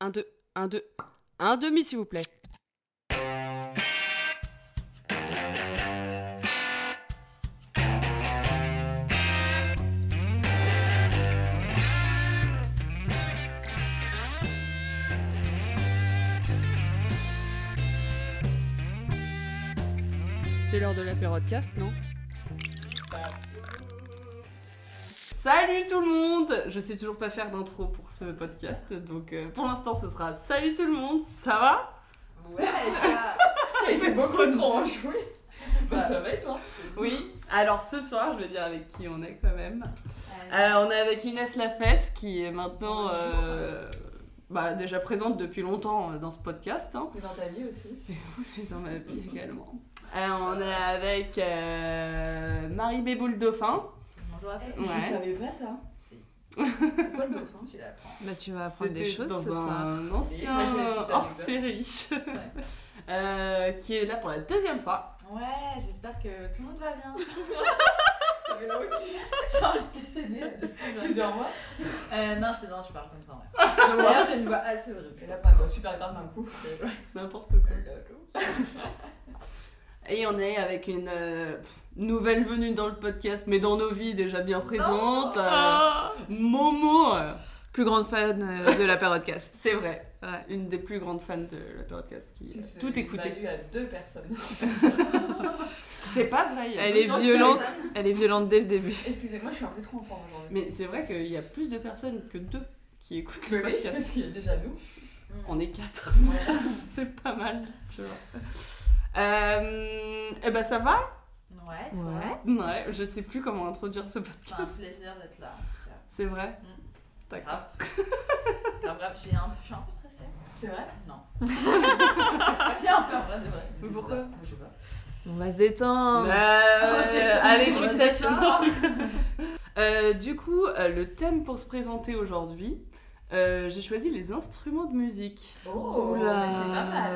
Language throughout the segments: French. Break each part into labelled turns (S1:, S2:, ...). S1: Un, deux, un, deux, un demi, s'il vous plaît. C'est l'heure de la podcast, non Salut tout le monde Je sais toujours pas faire d'intro pour ce podcast, donc euh, pour l'instant ce sera Salut tout le monde, ça va
S2: Ouais, ça...
S1: Ah, C'est trop
S2: trop enjoué.
S1: Bah, ça va et toi Oui, alors ce soir je vais dire avec qui on est quand même. Euh, on est avec Inès Lafesse qui est maintenant euh, bah, déjà présente depuis longtemps euh, dans ce podcast, hein,
S2: Dans ta vie aussi.
S1: et dans ma vie également. Euh, on est avec euh, Marie Béboule Dauphin.
S2: Bonjour à
S1: Ouais.
S2: Je savais pas ça.
S3: Si.
S2: Pourquoi le dauphin Tu l'apprends.
S4: Bah, tu vas apprendre des
S1: C'était
S4: choses
S1: dans
S4: ce soir.
S1: un ancien
S3: Moi, j'ai des petites
S1: hors série Euh, qui est là pour la deuxième fois.
S2: Ouais, j'espère que tout le monde va bien.
S3: Mais là aussi,
S2: J'ai envie de décéder. là, parce que j'ai-
S3: plusieurs mois.
S2: Euh, non, je plaisante, je parle comme ça. en vrai. D'ailleurs, j'ai une voix assez
S3: Et
S2: horrible.
S3: là, pas de super grave d'un coup.
S1: N'importe quoi. Et on est avec une euh, nouvelle venue dans le podcast, mais dans nos vies déjà bien présente. euh, Momo, euh,
S4: Plus grande fan euh, de la podcast.
S1: c'est vrai,
S4: Ouais.
S1: une des plus grandes fans de la podcast qui a tout écouté.
S3: lu à deux personnes.
S1: C'est pas vrai. il y a
S4: Elle
S1: deux
S4: est
S1: gens qui
S4: violente,
S1: connaissent.
S4: elle est violente dès le début.
S3: Excusez-moi, je suis un peu trop en forme aujourd'hui.
S1: Mais c'est vrai qu'il y a plus de personnes que deux qui écoutent le
S3: Mais oui, parce
S1: podcast. Mm.
S3: qu'il y a déjà nous.
S1: On est quatre.
S2: Ouais.
S1: c'est pas mal, tu vois. Euh, eh ben ça va
S2: Ouais, tu vois.
S1: Ouais, je sais plus comment introduire ce
S2: C'est un
S1: podcast.
S2: plaisir d'être là.
S1: C'est vrai
S2: Mm.
S1: D'accord.
S2: Grave. Grave, grave. J'ai un peu- Je suis un peu stressée.
S3: C'est vrai
S2: Non. si, un peu en vrai, de vrai. mais c'est
S1: Pourquoi
S2: bizarre. Moi, Je sais pas.
S4: On va se
S2: Oh.
S4: détendre.
S1: Euh, allez, tu
S2: Ouais,
S1: sais
S2: c'est
S1: que
S2: ça.
S1: non. Euh, du coup, euh, le thème pour se présenter aujourd'hui, euh, j'ai choisi les instruments de musique.
S3: Oh,
S4: Oula.
S3: mais c'est pas mal.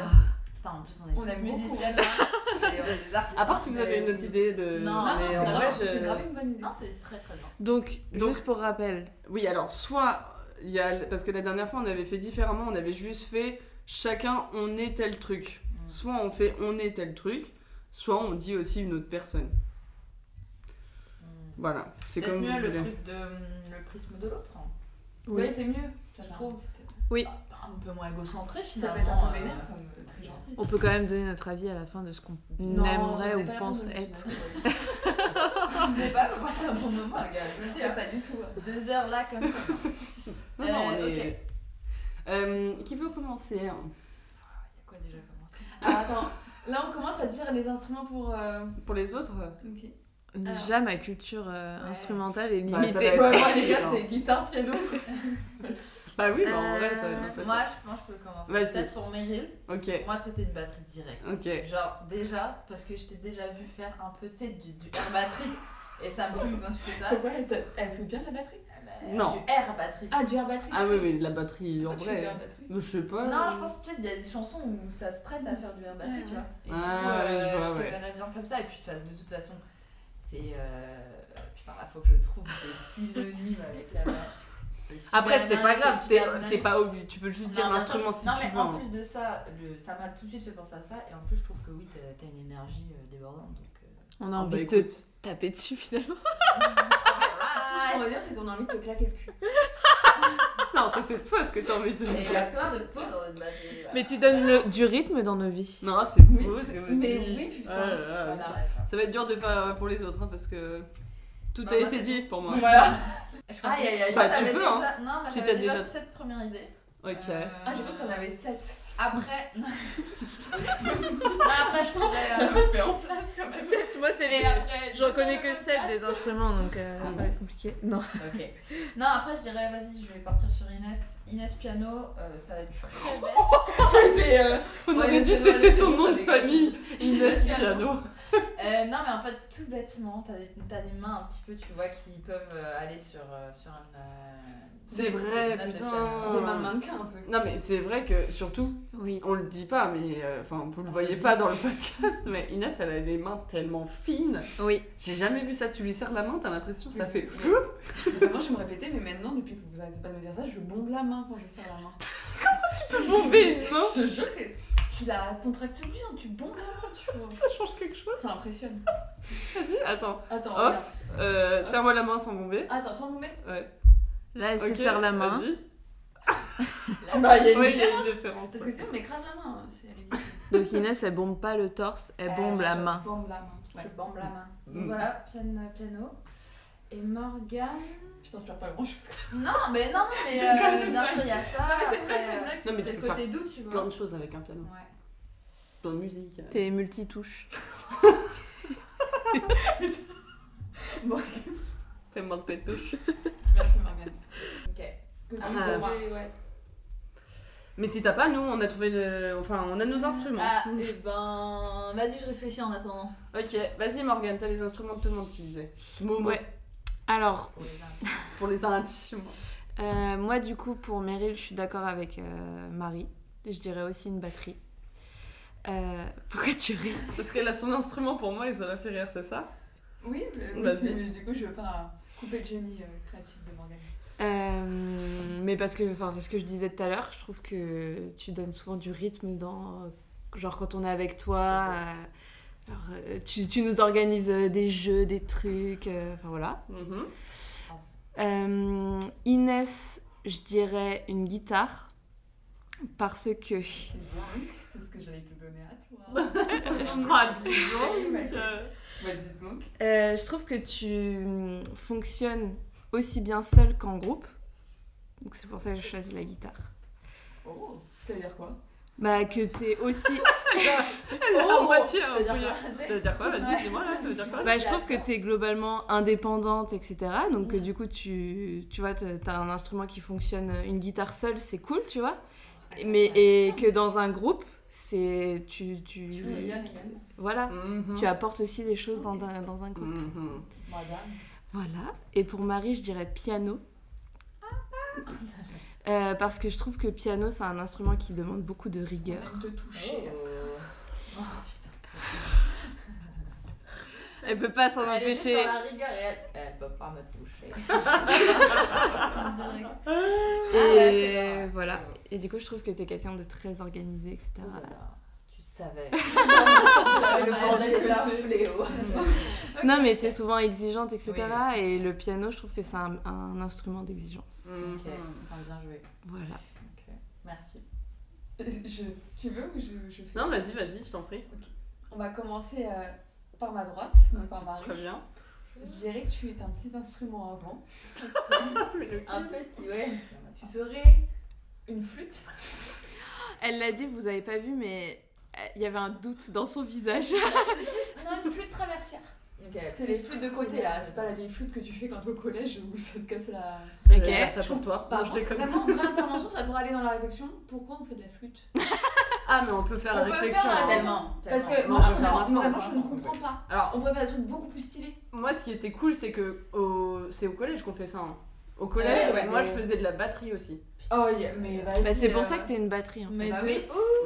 S2: Putain, en plus, on
S3: On
S2: est
S3: aime
S2: tous musiciens. hein. C'est- On est des artistes.
S1: À part si vous avez une autre idée de.
S2: Non,
S3: Non,
S2: mais
S3: non, c'est
S2: en
S3: grave,
S2: vrai,
S3: c'est grave une bonne idée.
S2: Non, c'est très très bien.
S4: Donc,
S1: Donc-
S4: juste pour rappel,
S1: Oui, alors soit il y a parce que la dernière fois on avait fait différemment, on avait juste fait chacun on est tel truc.
S2: Mm.
S1: Soit on fait on est tel truc, soit on dit aussi une autre personne. Voilà, c'est
S2: C'est
S1: comme
S2: mieux
S1: vous
S2: le
S1: voulez.
S2: truc de hum, le prisme de l'autre. hein.
S3: Oui, c'est mieux,
S2: Ça
S3: je
S2: va.
S3: trouve.
S2: Ah, Un peu moins égocentré
S3: Ça
S2: finalement.
S3: peut être un peu
S2: euh,
S3: vénère, comme très gentil.
S4: on peut quand même donner notre avis à la fin de ce qu'on
S2: Non,
S4: aimerait
S3: on
S4: ou
S3: n'est pas là
S4: pense
S3: pour nous,
S4: être.
S3: finalement.
S2: Mais pas pour passer un bon moment, les gars. Je veux
S3: Ouais,
S2: dire,
S3: Pas du tout. ouais.
S2: deux heures là comme ça.
S1: Non, non, on
S2: Euh,
S1: est-
S2: ok.
S1: Euh, qui veut commencer hein
S2: Il y a quoi déjà commencé
S3: Ah, attends, là, on commence à dire les instruments pour. euh,
S1: Pour les autres
S3: Ok.
S4: Déjà, ma culture euh,
S2: Ouais.
S4: instrumentale est
S1: Bah, ça va
S4: limitée.
S1: être-
S3: Ouais, moi, les gars,
S1: Non.
S3: c'est guitare, piano.
S1: Bah oui, bah, en vrai ça va
S4: Euh,
S1: être
S2: Moi, je pense que je peux commencer.
S1: Vas-y.
S2: Peut-être pour Meryl.
S1: Ok,
S2: Moi, toi, t'es une batterie directe.
S1: ok.
S2: Genre, déjà, parce que je t'ai déjà vu faire un peu, tu sais, du, du air batterie. Et ça me fume quand tu fais ça.
S3: Pourquoi elle t'a- elle fait bien de la batterie
S2: Ah bah,
S1: Non.
S2: Du air batterie.
S3: Ah, du air batterie.
S1: Ah
S3: tu
S1: oui,
S3: fais
S1: mais de la batterie en
S3: Pourquoi tu fais de
S1: vrai.
S3: la batterie
S1: Je sais pas.
S2: Non, je pense qu'il y a des chansons où ça se prête à faire du air batterie,
S3: Ouais,
S2: tu vois. Et
S3: ouais.
S2: du
S1: Ah,
S2: coup, euh,
S1: ouais, je
S2: je,
S1: vois,
S2: te
S1: ouais.
S2: verrais bien comme ça. Et puis, de toute- de toute façon, t'es. euh, Putain, là, faut que je trouve des synonymes avec la vache. T'es super
S1: Après, c'est pas
S2: dynamique,
S1: grave,
S2: t'es
S1: t'es
S2: super
S1: t'es
S2: dynamique.
S1: pas obligé, tu peux juste
S2: Non,
S1: dire
S2: bien
S1: l'instrument
S2: sûr.
S1: si
S2: non,
S1: tu
S2: mais
S1: veux.
S2: en
S1: hein.
S2: plus de ça, le- ça m'a tout de suite fait penser à ça. Et en plus, je trouve que oui, t'as t'as une énergie euh, débordante. Donc, euh,
S4: On a
S1: Ah, bah,
S4: envie de
S1: écoute.
S4: te taper dessus finalement.
S3: Ah, Tout ce qu'on va dire, c'est qu'on a envie de te claquer le cul.
S1: Ah, Non, ça c'est toi ce que t'as envie de
S2: Et il y
S1: dire.
S2: a plein de pots dans notre batterie. voilà.
S4: Mais tu donnes le- du rythme dans nos vies.
S1: Non, c'est
S3: Mais
S1: beau,
S3: c'est-
S1: c'est
S3: mais oui, putain.
S1: Ah là là,
S3: Voilà.
S2: Bref.
S1: Ça va être dur de faire euh, pour les autres hein, parce que tout
S2: Bah,
S1: a
S2: moi,
S1: été
S2: c'est
S1: dit pour moi.
S3: Voilà.
S2: Je
S3: Aïe,
S2: continue.
S3: aïe, aïe.
S1: Bah,
S2: Moi,
S1: tu
S2: j'avais
S1: peux,
S2: déjà...
S1: hein,
S2: Non, moi,
S1: Si
S2: j'avais
S1: t'as
S2: déjà
S1: déjà-
S2: cette première idée.
S1: Ok.
S2: Euh,
S3: Ah, j'ai cru que t'en avais 7.
S2: Après. non, après, je pourrais. euh,
S3: me fait en place quand même.
S4: Sept, moi c'est les. Je reconnais que sept des instruments donc euh,
S1: Ah
S4: ça
S1: bon
S4: va être compliqué. Non.
S2: Ok. Non, après, je dirais, vas-y, je vais partir sur Inès. Inès Piano, euh, ça va être très bête.
S3: C'était. euh,
S1: On
S3: Ouais,
S1: aurait
S3: mais
S1: dit
S3: c'est
S1: c'était
S3: Noël,
S1: ton
S3: c'est bon,
S1: nom
S3: ça
S1: de
S3: dégage.
S1: famille, Inès Piano.
S2: Euh, Euh, non, mais en fait, tout bêtement, t'as des, t'as des mains un petit peu, tu vois, qui peuvent euh, aller sur, euh, sur un. euh,
S1: C'est vrai,
S2: une note de
S1: putain.
S2: piano.
S3: hein. Des mains de mannequin un peu.
S1: Non mais c'est vrai que surtout,
S4: Oui.
S1: on le dit pas, mais euh, enfin vous le
S2: On
S1: voyez
S2: le dit.
S1: pas dans le podcast, mais Inès elle a les mains tellement fines.
S4: Oui.
S1: J'ai jamais vu ça. Tu lui serres la main, t'as l'impression que ça fait.
S3: Vraiment, je vais me répétais, mais maintenant, depuis que vous arrêtez pas de me dire ça, je bombe la main quand je serre la main.
S1: Bomber une main,
S3: Je te jure que tu la contractes bien, tu bombes la main, tu vois.
S1: ça change quelque chose.
S3: Ça impressionne.
S1: Vas-y, attends.
S3: Attends,
S1: Off.
S3: regarde.
S1: Euh, serre-moi la main sans bomber.
S3: Attends, sans bomber.
S1: Ouais.
S4: Là, elle
S1: Ok,
S4: se serre la main.
S1: Vas-y.
S2: La
S3: Bah, il y a une
S1: Oui, il y a une
S3: différence.
S1: différence.
S3: Parce que sinon, on m'écrase la main, hein. c'est ridicule.
S4: Donc Inès, elle bombe pas le torse, elle bombe
S3: Euh,
S4: la
S3: je
S4: main.
S3: Bombe la main.
S2: Je
S3: Ouais.
S2: bambe la main. Donc
S1: Mm.
S2: voilà, piano, piano. Et Morgane.
S3: Je t'inspire pas grand chose.
S2: Non, mais non, non, mais
S3: Je
S2: euh,
S3: rigole, c'est une
S2: bien
S3: blague.
S2: sûr, il y a ça.
S3: Non, mais c'est
S2: après,
S3: vrai, c'est une
S2: euh,
S3: blague.
S1: Non mais
S2: c'est
S1: tu
S2: le
S1: peux faire
S2: côté doux, tu vois.
S1: plein de choses avec un piano,
S2: Ouais.
S1: plein de musique.
S4: T'es multitouche.
S3: Morgane.
S1: T'es mort de pétouche.
S3: Merci, Morgane.
S2: Ok. Ah,
S1: bon,
S2: moi.
S3: ouais.
S1: Mais si t'as pas, nous on a trouvé, le... enfin on a nos instruments.
S2: Ah, et ben. Vas-y, je réfléchis en attendant.
S1: Ok, vas-y Morgane, t'as les instruments de tout le monde, tu disais. Momo.
S4: Ouais. Alors,
S2: Pour les arts.
S1: Pour les intimes.
S4: Euh, moi, du coup, pour Meryl, je suis d'accord avec euh, Marie. Je dirais aussi une batterie. Euh, pourquoi tu ris
S1: Parce qu'elle a son instrument pour moi et ça la fait rire, c'est ça
S3: Oui, mais, oui,
S1: Vas-y.
S3: mais du coup, je veux pas couper le génie euh, créatif de Morgane.
S4: Euh, Mais parce que, enfin, c'est ce que je disais tout à l'heure. Je trouve que tu donnes souvent du rythme dans, euh, genre quand on est avec toi. euh, alors, euh, tu, tu nous organises euh, des jeux, des trucs. euh, Enfin voilà.
S1: Mhm.
S4: Euh, Inès, je dirais une guitare parce que.
S3: Et donc, c'est ce que j'allais te donner à toi.
S1: Je
S3: Je
S1: traduis donc.
S3: Ouais.
S1: euh,
S3: bah, dis donc.
S4: Euh, je trouve que tu hum, fonctionnes aussi bien seul qu'en groupe. Donc c'est pour ça que je choisis la guitare.
S3: Oh, ça veut dire quoi
S4: Bah que t'es aussi.
S1: la moitié,
S2: ça
S1: hein,
S2: veut Oh, dire
S1: oui.
S2: quoi
S1: Ça veut dire quoi Vas-y,
S2: Ouais.
S1: dis-moi là, ça veut dire quoi
S4: bah je trouve que t'es globalement indépendante, etc. Donc que du coup tu, tu vois t'as t'as un instrument qui fonctionne. euh, Une guitare seule c'est cool, tu vois. Mais et que dans un groupe c'est tu tu.
S2: Tu rayonnes également.
S3: Oh.
S4: Voilà.
S1: Mhm.
S4: Tu apportes aussi des choses dans, un- dans un groupe.
S1: Mhm.
S3: Morgane.
S4: Voilà. Et pour Marie, je dirais piano. Ah, Euh, parce que je trouve que piano, c'est un instrument qui demande beaucoup de
S3: On
S4: rigueur.
S3: aime te toucher.
S2: Oh, putain.
S4: Elle peut pas s'en
S2: Elle était
S4: empêcher.
S2: sur la rigueur et elle. Elle peut pas me toucher. Direct.
S4: Et
S2: Ah ouais, c'est vrai.
S4: voilà. Et du coup, je trouve que t'es quelqu'un de très organisé, etc.
S2: Oh là là, si tu savais. tu savais le bordel que c'est. fléau.
S4: Non, mais t'es souvent exigeante, etc.
S2: Oui, oui.
S4: et le piano, je trouve que c'est un, un instrument d'exigence.
S1: Mhm.
S2: Ok, t'as bien joué.
S4: Voilà.
S2: Ok, merci.
S3: Je, tu veux ou je, je fais
S1: Non, vas-y, vas-y, je t'en prie.
S3: On va commencer euh, par ma droite, donc par Marie.
S1: Mm. Très bien.
S3: Je dirais que tu es un petit instrument avant.
S2: Un petit, ouais.
S3: Tu serais une flûte.
S4: Elle l'a dit, vous avez pas vu, mais euh, il y avait un doute dans son visage.
S3: Non, une flûte traversière.
S2: Ok.
S3: C'est les flûtes de côté là, c'est pas la vieille flûte que tu fais quand t'es au collège où ça te casse la.
S1: Je
S4: Ok.
S1: vais faire ça pour toi.
S3: Par
S1: Non, je
S3: contre,
S1: déconne.
S3: vraiment, vraie intervention, ça pourrait aller dans la rédaction. Pourquoi on fait de la flûte
S1: Ah, mais on peut faire la
S3: On peut
S1: réflexion.
S3: faire la
S1: hein.
S3: réflexion.
S2: Tellement,
S3: Parce
S1: Non,
S2: tellement.
S3: que
S1: je
S3: moi, je
S1: préfère
S3: comprends-
S1: maintenant,
S3: vraiment, je ne
S2: maintenant.
S3: comprends pas.
S1: Alors,
S3: On pourrait faire des trucs beaucoup plus stylés.
S1: moi, ce qui était cool, c'est que au... c'est au collège qu'on fait ça. hein. Au collège,
S2: Ouais, ouais,
S1: moi,
S2: mais-
S1: je faisais de la batterie aussi.
S3: Oh, yeah, mais vas-y.
S4: Bah, c'est pour
S3: euh,
S4: ça que t'es une batterie. en fait.
S2: Mais
S3: Bah
S2: tu-
S3: oui.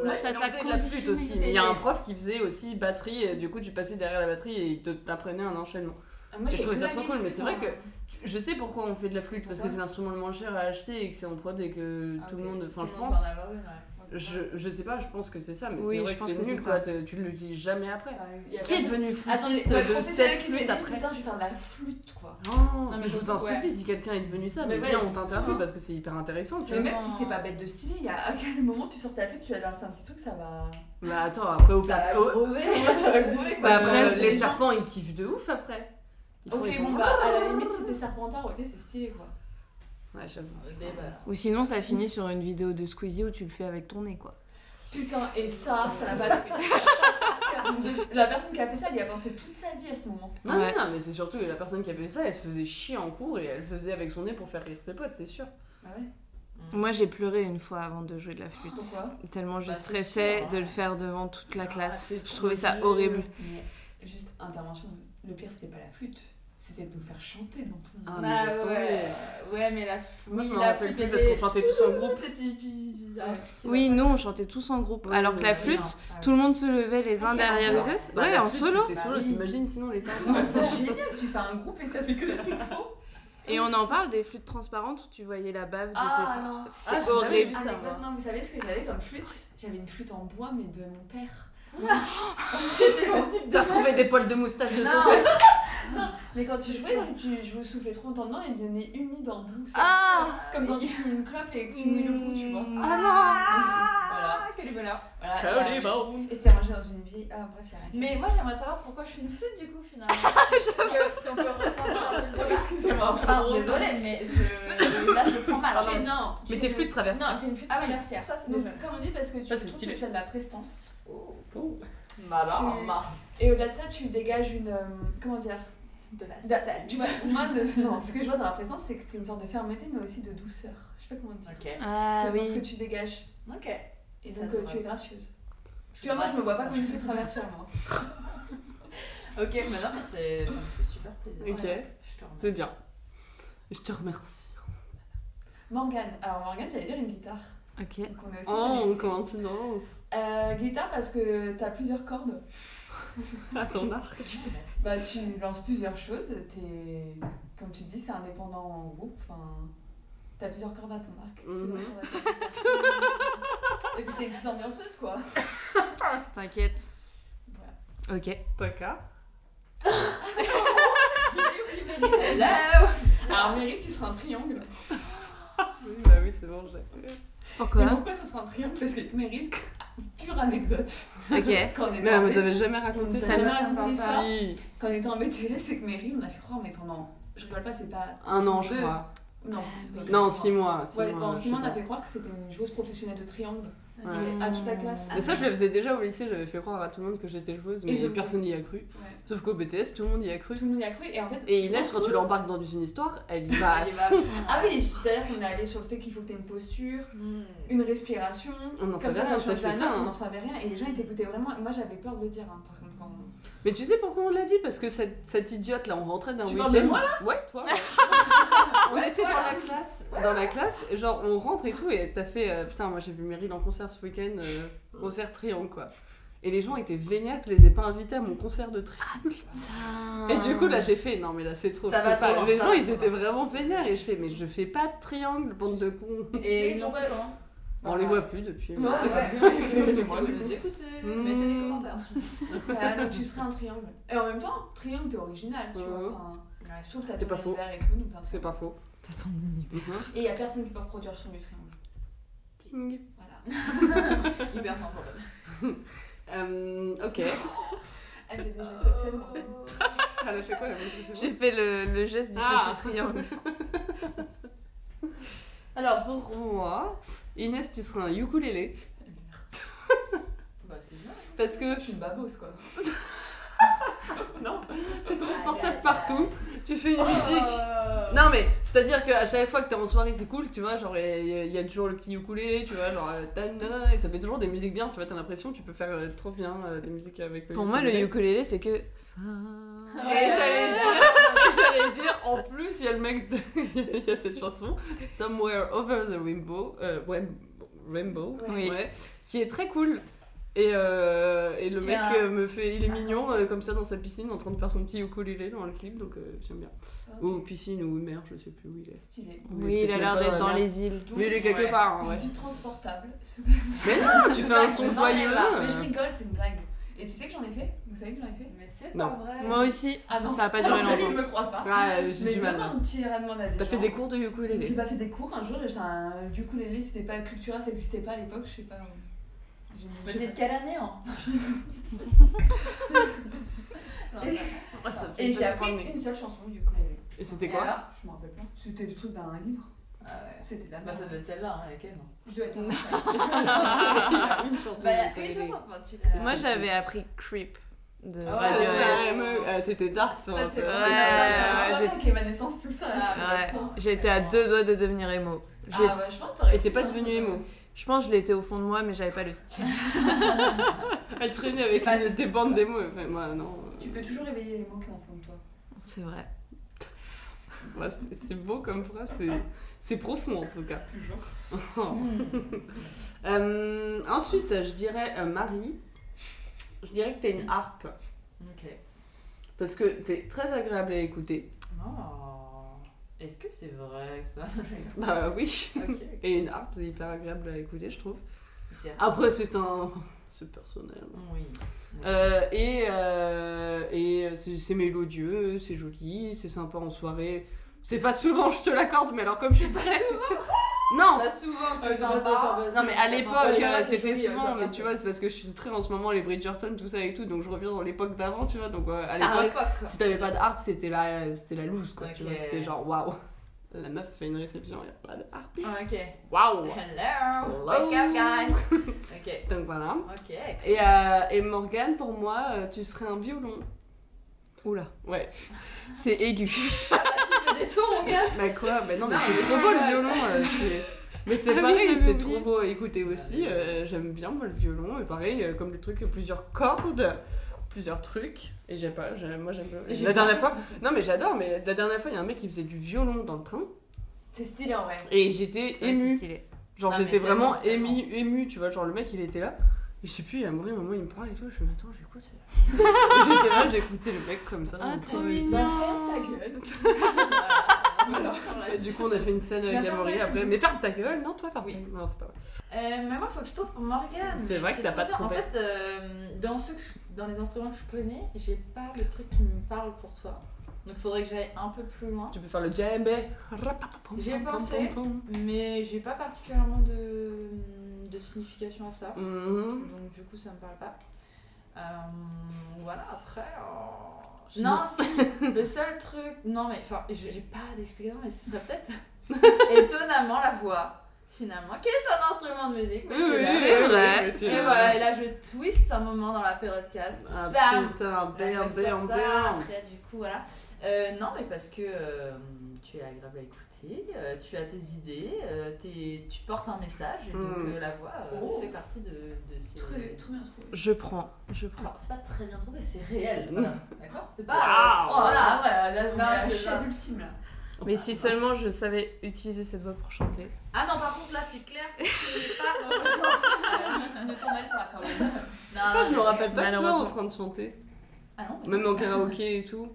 S1: Moi,
S4: ça
S1: de
S4: t'a
S1: la flûte
S4: conditionné,
S1: aussi.
S4: t'es-
S1: Mais il y a un prof qui faisait aussi batterie, et du coup, tu passais derrière la batterie et il te- t'apprenait un enchaînement.
S3: Ah, Moi,
S1: Je
S3: j'ai
S1: trouvais ça
S3: jamais
S1: trop cool,
S3: eu
S1: mais
S3: de
S1: c'est vrai
S3: flûte,
S1: que- Je sais pourquoi on fait de la flûte, parce que
S3: Pourquoi
S1: c'est l'instrument le moins cher à acheter et que c'est en prod et que
S3: Ah,
S1: tout le
S3: ok.
S1: monde. Enfin,
S2: Tout
S1: je
S2: le monde
S1: pense.
S2: peut en avoir une, ouais.
S3: hein.
S1: Je, je sais pas, je pense que c'est ça, mais
S4: Oui,
S1: c'est
S4: je
S1: vrai que
S4: pense
S1: c'est
S4: que c'est
S1: nul
S4: ça.
S1: quoi, te- tu le dis jamais après.
S3: Ah, il y a
S1: Qui est
S3: pas-
S1: devenu
S3: Attendez,
S1: flûtiste
S3: ouais,
S1: de
S3: professionnel
S1: cette
S3: qui s'est
S1: flûte
S3: dit,
S1: après
S3: Putain, je vais faire de la flûte quoi.
S1: Oh,
S2: mais
S1: mais je
S2: je-
S1: vous insulte si quelqu'un est devenu ça, mais,
S3: Mais
S1: viens,
S3: ouais,
S1: on t'interviewe
S3: c'est-
S1: parce que c'est hyper intéressant, tu
S3: Mais
S1: vois.
S3: même si c'est pas bête de stylé, il y a à quel moment tu sors ta flûte, tu vas lancer un petit truc, ça va.
S1: Mais attends, après, au
S2: Ça va
S1: au-
S2: crever.
S3: Ouais, ça va couler, quoi.
S1: bah,
S4: Ouais,
S1: après,
S4: ouais,
S1: les
S4: c'est-
S1: serpents ils kiffent de ouf après. Ils font- ils
S3: Ok,
S1: font-
S3: bon bah à la limite si t'es serpentard, ok c'est stylé quoi.
S1: Ouais, j'avoue.
S2: Je déballe.
S4: Ou sinon, ça finit sur une vidéo de Squeezie où tu le fais avec ton nez, quoi.
S3: Putain, et ça, ça n'a pas de prix. La personne qui a fait ça, elle y a pensé toute sa vie à ce moment.
S1: Non,
S4: Ouais.
S1: non, non, mais c'est surtout la personne qui a fait ça, elle se faisait chier en cours et elle faisait avec son nez pour faire rire ses potes, c'est sûr.
S3: Ah ouais
S4: Moi, j'ai pleuré une fois avant de jouer de la flûte.
S3: Pourquoi
S4: Tellement je
S2: Bah, c'est
S4: stressais
S2: sûr, hein.
S4: de le faire devant toute la
S1: Ah, c'est
S4: classe. Je
S1: trop
S4: trouvais ça
S1: nul.
S4: horrible.
S3: Mais juste intervention. Le pire, c'était pas la flûte, c'était de nous faire chanter dans tout le
S1: Ah,
S3: monde.
S1: mais
S2: Ah,
S1: laisse tomber.
S2: ouais. ouais, mais la
S1: Moi, je
S2: oui,
S1: me
S2: la
S1: rappelle
S2: flûte
S1: plus parce qu'on
S2: était-
S1: chantait tous en groupe.
S2: C'est tu- tu- tu- un
S3: Ouais.
S2: truc qui
S4: Oui,
S2: va
S4: nous
S2: pas.
S4: on chantait tous en groupe.
S1: Ouais,
S4: alors que la
S1: ouais,
S4: flûte,
S2: Non, ah
S4: tout le monde se levait les uns
S2: Ok,
S4: derrière
S2: en
S4: les
S2: solo.
S4: autres.
S1: Bah,
S4: ouais,
S1: la
S4: en
S1: flûte,
S4: solo.
S1: C'était solo,
S2: Bah oui.
S1: t'imagines sinon les teintes.
S3: Ouais, C'est génial, tu fais un groupe et ça fait que des trucs faux.
S4: Et on en parle des flûtes transparentes où tu voyais la bave. de tes-
S3: non.
S1: Ah, j'ai jamais
S4: horrible.
S1: vu ça,
S3: Anecdote,
S1: moi.
S3: non, vous savez ce que j'avais comme flûte J'avais une flûte en bois, mais de mon père.
S2: C'était ce type de.
S1: T'as retrouvé des poils de moustache de
S2: Non,
S3: Mais quand tu jouais, si tu jouais soufflais trop longtemps dedans, il devenait humide en bout. ça.
S4: Ah
S3: Comme quand tu fumes une clope et que tu mouilles le bout, tu vois.
S1: Mmh.
S3: Voilà.
S2: Ah, quel bonheur.
S3: voilà.
S1: Cody
S3: Et, euh,
S1: Bones.
S3: et c'était rangé dans une vieille. Ah, bref, y'a rien.
S2: Mais moi j'aimerais savoir pourquoi je suis une flûte du coup finalement. Que- si on peut ressentir un peu le truc.
S3: Excusez-moi.
S2: Enfin, désolée, mais je... là je le prends mal.
S3: Je suis- non, je
S1: Mais
S3: suis
S1: tes
S3: une-
S1: flûtes traversent.
S3: Non, j'ai une flûte
S2: Ah oui,
S3: traversière.
S2: ça, c'est
S3: Donc,
S2: déjà- Oh.
S3: comme on dit, parce que tu
S1: Ça, c'est
S3: trouves
S1: stylé.
S3: que tu as de la prestance.
S2: Malin,
S3: Tu-
S2: marre.
S3: Et au-delà de ça, tu dégages une. euh, comment dire
S2: De la
S3: Da-
S2: scène.
S3: Tu vois, moi, de- non, ce que je vois dans la présence, c'est que t'es une sorte de fermeté, mais aussi de douceur. Je sais pas comment dire.
S2: Ok.
S4: Ah
S3: Parce que dans ce que
S4: oui.
S3: tu dégages.
S2: Ok.
S3: Et
S2: Ça
S3: donc,
S2: te
S3: euh, tu es gracieuse. Tu vois, moi, je me vois pas comme une flûte traversière, moi.
S2: Ok, mais non, mais c'est- ça me fait super plaisir.
S1: Ok,
S2: Ouais, je te remercie.
S1: c'est bien. Je te remercie.
S3: Morgane. Alors, Morgane, j'allais dire une guitare.
S4: Ok.
S3: Donc, on est aussi
S1: Oh,
S3: connectés.
S1: comment tu danses
S3: Euh, Guitare, parce que t'as plusieurs cordes.
S1: À ton arc.
S2: Je te remercie.
S3: Bah, tu lances plusieurs choses. T'es. Comme tu dis, c'est indépendant en groupe. Enfin. T'as plusieurs cordes à ton arc.
S1: Mhm.
S3: plusieurs cordes à ton arc. Et puis, t'es une petite ambianceuse, quoi.
S4: T'inquiète.
S3: Voilà.
S4: Ok.
S1: T'as qu'à
S3: J'ai oublié Meryl.
S2: Hello
S3: Alors, Meryl, tu seras un triangle.
S1: Oui, Bah oui, c'est bon, j'ai.
S4: Pourquoi
S3: Mais pourquoi ça sera un triangle Parce que Meryl, pure anecdote.
S4: Ok.
S3: Quand on était
S1: Mais
S3: en
S1: vous
S3: B-
S1: avez jamais
S3: on
S1: raconté
S3: nous a
S1: ça
S3: jamais
S2: Ça me
S3: raconté
S2: fait
S3: ça.
S1: Si,
S3: Quand on était en BTS c'est que Meryl, on a fait croire, mais pendant. Je rigole pas, c'est pas.
S1: un an, je
S3: deux-
S1: crois. Ah
S3: Non.
S1: Non, six mois. six
S3: Ouais,
S1: mois,
S3: pendant
S1: je
S3: six
S1: sais
S3: mois, on
S1: pas.
S3: a fait croire que c'était une joueuse professionnelle de triangle
S1: Ouais.
S3: à toute la classe.
S1: Mais ça, je le faisais déjà au lycée, j'avais fait croire à tout le monde que j'étais joueuse, mais
S3: ils ont-
S1: personne n'y a cru.
S3: Ouais.
S1: Sauf qu'au BTS, tout le monde y a cru.
S3: Tout le monde y a cru, et en fait.
S1: Et Inès, quand tu l'embarques dans une histoire, elle y va. à
S2: Il va à
S1: fond.
S2: fond.
S3: Ah oui, c'est-à-dire qu'on est allé sur le fait qu'il faut que t'aies une posture,
S2: Hmm.
S3: une respiration.
S1: Ah, On n'en
S3: Comme
S1: savait
S3: ça,
S1: rien,
S3: ça change
S1: c'est
S3: la
S1: ça,
S3: note,
S1: hein.
S3: on n'en savait rien. Et les gens, ils t'écoutaient vraiment. Moi, j'avais peur de le dire, hein, par contre. quand-
S1: Mais tu sais pourquoi on l'a dit Parce que cette, cette idiote là, on rentrait d'un
S3: Tu
S1: week-end.
S3: parles de moi,
S1: là Ouais, toi. ouais. on était dans la classe. Dans la classe, genre on rentre et tout, et t'as fait euh, putain, moi j'ai vu Meryl en concert ce week-end, euh, concert triangle quoi. Et les gens étaient vénères que je les ai pas invités à mon concert de triangle.
S4: Putain.
S1: Et du coup là j'ai fait non mais là c'est trop.
S2: Ça
S1: je
S2: va
S1: peux pas.
S2: trop loin,
S1: les
S2: ça
S1: gens
S2: va
S1: ils
S2: trop
S1: étaient
S2: loin.
S1: vraiment vénères et je fais mais je fais pas de triangle bande de cons.
S2: Et ils l'ont fait comment
S1: On les voit plus depuis. mais-
S2: Ah ouais. Si vous nous écoutez,
S1: Mmh.
S2: mettez des commentaires.
S3: Voilà, donc tu serais un triangle. Et en même temps, triangle, t'es original, tu
S1: Ouais.
S3: vois. Enfin, surtout que t'as
S1: C'est
S3: ton
S1: pas faux.
S3: univers et tout. donc, enfin,
S1: C'est pas faux. Mhm.
S4: T'as ton univers.
S3: Et y a personne qui peut reproduire le son du triangle.
S1: Ting.
S3: Voilà.
S2: Hyper sympa.
S1: Euh, ok.
S3: Elle fait déjà cette scène. en fait.
S2: Euh,
S1: Elle a fait quoi la musique
S4: J'ai fait le, le geste du
S1: Ah.
S4: petit triangle.
S1: Alors pour moi, Inès, tu seras un ukulélé.
S2: Bah, c'est bien.
S1: Parce que
S3: Je suis une babose quoi.
S1: non, t'es transportable partout, tu fais une
S2: Oh.
S1: musique.
S2: Euh,
S1: Non mais c'est à dire qu'à chaque fois que t'es en soirée c'est cool tu vois genre il y a- il y a toujours le petit ukulélé tu vois genre euh, tanana, et ça fait toujours des musiques bien tu vois t'as l'impression que tu peux faire euh, trop bien euh, des musiques avec le
S4: Pour moi, le
S1: ukulélé.
S4: ukulélé, c'est que. Ça.
S1: Et j'allais dire, et j'allais dire, en plus, il y a le mec, de- il y a cette chanson, Somewhere Over the Rainbow, euh, Wem- Rainbow,
S4: Oui.
S1: ouais, qui est très cool. Et, euh, et le
S2: Tu
S1: mec
S2: as-
S1: euh, me fait, il est
S2: Ah,
S1: mignon,
S2: c'est-
S1: euh, comme ça, dans sa piscine, en train de faire son petit ukulélé dans le clip, donc euh, j'aime bien. Ou piscine ou mer, je sais plus où il est.
S3: Stylé.
S1: Il est
S4: Oui, il a
S1: peut-être
S4: l'air
S1: même pas
S4: d'être dans
S1: la mer.
S4: les îles.
S1: Mais il est quelque
S2: Ouais.
S1: part, hein, ouais.
S3: Je suis transportable.
S1: Mais non, tu fais un son
S2: Mais j'en ai
S1: joyeux.
S2: marre,
S3: Mais je rigole, c'est une blague. Et tu sais que j'en ai fait Vous savez que j'en ai fait
S2: Mais c'est
S1: Non.
S2: pas vrai.
S4: Moi aussi.
S3: Ah non.
S4: Ça a pas duré
S3: Alors,
S4: longtemps.
S3: Il me croit pas.
S1: Ah, j'ai
S3: Mais
S1: du mal. hein.
S3: demain, tu iras demander à des
S1: T'as fait
S3: gens.
S1: des cours de
S3: J'ai
S1: ukulélé.
S3: pas fait des cours un jour, j'ai un ukulélé, c'était pas Cultura, ça existait pas à l'époque, je sais pas. j'ai-
S2: Mais
S3: je sais
S2: t'es
S3: pas.
S2: de quelle année, hein Non, ça va.
S1: Ah, ça fait
S3: Et
S1: pas
S3: j'ai appris
S1: cinquante minutes.
S3: une seule chanson du ukulélé.
S1: Et c'était
S2: Et
S1: quoi
S2: alors
S3: Je m'en rappelle pas. C'était le truc d'un livre.
S2: Ah ouais.
S3: C'était de la
S2: Bah,
S3: merde.
S2: ça doit être celle-là, hein, avec elle.
S3: Je dois être en
S1: Une chanson
S2: Bah,
S1: de
S2: oui, de
S1: ukulélé.
S2: toute façon, enfin, tu
S1: C'est
S2: l'as.
S4: Moi, j'avais appris Creep de
S2: Ah ouais,
S1: Oh, Ouais,
S4: Radio.
S1: ouais, me- euh, T'étais dark, toi. un peu.
S4: ouais,
S3: ouais,
S4: ouais,
S3: ouais, j'ai ma naissance, tout ça.
S2: Ah, bah,
S4: Ouais.
S2: c'est bon.
S4: J'étais à deux doigts de devenir émo.
S3: Ah
S4: J'ai-
S3: ouais, je pense que t'aurais
S1: Et t'es
S3: pu,
S1: pas
S3: hein,
S1: devenue
S3: je pense.
S1: émo.
S4: Je pense que je l'étais au fond de moi, moi, mais j'avais pas le style.
S1: Elle traînait avec
S2: Pas
S1: une-
S2: de-
S1: des bandes d'émo. Enfin, moi, non.
S3: Tu peux toujours éveiller les mots qui en font de toi.
S4: C'est vrai.
S1: Ouais, c'est- c'est beau comme phrase, c'est- c'est profond en tout cas. Toujours.
S2: Hmm.
S1: Euh, ensuite, je dirais euh, Marie. Je dirais que t'es une harpe.
S2: Ok.
S1: Parce que t'es très agréable à écouter.
S2: Oh. Est-ce que c'est vrai ça
S1: Bah oui.
S2: Ok, ok.
S1: Et une harpe, c'est hyper agréable à écouter, je trouve.
S2: C'est
S1: Après, c'est un. C'est personnel.
S2: Oui.
S1: Euh, et euh, et c'est c'est mélodieux, c'est joli, c'est sympa en soirée. C'est pas souvent, je te l'accorde, mais alors comme je suis très. Non!
S2: On a souvent
S3: Ah,
S2: été
S3: c'est pas ça, ça
S2: sympa.
S3: va, ça
S1: Non mais
S3: va,
S1: à
S3: ça
S1: l'époque
S3: va, ça
S1: euh,
S3: va, c'est
S1: c'était
S3: joli, ça
S1: souvent mais
S3: passe.
S1: tu vois c'est parce que je suis très en ce moment les Bridgerton tout ça et tout donc je reviens dans l'époque d'avant tu vois donc euh, à
S2: À
S1: l'époque
S2: l'époque. quoi.
S1: si t'avais pas de harpe c'était la c'était la loose quoi tu
S2: Ok.
S1: vois c'était genre waouh la meuf fait une réception y a pas de harpe
S2: Ah, Ok.
S1: waouh
S2: Hello.
S1: Hello.
S2: Wake up, guys. Ok.
S1: donc voilà
S2: Ok.
S1: et euh, et Morgane pour moi euh, tu serais un violon
S4: Oula,
S1: ouais
S4: c'est aigu.
S2: Ah, bah, tu fais des sons, mon gars.
S1: bah quoi bah non mais
S2: Non,
S1: c'est
S2: mais
S1: trop
S2: je
S1: beau le
S2: rigole.
S1: violon euh, c'est mais
S4: Ah
S1: c'est
S4: oui,
S1: pareil
S4: j'avais
S1: c'est
S4: oublié.
S1: trop beau à écouter aussi
S2: oui.
S1: euh, j'aime bien moi le violon et pareil euh, comme le truc plusieurs cordes plusieurs trucs et j'ai pas j'ai- moi j'aime
S2: J'ai
S1: la
S2: pas-
S1: dernière fois non mais j'adore mais la dernière fois il y a un mec qui faisait du violon dans le train
S3: C'est stylé en vrai.
S1: et j'étais émue genre
S2: Non, mais
S1: j'étais vraiment
S2: tellement,
S1: émue émue tu vois genre le mec il était là et je sais plus, il y a un moment, il me parle et tout, je fais, mais attends, j'écoute. Et j'étais là, j'écoutais le mec comme ça. euh,
S4: Ah,
S1: en
S4: trop
S1: train de-
S4: mignon.
S3: Bah, ferme ta gueule.
S2: Voilà. Voilà.
S1: Et bah, du coup, on a fait une scène avec
S3: Mais ferme ta
S1: Amaury
S3: gueule,
S1: après,
S3: du
S1: mais ferme ta gueule, non, toi, ferme
S2: Oui.
S1: Non, c'est pas vrai.
S2: Euh, mais moi, faut que je trouve pour Morgane.
S1: C'est
S2: mais
S1: vrai que t'as
S2: trop
S1: pas de
S2: bien. En
S1: trompette.
S2: fait, euh, dans, ceux que je- dans les instruments que je connais, j'ai pas le truc qui me parle pour toi. Donc, faudrait que j'aille un peu plus loin.
S1: Tu peux faire le djembé.
S2: J'y ai pensé. Mais j'ai pas particulièrement de, de signification à ça.
S1: Mhm.
S2: Donc, du coup, ça me parle pas. Euh, voilà, après. euh,
S1: Sinon-
S2: Non, si Le seul truc. Non, mais enfin, j'ai j'ai pas d'explication, mais ce serait peut-être étonnamment la voix. Finalement, qui est un instrument de musique, mais
S1: Oui,
S2: c'est
S1: oui,
S2: la-
S1: oui,
S4: C'est
S1: oui, oui,
S2: Et
S4: vrai.
S1: vrai.
S2: voilà, et là je twist un moment dans la période cast.
S1: Ah
S2: Bam
S1: putain,
S2: La
S1: bam,
S2: meuf sort
S1: bam,
S2: ça,
S1: bam.
S2: Après, du coup, voilà. Euh, non, mais parce que euh, tu es agréable à écouter, euh, tu as tes idées, euh, t'es- tu portes un message, et donc
S1: Mm.
S2: euh, la voix euh,
S3: Oh.
S2: fait partie de, de ces.
S3: Trop trop bien trouvé.
S4: Je prends, je prends.
S2: Alors, c'est pas très bien trouvé, c'est réel. Ah
S1: Mm.
S2: voilà. D'accord C'est pas. euh,
S1: Waouh.
S3: Oh là, voilà, là, on
S2: Non,
S3: a la
S2: c'est ça.
S3: chaîne ultime là.
S4: Mais si seulement je savais utiliser cette voix pour chanter.
S2: Ah non, par contre, là c'est clair que tu n'es pas.
S3: ne t'en mêle pas quand
S1: Bah,
S3: même.
S2: non,
S1: Je me rappelle pas de toi en
S4: Malheureusement.
S1: train de chanter.
S3: Ah non, mais.
S1: Même en karaoké et tout.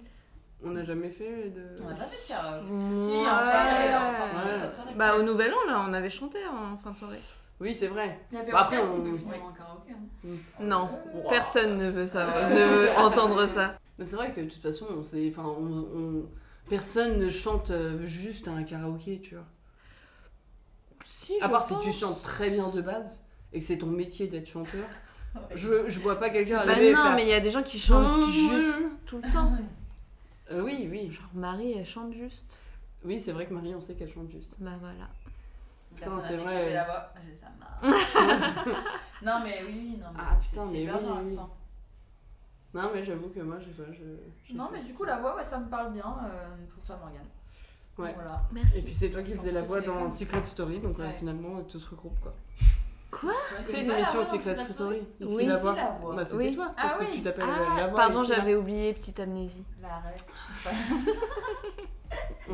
S1: On n'a jamais fait de.
S2: On a pas fait de karaoke. Si,
S4: Ouais.
S2: en soirée, euh, en fin de soirée,
S1: Ouais.
S2: en soirée.
S4: Bah au nouvel an là, on avait chanté en fin de soirée.
S1: Oui, c'est vrai.
S3: La
S1: Bah, après,
S3: après, on...
S1: on-
S3: peut finir en karaoké. hein.
S4: Non,
S1: Wow.
S4: personne ne veut ça, ne veut entendre ça.
S1: Mais c'est vrai que de toute façon, on s'est- enfin, on- on- personne ne chante euh, juste à un karaoké, tu vois.
S4: Si,
S1: À
S4: je
S1: part si
S4: pense.
S1: tu chantes très bien de base et que c'est ton métier d'être chanteur. Je, je vois pas quelqu'un
S4: Bah
S1: arriver et
S4: non,
S1: faire,
S4: mais il y a des gens qui chantent
S1: Ah,
S4: juste
S1: ouais.
S4: tout le temps.
S1: Euh, oui, oui.
S4: Genre Marie, elle chante juste.
S1: Oui, c'est vrai que Marie, on sait qu'elle chante juste.
S4: Bah voilà.
S1: Putain, c'est
S2: Personne n'a
S1: vrai.
S2: éclaté la voix, Ah, j'ai ça marre. non mais oui, oui, non mais
S1: Ah, putain,
S2: c'est-
S1: mais
S2: c'est hyper
S1: oui,
S2: dur en même
S1: oui.
S2: temps.
S1: Non, mais j'avoue que moi, j'ai pas. Je, j'ai
S2: Non
S1: pas
S2: mais
S1: fait
S2: du coup la voix, ouais, ça me parle bien euh, pour toi Morgane.
S1: Ouais. Ah,
S2: Voilà.
S1: ça. Et
S4: Merci.
S1: puis c'est toi qui faisais la
S2: J'en
S1: voix
S2: faisais
S1: dans
S2: comme-
S1: Secret Story, donc euh,
S2: Ouais.
S1: finalement tout se regroupe quoi.
S2: Tu
S1: Tu sais,
S2: connais pas la
S1: l'émission
S2: voix dans
S1: Secret
S2: Secret
S1: Story Ici,
S4: Oui,
S1: la
S3: Si,
S1: voix.
S3: la voix.
S1: Bah, c'était
S4: Oui.
S1: toi,
S2: Ah
S1: parce que
S2: oui.
S1: tu t'appelles
S4: Ah,
S1: la voix.
S4: pardon,
S1: ici, la-
S4: j'avais oublié, petite amnésie.
S2: La ref.
S1: Mm.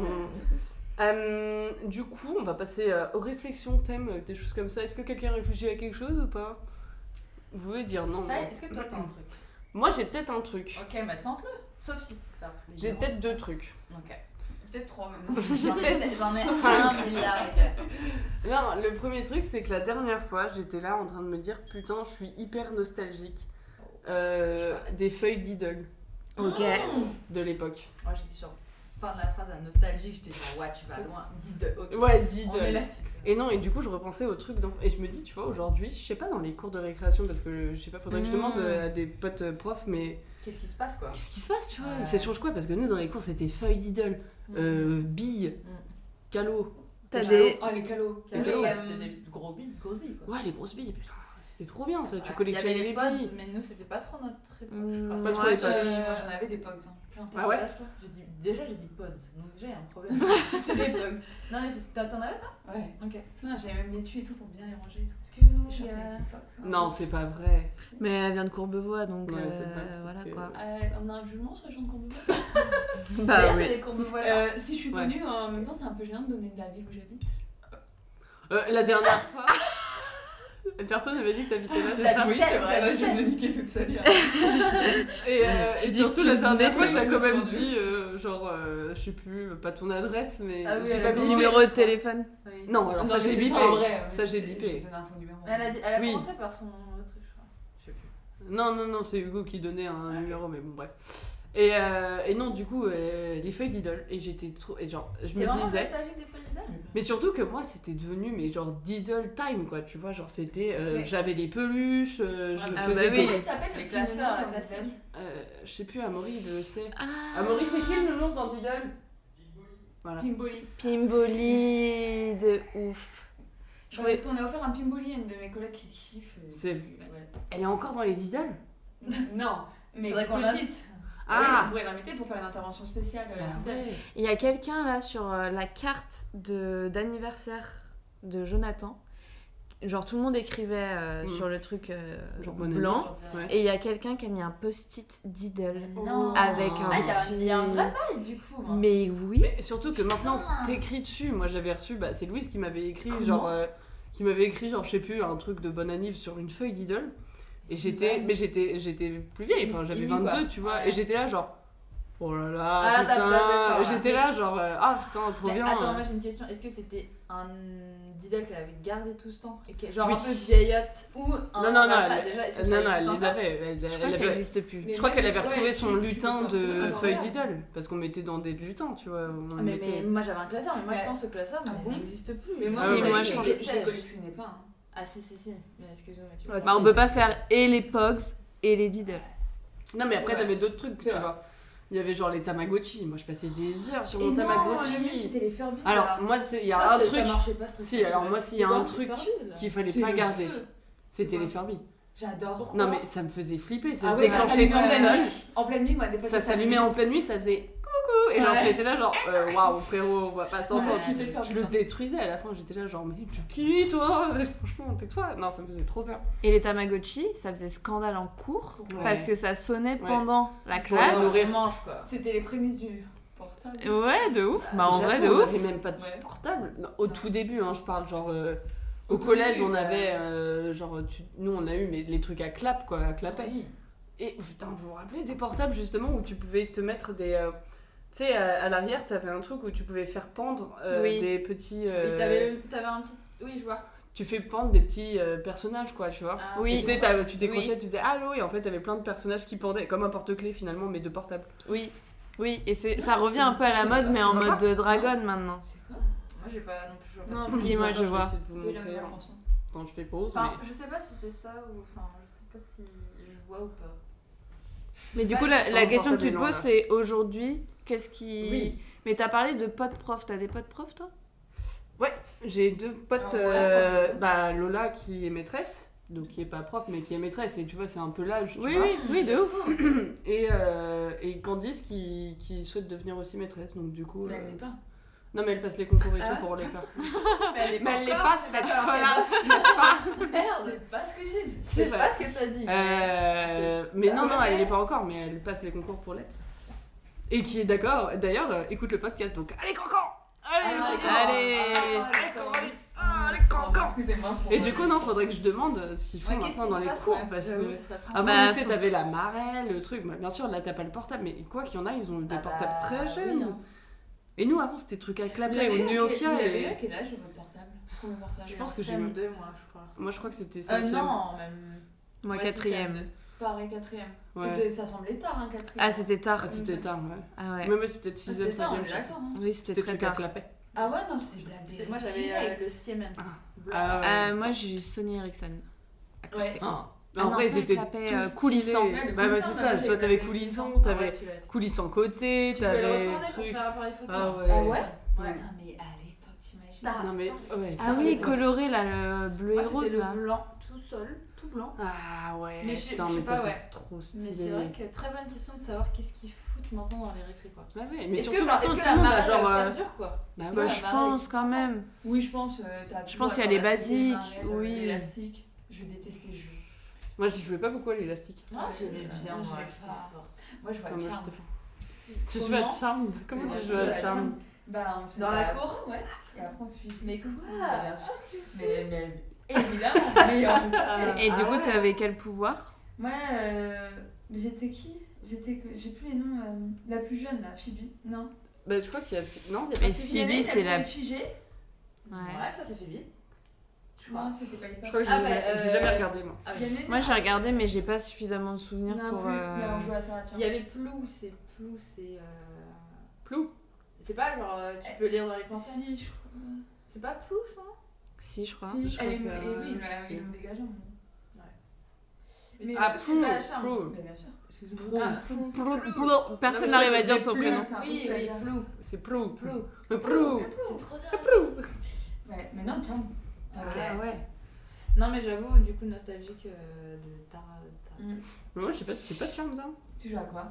S1: Euh, du coup, on va passer euh, aux réflexions, thèmes, euh, des choses comme ça. Est-ce que quelqu'un réfléchit à quelque chose ou pas Vous pouvez dire non.
S2: Ça,
S1: non.
S2: Est-ce que toi t'as un truc
S1: Moi, j'ai peut-être un truc.
S2: Ok, mais tente-le. Sauf si. t'as des
S1: J'ai
S2: gens.
S1: peut-être deux trucs.
S2: Ok.
S3: Peut-être trois maintenant.
S2: J'en ai,
S1: peut-être
S2: j'en ai
S1: cinq.
S2: un milliard les gars.
S1: Non, le premier truc, c'est que la dernière fois, j'étais là en train de me dire Putain, je suis hyper nostalgique euh,
S2: Je suis pas
S1: des feuilles d'idole
S4: Ok.
S1: de l'époque.
S2: Moi j'étais sur fin de la phrase à nostalgie, j'étais genre ouais tu vas loin, dis de ok.
S1: Ouais,
S2: On est
S1: d'idole.
S2: là-dessus.
S1: Et non, et du coup, je repensais au truc d'enfant. Et je me dis, tu vois, aujourd'hui, je sais pas, dans les cours de récréation, parce que je sais pas, faudrait que je demande
S2: Hmm.
S4: Mm.
S1: euh, à des potes euh, profs, mais
S2: Qu'est-ce qui se passe quoi
S1: qu'est-ce qui se passe, tu vois
S2: Ouais. Hmm.
S1: Ça change quoi Parce que nous, dans les cours, c'était feuilles d'idole, euh, billes,
S2: Mm.
S1: calots.
S4: T'as
S2: J'ai
S4: des.
S3: Oh, les calots.
S2: Quel est-
S1: Hello.
S2: ouais, C'était des gros billes, grosses billes quoi.
S1: Ouais, les grosses billes, putain. C'était trop bien ça, tu
S2: Ouais.
S1: collectionnais
S2: Il y
S1: les
S2: avait les
S1: billes.
S2: pods, mais nous, c'était pas trop notre époque.
S4: Mmh,
S1: Pas trop
S4: ouais,
S1: les pods.
S4: euh,
S3: moi j'en avais des pogs. hein. Plein.
S1: Ah ouais
S2: J'ai dit- Déjà, j'ai dit pods, donc déjà, il y a un problème. c'est des pods. Non, mais c'est- t'en t'en avais,
S1: Bah
S2: toi
S3: Ouais.
S2: Ok.
S3: Plein, j'avais même les tues et tout pour bien les ranger et tout.
S2: Excuse-nous,
S3: Les shorts
S2: il y
S3: avec
S2: a-
S3: des pogs. hein.
S1: Non, c'est pas vrai.
S4: Mais elle vient de Courbevoie, donc
S1: Ouais, c'est
S4: euh,
S1: pas le
S4: voilà
S1: truc,
S4: quoi.
S3: Euh, on a un jugement sur les gens de Courbevoie
S2: D'ailleurs,
S4: Bah oui.
S2: c'est des courbes voilà.
S3: Euh, si je suis
S1: Ouais.
S3: connue, en même temps, c'est un peu gênant de donner de la ville où j'habite.
S1: Euh, la dernière fois, personne n'avait dit que t'habitais là. c'est
S3: Ah,
S1: ça
S2: T'habitais, t'habitais.
S3: niquer toute sa vie.
S1: Et, euh,
S4: J'ai
S1: et
S4: dit
S1: surtout
S4: que
S1: la
S4: tu
S1: dernière
S4: venais,
S1: fois,
S3: oui,
S1: t'as
S3: je
S1: quand
S3: me suis
S1: même
S3: rendue.
S1: dit, euh, genre, euh, je sais plus, pas ton adresse, mais
S2: Ah oui,
S1: j'ai
S2: elle
S1: pas
S2: a
S1: mis
S4: Le
S1: le
S2: demandé.
S1: numéro.
S4: numéro de téléphone.
S2: Oui.
S1: Non, alors ça
S3: mais
S1: j'ai
S3: c'est
S1: bipé.
S3: pas vrai, mais
S1: Ça, j'ai
S3: c'était-
S1: bipé.
S3: Je donné un faux numéro.
S2: Elle a, dit, elle a
S1: Oui.
S2: commencé par son nom, truc, je crois. Je sais plus.
S1: Non, non, non, c'est Hugo qui donnait un
S2: Ok.
S1: numéro, mais bon, bref. Et, euh, et non, du coup, euh, les feuilles d'idole, et j'étais trop. Et genre, je
S2: T'es
S1: me
S2: vraiment
S1: disais.
S2: nostalgique des feuilles d'idole
S1: Mais surtout que moi, c'était devenu, mais genre, d'idol time, quoi, tu vois, genre, c'était. euh,
S2: Ouais.
S1: J'avais des peluches, euh, je
S2: Ah,
S1: me
S4: bah
S1: faisais.
S4: oui.
S1: des-
S3: Comment il s'appelle
S2: Avec
S3: le
S2: la
S3: petit
S2: sœur,
S3: nounours
S2: la
S3: en
S2: sœur.
S3: Italie
S1: Euh, je sais plus, Amaury, je sais.
S4: Ah,
S1: Amaury, c'est qui le nounours dans Idol Voilà.
S3: Pimboli.
S4: Pimboli de ouf. Je
S3: Je
S4: trouvais-
S3: Parce qu'on a offert un Pimboli à une de mes collègues qui kiffe. et-
S1: C'est-
S3: Ouais.
S1: Elle est encore dans les Didol
S3: Non, mais
S2: Faudrait qu'on
S3: petite.
S1: Ah.
S3: Ouais, on pourrait l'inviter pour faire une intervention spéciale.
S1: Bah
S3: euh, petite.
S4: Il y a quelqu'un là sur euh, la carte de- d'anniversaire de, Jonathan. Genre tout le monde écrivait euh,
S1: Mm.
S4: sur le truc euh,
S1: Genre, bonne année.
S4: blanc.
S1: Ouais.
S4: Et il y a quelqu'un qui a mis un post-it d'idole.
S2: Non.
S4: Avec un
S2: Ah, il y a- il y a un
S4: petit-
S2: vrai bail du coup. hein.
S4: Mais oui.
S1: Mais surtout que maintenant, t'écris dessus. Moi, j'avais reçu, bah, c'est Louise qui m'avait écrit, genre, euh, qui m'avait écrit, genre, je sais plus, un truc de bon anniv sur une feuille d'idole. Et
S2: C'est
S1: j'étais,
S2: dingue.
S1: mais j'étais, j'étais plus vieille. Enfin, j'avais
S2: Imi, quoi.
S1: 22, tu vois.
S2: Ouais.
S1: Et j'étais là, genre, oh là là,
S2: Ah, t'as-
S1: putain.
S2: t'as fait fort,
S1: Et j'étais là, genre, euh, ah putain, trop
S2: Mais
S1: bien.
S2: Attends, moi j'ai une question. Est-ce que c'était un idole qu'elle avait gardé tout ce temps et que- Genre
S1: Oui.
S2: un peu vieillotte ou un
S1: Non, non, non,
S2: machin,
S1: elle-
S2: déjà, est-ce que
S1: Euh, non, non,
S2: ça
S1: elle
S2: existe
S1: les
S2: encore
S1: avait. Elle,
S4: Je
S1: elle
S4: crois que ça
S1: avait-
S4: n'existe plus.
S3: Mais
S1: je crois
S3: moi,
S1: qu'elle avait
S3: j'ai- ouais,
S1: retrouvé
S3: tu-
S1: son
S3: tu
S1: lutin
S3: peux
S1: de
S3: pas-
S1: feuille
S3: Genre, ouais.
S1: d'idole. Parce qu'on mettait dans des lutins, tu vois. on
S2: Ah, mais,
S1: mettait-
S2: mais moi j'avais un classeur, mais moi
S3: Ouais.
S2: je pense que ce classeur mais
S3: Ah
S2: il
S3: bon
S2: n'existe plus.
S3: Mais moi,
S1: Ah oui,
S3: je,
S1: moi,
S3: je,
S1: je
S2: le
S1: pense-
S3: je, les
S2: déteste.
S3: collectionnais pas. hein.
S2: Ah si, si, si. Mais excuse-moi, mais tu
S4: Bah, on
S1: si.
S4: peut pas faire et les Pogs et les Diddle.
S1: Non, mais après,
S3: Ouais.
S1: t'avais d'autres trucs, tu
S3: C'est vrai.
S1: vois. Il y avait genre les Tamagotchi. Moi, je passais des heures sur
S3: Et
S1: mon
S3: non,
S1: Tamagotchi.
S3: le mieux c'était les Furbies.
S1: Alors, moi, c'est- il y a
S2: Ça,
S1: un
S2: c'est- ça
S1: truc
S2: marchait pas, ce truc.
S1: Si, alors moi, s'il y a
S2: Mais
S1: un
S2: bon,
S1: truc
S2: c'est fermé, là.
S1: qu'il fallait
S3: C'est
S1: pas
S3: le
S1: garder,
S3: feu.
S1: c'était
S3: C'est
S1: les
S3: quoi
S1: Furby.
S3: J'adore.
S1: Non, mais ça me faisait flipper. Ça
S3: Ah
S1: se
S3: ouais, ça
S1: déclenchait
S2: s'allume
S1: tout
S2: en pleine
S1: seul.
S3: En pleine nuit, moi, des fois,
S1: Ça s'allumait en pleine nuit, ça faisait coucou. Et genre,
S2: Ouais.
S1: j'étais là, genre, euh, waouh, frérot, on va pas
S3: J'entends
S1: s'entendre.
S2: Ouais.
S3: qu'il fait faire
S1: Je le détruisais à la fin, j'étais là, genre, mais tu qui, toi Franchement, tais-toi. Non, ça me faisait trop peur.
S4: Et les Tamagotchi, ça faisait scandale en cours
S1: Ouais.
S4: parce que ça sonnait
S1: Ouais.
S4: pendant la
S1: Pendant
S2: Ah,
S1: Ah,
S2: on
S1: le
S4: classe.
S1: ré-
S2: se mange quoi.
S3: C'était les prémices du portable.
S4: Ouais, de ouf. Bah en vrai, de
S1: J'avoue, on
S4: ouf.
S1: avait même pas de
S3: Ouais.
S1: portable. Non, au
S3: Non.
S1: tout début, hein, je parle, genre. euh,
S3: Au
S1: au
S3: tout
S1: collège,
S3: début,
S1: on
S3: ouais.
S1: avait euh, genre, tu- nous on a eu mais les trucs à clap quoi, à clapet.
S2: Oui.
S1: Et putain, vous vous rappelez des portables justement où tu pouvais te mettre des. euh, tu sais, à, à l'arrière, t'avais un truc où tu pouvais faire pendre euh,
S4: Oui.
S1: des petits. euh,
S2: Oui, t'avais le- t'avais un petit. Oui, je vois.
S1: Tu fais pendre des petits euh, personnages, quoi, tu vois.
S2: Ah,
S4: Oui.
S1: Et Tu sais, t'as- tu décrochais,
S4: Oui.
S1: tu faisais allô, et en fait, t'avais plein de personnages qui pendaient, comme un porte-clés finalement, mais de portables.
S4: Oui, oui. Et c'est- ça revient un peu à
S3: Je
S4: la
S3: sais
S4: mode,
S3: pas,
S4: mais
S3: tu
S4: en
S1: vois
S4: mode de dragon maintenant.
S3: C'est quoi
S2: Moi j'ai pas non plus. je vois pas.
S3: Non,
S4: Si, moi je
S1: Attends, vais
S4: vois.
S1: essayer de vous
S3: Oui, la
S1: montrer.
S3: meilleure
S1: hein.
S3: chanson.
S1: Attends, je fais pause.
S2: Enfin,
S1: mais-
S2: je sais pas si c'est ça ou. Enfin, je sais pas si je vois ou pas.
S4: Mais du coup, la,
S1: Attends,
S4: la
S1: on
S4: question
S1: porte
S4: que tu
S1: des
S4: te
S1: gens,
S4: poses,
S1: là.
S4: c'est aujourd'hui, qu'est-ce qui.
S1: Oui.
S4: Mais t'as parlé de potes profs. T'as des potes profs, toi
S1: J'ai deux potes,
S3: Ah, ouais,
S1: euh,
S3: quand même.
S1: bah, Lola qui est maîtresse, donc qui est pas prof, mais qui est maîtresse, et tu vois, c'est un peu l'âge. tu
S4: Oui,
S1: vois.
S4: oui, oui, de ouf.
S1: Et, euh, et Candice qui, qui souhaite devenir aussi maîtresse, donc du coup.
S3: Mais
S1: euh,
S3: elle n'est pas.
S1: Non, mais elle passe les concours et
S3: Ah.
S1: tout pour le faire.
S2: Mais elle est
S4: Mais elle les
S2: encore,
S4: passe,
S2: c'est
S4: cette
S2: pas alors qu'elle
S4: connasse,
S2: bosse.
S4: n'est-ce pas
S2: Merde
S3: C'est pas ce que j'ai dit.
S2: Je sais pas ce que t'as dit. mais-
S1: Euh,
S3: Ah
S1: mais non, non, elle l'est pas encore, mais elle passe les concours pour l'être. Et qui est d'accord, d'ailleurs, euh, écoute le podcast, donc allez, cancan Allez,
S3: Ah,
S1: les
S3: d'accord.
S1: cancans
S4: Allez.
S3: Ah,
S1: Allez,
S3: d'accord.
S1: Candice Ah, les
S3: Oh,
S1: cancans
S3: Excusez-moi. pour-
S1: Et du coup, non, faudrait que je demande euh, s'ils font
S2: Ouais, qu'est-ce
S1: maintenant
S2: qui
S1: dans
S2: se
S1: les
S2: passe,
S1: cours,
S2: ouais,
S1: parce
S2: j'avoue,
S1: que.
S2: ce serait
S1: Avant,
S2: franchement-
S4: Bah,
S1: tu sais,
S4: faut-
S1: t'avais la marelle, le truc. Bah, bien sûr, là, t'as pas le portable, mais quoi qu'il y en a, ils ont eu des
S2: Ah bah,
S1: portables très
S2: oui,
S1: jeunes.
S2: hein.
S1: Et nous, avant, c'était truc à
S3: Vous
S1: clapet
S3: l'avez
S1: ou
S3: eu à quel-
S1: Nokia.
S3: vous
S1: et-
S3: l'avez eu à quel âge votre portable Combien de portables
S1: Je pense que j'ai.
S2: CM2, euh, moi, je crois.
S1: Moi, je crois que c'était
S2: Euh,
S1: 5
S2: non, même.
S4: Moi,
S2: Ouais, si,
S4: quatrième.
S2: CM2.
S3: Pareil, quatrième. Mais c'est- Ça semblait tard, hein, quatrième.
S4: Ah, c'était tard.
S1: Ah, c'était tard, ouais.
S4: Ah ouais.
S1: Mais moi, c'était peut-être
S3: Ah,
S1: 6
S3: C'était
S1: e
S3: tard, on
S1: 5
S3: est d'accord. hein.
S4: Oui, c'était
S1: C'était
S4: très
S1: truc à
S4: tard.
S1: clapet.
S3: Ah ouais, non, c'était blabé.
S2: C'était- Moi, j'avais euh,
S3: direct.
S2: le Siemens. Blanc.
S1: Ah, ouais.
S4: Euh, moi, j'ai eu Sony Ericsson.
S3: Ouais.
S1: Ah.
S4: Ah
S1: en
S4: non,
S1: vrai,
S4: pas
S1: ils étaient
S4: clapet,
S1: tous
S4: euh,
S1: stylés.
S4: coulissant.
S3: Ouais, le
S1: bah, bah,
S3: coulissant,
S1: c'est ça,
S3: là, j'ai
S1: soit
S3: eu
S1: t'avais
S3: le
S1: coulissant,
S3: coulissant.
S2: Ah ouais,
S1: t'avais
S2: celui-là, tu-
S1: coulissant côté,
S2: Tu peux le
S1: t'avais
S2: retourner pour
S1: truc.
S2: faire appareil photo.
S1: Ah
S2: en
S1: ouais.
S2: fait.
S3: Ah ouais
S2: Ouais.
S3: Putain, mais à l'époque, t'imagines
S2: Tard.
S1: Non mais ouais.
S4: Ah
S2: Tard,
S4: oui,
S2: les
S4: coloré là, le bleu
S2: Moi, Ah,
S4: et
S2: c'était
S4: rose
S2: le
S4: là.
S2: blanc, tout tout seul, tout blanc.
S4: Ah ouais,
S2: Mais je-
S4: putain,
S2: je
S4: mais
S2: sais
S4: ça
S2: pas,
S4: c'est
S2: ouais.
S4: trop
S2: Mais
S4: stylé.
S2: c'est vrai que très bonne question de savoir qu'est-ce qu'ils foutent maintenant dans les récré quoi.
S4: Ouais, ouais, mais
S2: est-ce
S4: surtout
S2: que,
S4: maintenant,
S2: est-ce
S4: tout
S2: que
S4: le
S2: la
S4: monde a
S2: marelle
S4: genre...
S2: elle
S4: euh,
S2: perdure quoi
S4: Bah
S2: Est-ce que
S4: ouais,
S2: la
S4: je
S2: marelle
S4: pense quand même.
S3: Oui, je pense. euh, t'as
S4: Je
S3: toujours
S4: pense qu'il y a
S3: la
S4: les
S3: formation,
S4: basiques,
S3: les
S4: oui.
S3: L'élastique. euh, Je déteste les jeux.
S4: Moi, je jouais pas beaucoup à l'élastique.
S2: Ah, j'aimais
S3: Ouais,
S2: bien,
S3: moi,
S2: moi,
S3: j'aimais
S2: j'étais
S3: pas.
S2: forte.
S3: Moi, je vois
S4: Enfin, moi,
S3: Charmed.
S4: j'étais- Tu joues
S2: Comment
S4: à Charmed Comment
S3: Moi,
S4: tu
S3: je
S4: joues
S3: jouais
S4: à
S3: à
S4: Charmed
S3: Bah, on se
S2: Dans
S3: met
S2: la
S3: à
S2: cour
S3: trois, ouais. Et après, on se fiche.
S2: Mais
S3: comme
S2: quoi
S3: ça, bien sûr. Mais, mais évidemment, mais on se
S1: Ah.
S4: Et du
S3: Ah
S4: coup,
S3: ouais.
S4: t'avais quel pouvoir
S3: Moi, euh, j'étais qui J'étais, que- j'ai plus les noms. euh, la plus jeune, là, Phoebe. Non.
S1: Bah, je crois qu'il y a. Non, il y a
S4: Et
S1: pas.
S3: Il y en a
S4: Phoebe,
S3: une,
S4: c'est
S3: elle
S4: la.
S3: pouvait figer.
S4: Ouais.
S2: Ouais, ça c'est Phoebe. Je crois.
S3: Non, c'était pas les
S1: Je crois que j'ai
S2: Ah, bah,
S1: j'ai
S2: euh,
S1: jamais regardé, moi.
S2: Ah,
S3: Il y en a une-
S4: Moi, j'ai regardé, mais j'ai pas suffisamment de
S3: Non,
S4: souvenirs
S3: plus.
S4: pour. euh,
S3: Mais on jouait à Sarah
S2: Il y avait Plou, c'est Plou, c'est. euh,
S1: Plou
S2: C'est pas genre euh, tu peux lire dans les pensées.
S3: Si, je crois.
S2: C'est pas Plou, ça non
S4: Si, je crois. euh,
S3: Si,
S1: je
S3: elle est-
S1: crois que-
S3: et oui, ils l'ont- ils l'ont dégagé. Mais-
S1: Ah,
S2: c'est-
S1: Plou
S2: c'est la chambre.
S1: Plou
S3: Mais bien sûr.
S2: Excuse-moi.
S3: Ah,
S4: Plou, plou. Personne
S1: mais
S4: n'arrive
S1: ça,
S4: à dire
S1: c'est
S4: son
S1: plus-
S4: prénom.
S3: c'est un peu
S2: Oui,
S3: ça,
S2: oui,
S3: j'avoue.
S2: Plou.
S1: C'est Plou
S2: Plou.
S1: Plou
S2: C'est trop bien.
S3: Ouais, mais non, tiens.
S2: Ah
S3: Ok.
S2: ouais. Non mais j'avoue, du coup, nostalgique euh, de Tara. Tara-
S3: Mm.
S1: Mais moi, je sais pas, c'était pas Charmed, hein.
S3: Tu joues à quoi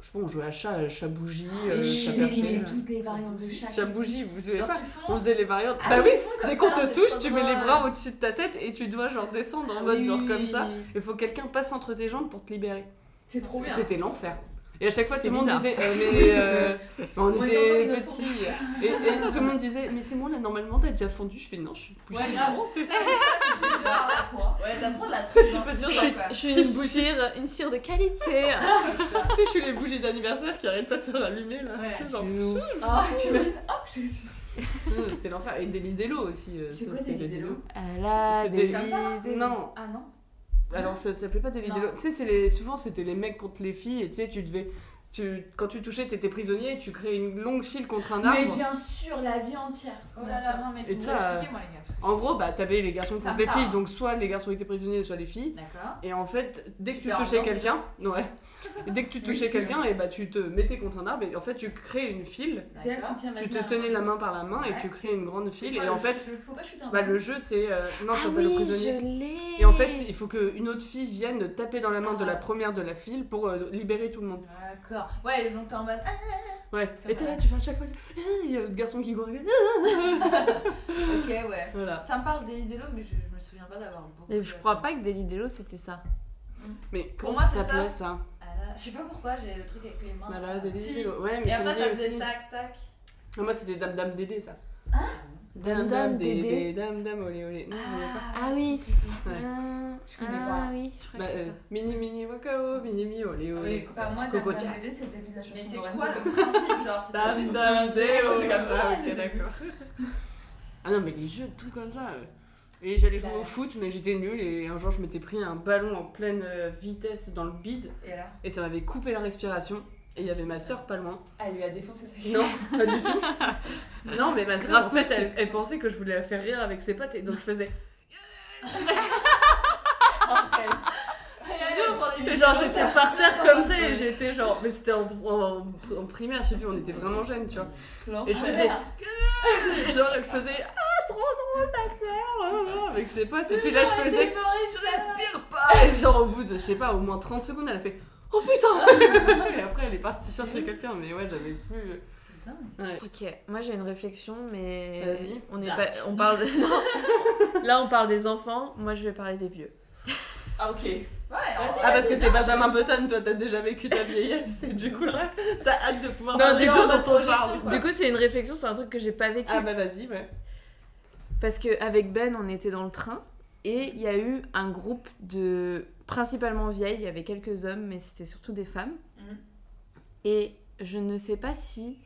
S1: Je sais pas, on jouait à chat, chat bougie, euh,
S3: Oui,
S1: chat
S3: mais-
S1: perché.
S3: mais toutes les variantes de chaque.
S1: Chat bougie, vous savez
S2: Genre
S1: pas
S2: tu fonds.
S1: On faisait les variantes.
S2: Ah,
S1: bah
S2: tu
S1: oui
S2: fonds comme
S1: Dès
S2: ça,
S1: qu'on
S2: dans
S1: te
S2: cette
S1: touche, tu mets
S2: photo,
S1: les
S2: euh,
S1: bras au-dessus de ta tête et tu dois genre descendre en mode
S2: oui,
S1: genre
S2: oui,
S1: comme
S2: oui,
S1: ça.
S2: oui.
S1: Il faut que quelqu'un passe entre tes jambes pour te libérer.
S3: C'est trop bien.
S1: C'était l'enfer. Et à chaque fois, tout
S4: C'est
S1: le monde
S4: bizarre.
S1: disait, euh, mais euh, on
S3: On est
S1: était
S3: encore innocents.
S1: petits. Et, et tout le monde disait, mais c'est moi là, normalement, t'as déjà fondu. Je fais, non, je suis bougie.
S2: Ouais, grave.
S3: Genre, à quoi
S2: Ouais, t'as trop de la
S1: Tu peux dire,
S4: Je suis-
S2: quoi.
S4: je suis une bougie, une cire de qualité.
S1: tu sais, je suis les bougies d'anniversaire qui arrêtent pas de se rallumer là.
S2: Ouais.
S1: C'est genre,
S4: De ouf.
S3: Ah, t'imagines Hop, j'ai
S1: Non, C'était l'enfer. Et Deli Delo aussi. euh,
S3: C'est
S1: ça,
S3: quoi
S1: c'était
S3: Deli Delo
S4: Elle a
S1: C'était
S4: des
S1: comme
S4: idées.
S1: Non,
S2: Ah non
S1: alors ça s'appelait pas Deli
S2: Non.
S1: Delo. Tu sais, c'est les... souvent c'était les mecs contre les filles et tu sais, tu devais. Tu... Quand tu touchais, t'étais prisonnier et tu créais une longue file contre un arbre.
S3: Mais bien sûr, la vie entière.
S2: Oh
S3: Bien
S2: là
S3: sûr.
S2: là, non mais
S1: Et
S2: faut
S1: ça,
S2: ça... expliquer moi les gars.
S1: En gros, bah t'avais les garçons
S2: Ça
S1: contre
S2: me
S1: les
S2: parle.
S1: filles, donc soit les garçons étaient prisonniers, soit les filles.
S2: D'accord.
S1: Et en fait, dès que tu
S2: Super
S1: touchais
S2: ambiance,
S1: quelqu'un, ouais. Et dès que tu touchais quelqu'un, et bah tu te mettais contre un arbre et en fait tu crées une file.
S3: C'est là que
S2: D'accord.
S3: tu tiens
S1: Tu
S3: ma
S1: te
S3: main.
S1: tenais la main par la main et
S2: Ouais.
S1: tu crées une grande
S3: C'est
S1: file.
S3: quoi,
S1: Et en
S3: le-
S1: fait,
S3: le- Faut pas shooter un
S1: bah
S3: ballon.
S1: le jeu c'est euh, non,
S4: Ah
S1: c'est pas le
S4: oui,
S1: prisonnier.
S4: je l'ai.
S1: Et en fait, il faut qu'une autre fille vienne taper dans la main de la
S2: Ah.
S1: première de la file pour euh, libérer tout le monde.
S2: D'accord. Ouais, donc t'es en mode. Ah,
S1: Ouais.
S2: Comme
S1: Et t'es là,
S2: ça.
S1: tu fais à chaque fois. Ah, Il y a l'autre garçon qui court. Ah.
S2: ok, ouais.
S1: Voilà.
S2: Ça me parle d'Elidelo, mais je, je me souviens pas d'avoir beaucoup.
S4: Mais je crois pas que Delidelo c'était ça.
S1: Mais
S2: Pour
S1: comment
S2: moi, c'est
S1: ça s'appelait ça
S2: Ah là, je sais pas pourquoi j'ai le truc avec les mains.
S1: Voilà, Dédé.
S2: Si.
S1: Ouais, mais
S2: Et
S1: c'est
S2: après,
S1: lié
S2: ça
S1: aussi.
S2: faisait tac tac.
S1: Ah, Moi, c'était Dame Dame Dédé, ça.
S4: Dame Dame Dédé.
S1: Dédé, Dame Dame Olé Olé. Non, on voit pas.
S4: Ah oui.
S2: si, si, si.
S1: Ouais.
S4: Ah,
S3: Je connais pas.
S4: ah oui, je crois
S1: Bah,
S4: que c'est
S1: euh,
S4: ça.
S1: mini mini wakao, mini mi olé
S2: Ah
S1: olé.
S2: oui,
S3: Bah, moi,
S1: Coco
S3: Dame Dame
S1: Jack.
S3: Dédé, c'est le début de la chanson.
S2: Mais c'est
S3: de
S2: quoi
S3: Renzo.
S2: le principe Genre, c'était
S1: Dame
S2: juste-
S1: Dame Déo.
S3: C'est comme ça,
S1: ok,
S3: ouais.
S1: d'accord. Ah non, mais les jeux, tout comme ça. euh. Et j'allais jouer
S3: Bah.
S1: au foot, mais j'étais nulle. Et un jour, je m'étais pris un ballon en pleine euh, vitesse dans le bide.
S3: Et alors
S1: Et ça m'avait coupé la respiration. Et il y avait ma soeur pas loin.
S3: Ah, Elle lui a défoncé sa gueule.
S1: Non, pas du tout. Non, mais ma soeur,
S4: Grave
S1: en fait,
S4: possible.
S1: elle, elle pensait que je voulais la faire rire avec ses pattes. Et donc, je faisais.
S2: Je te jure, on prend des
S1: Et
S2: vidéos.
S1: genre j'étais par terre comme ça et j'étais genre mais c'était en, en, en primaire je sais plus on était vraiment jeunes tu vois
S3: Non.
S1: et je faisais et genre elle faisait ah trop drôle ma soeur oh avec ses potes et puis là je faisais
S2: Maurice, je respire pas.
S1: et genre au bout de je sais pas au moins 30 secondes elle a fait oh putain et après elle est partie chercher quelqu'un mais ouais j'avais plus euh,
S2: dingue.
S1: ouais.
S4: Ok, moi j'ai une réflexion, mais
S1: Vas-y. Bah.
S4: on est
S2: Dark.
S4: pas, on parle de- non. Là on parle des enfants, moi je vais parler des vieux.
S3: Ah, ok.
S2: Ouais,
S3: Vas-y,
S1: ah parce que t'es Benjamin Button toi t'as déjà vécu ta vieillesse et du coup là t'as hâte de pouvoir
S4: Non,
S1: parler
S4: des
S1: de
S4: gens
S1: ton
S2: dont
S1: parle.
S2: on parle.
S4: Du coup c'est une réflexion sur un truc que j'ai pas vécu
S1: ah bah vas-y ouais
S4: parce que avec Ben on était dans le train et il y a eu un groupe de principalement vieilles, il y avait quelques hommes mais c'était surtout des femmes
S3: Mhm.
S4: et je ne sais pas si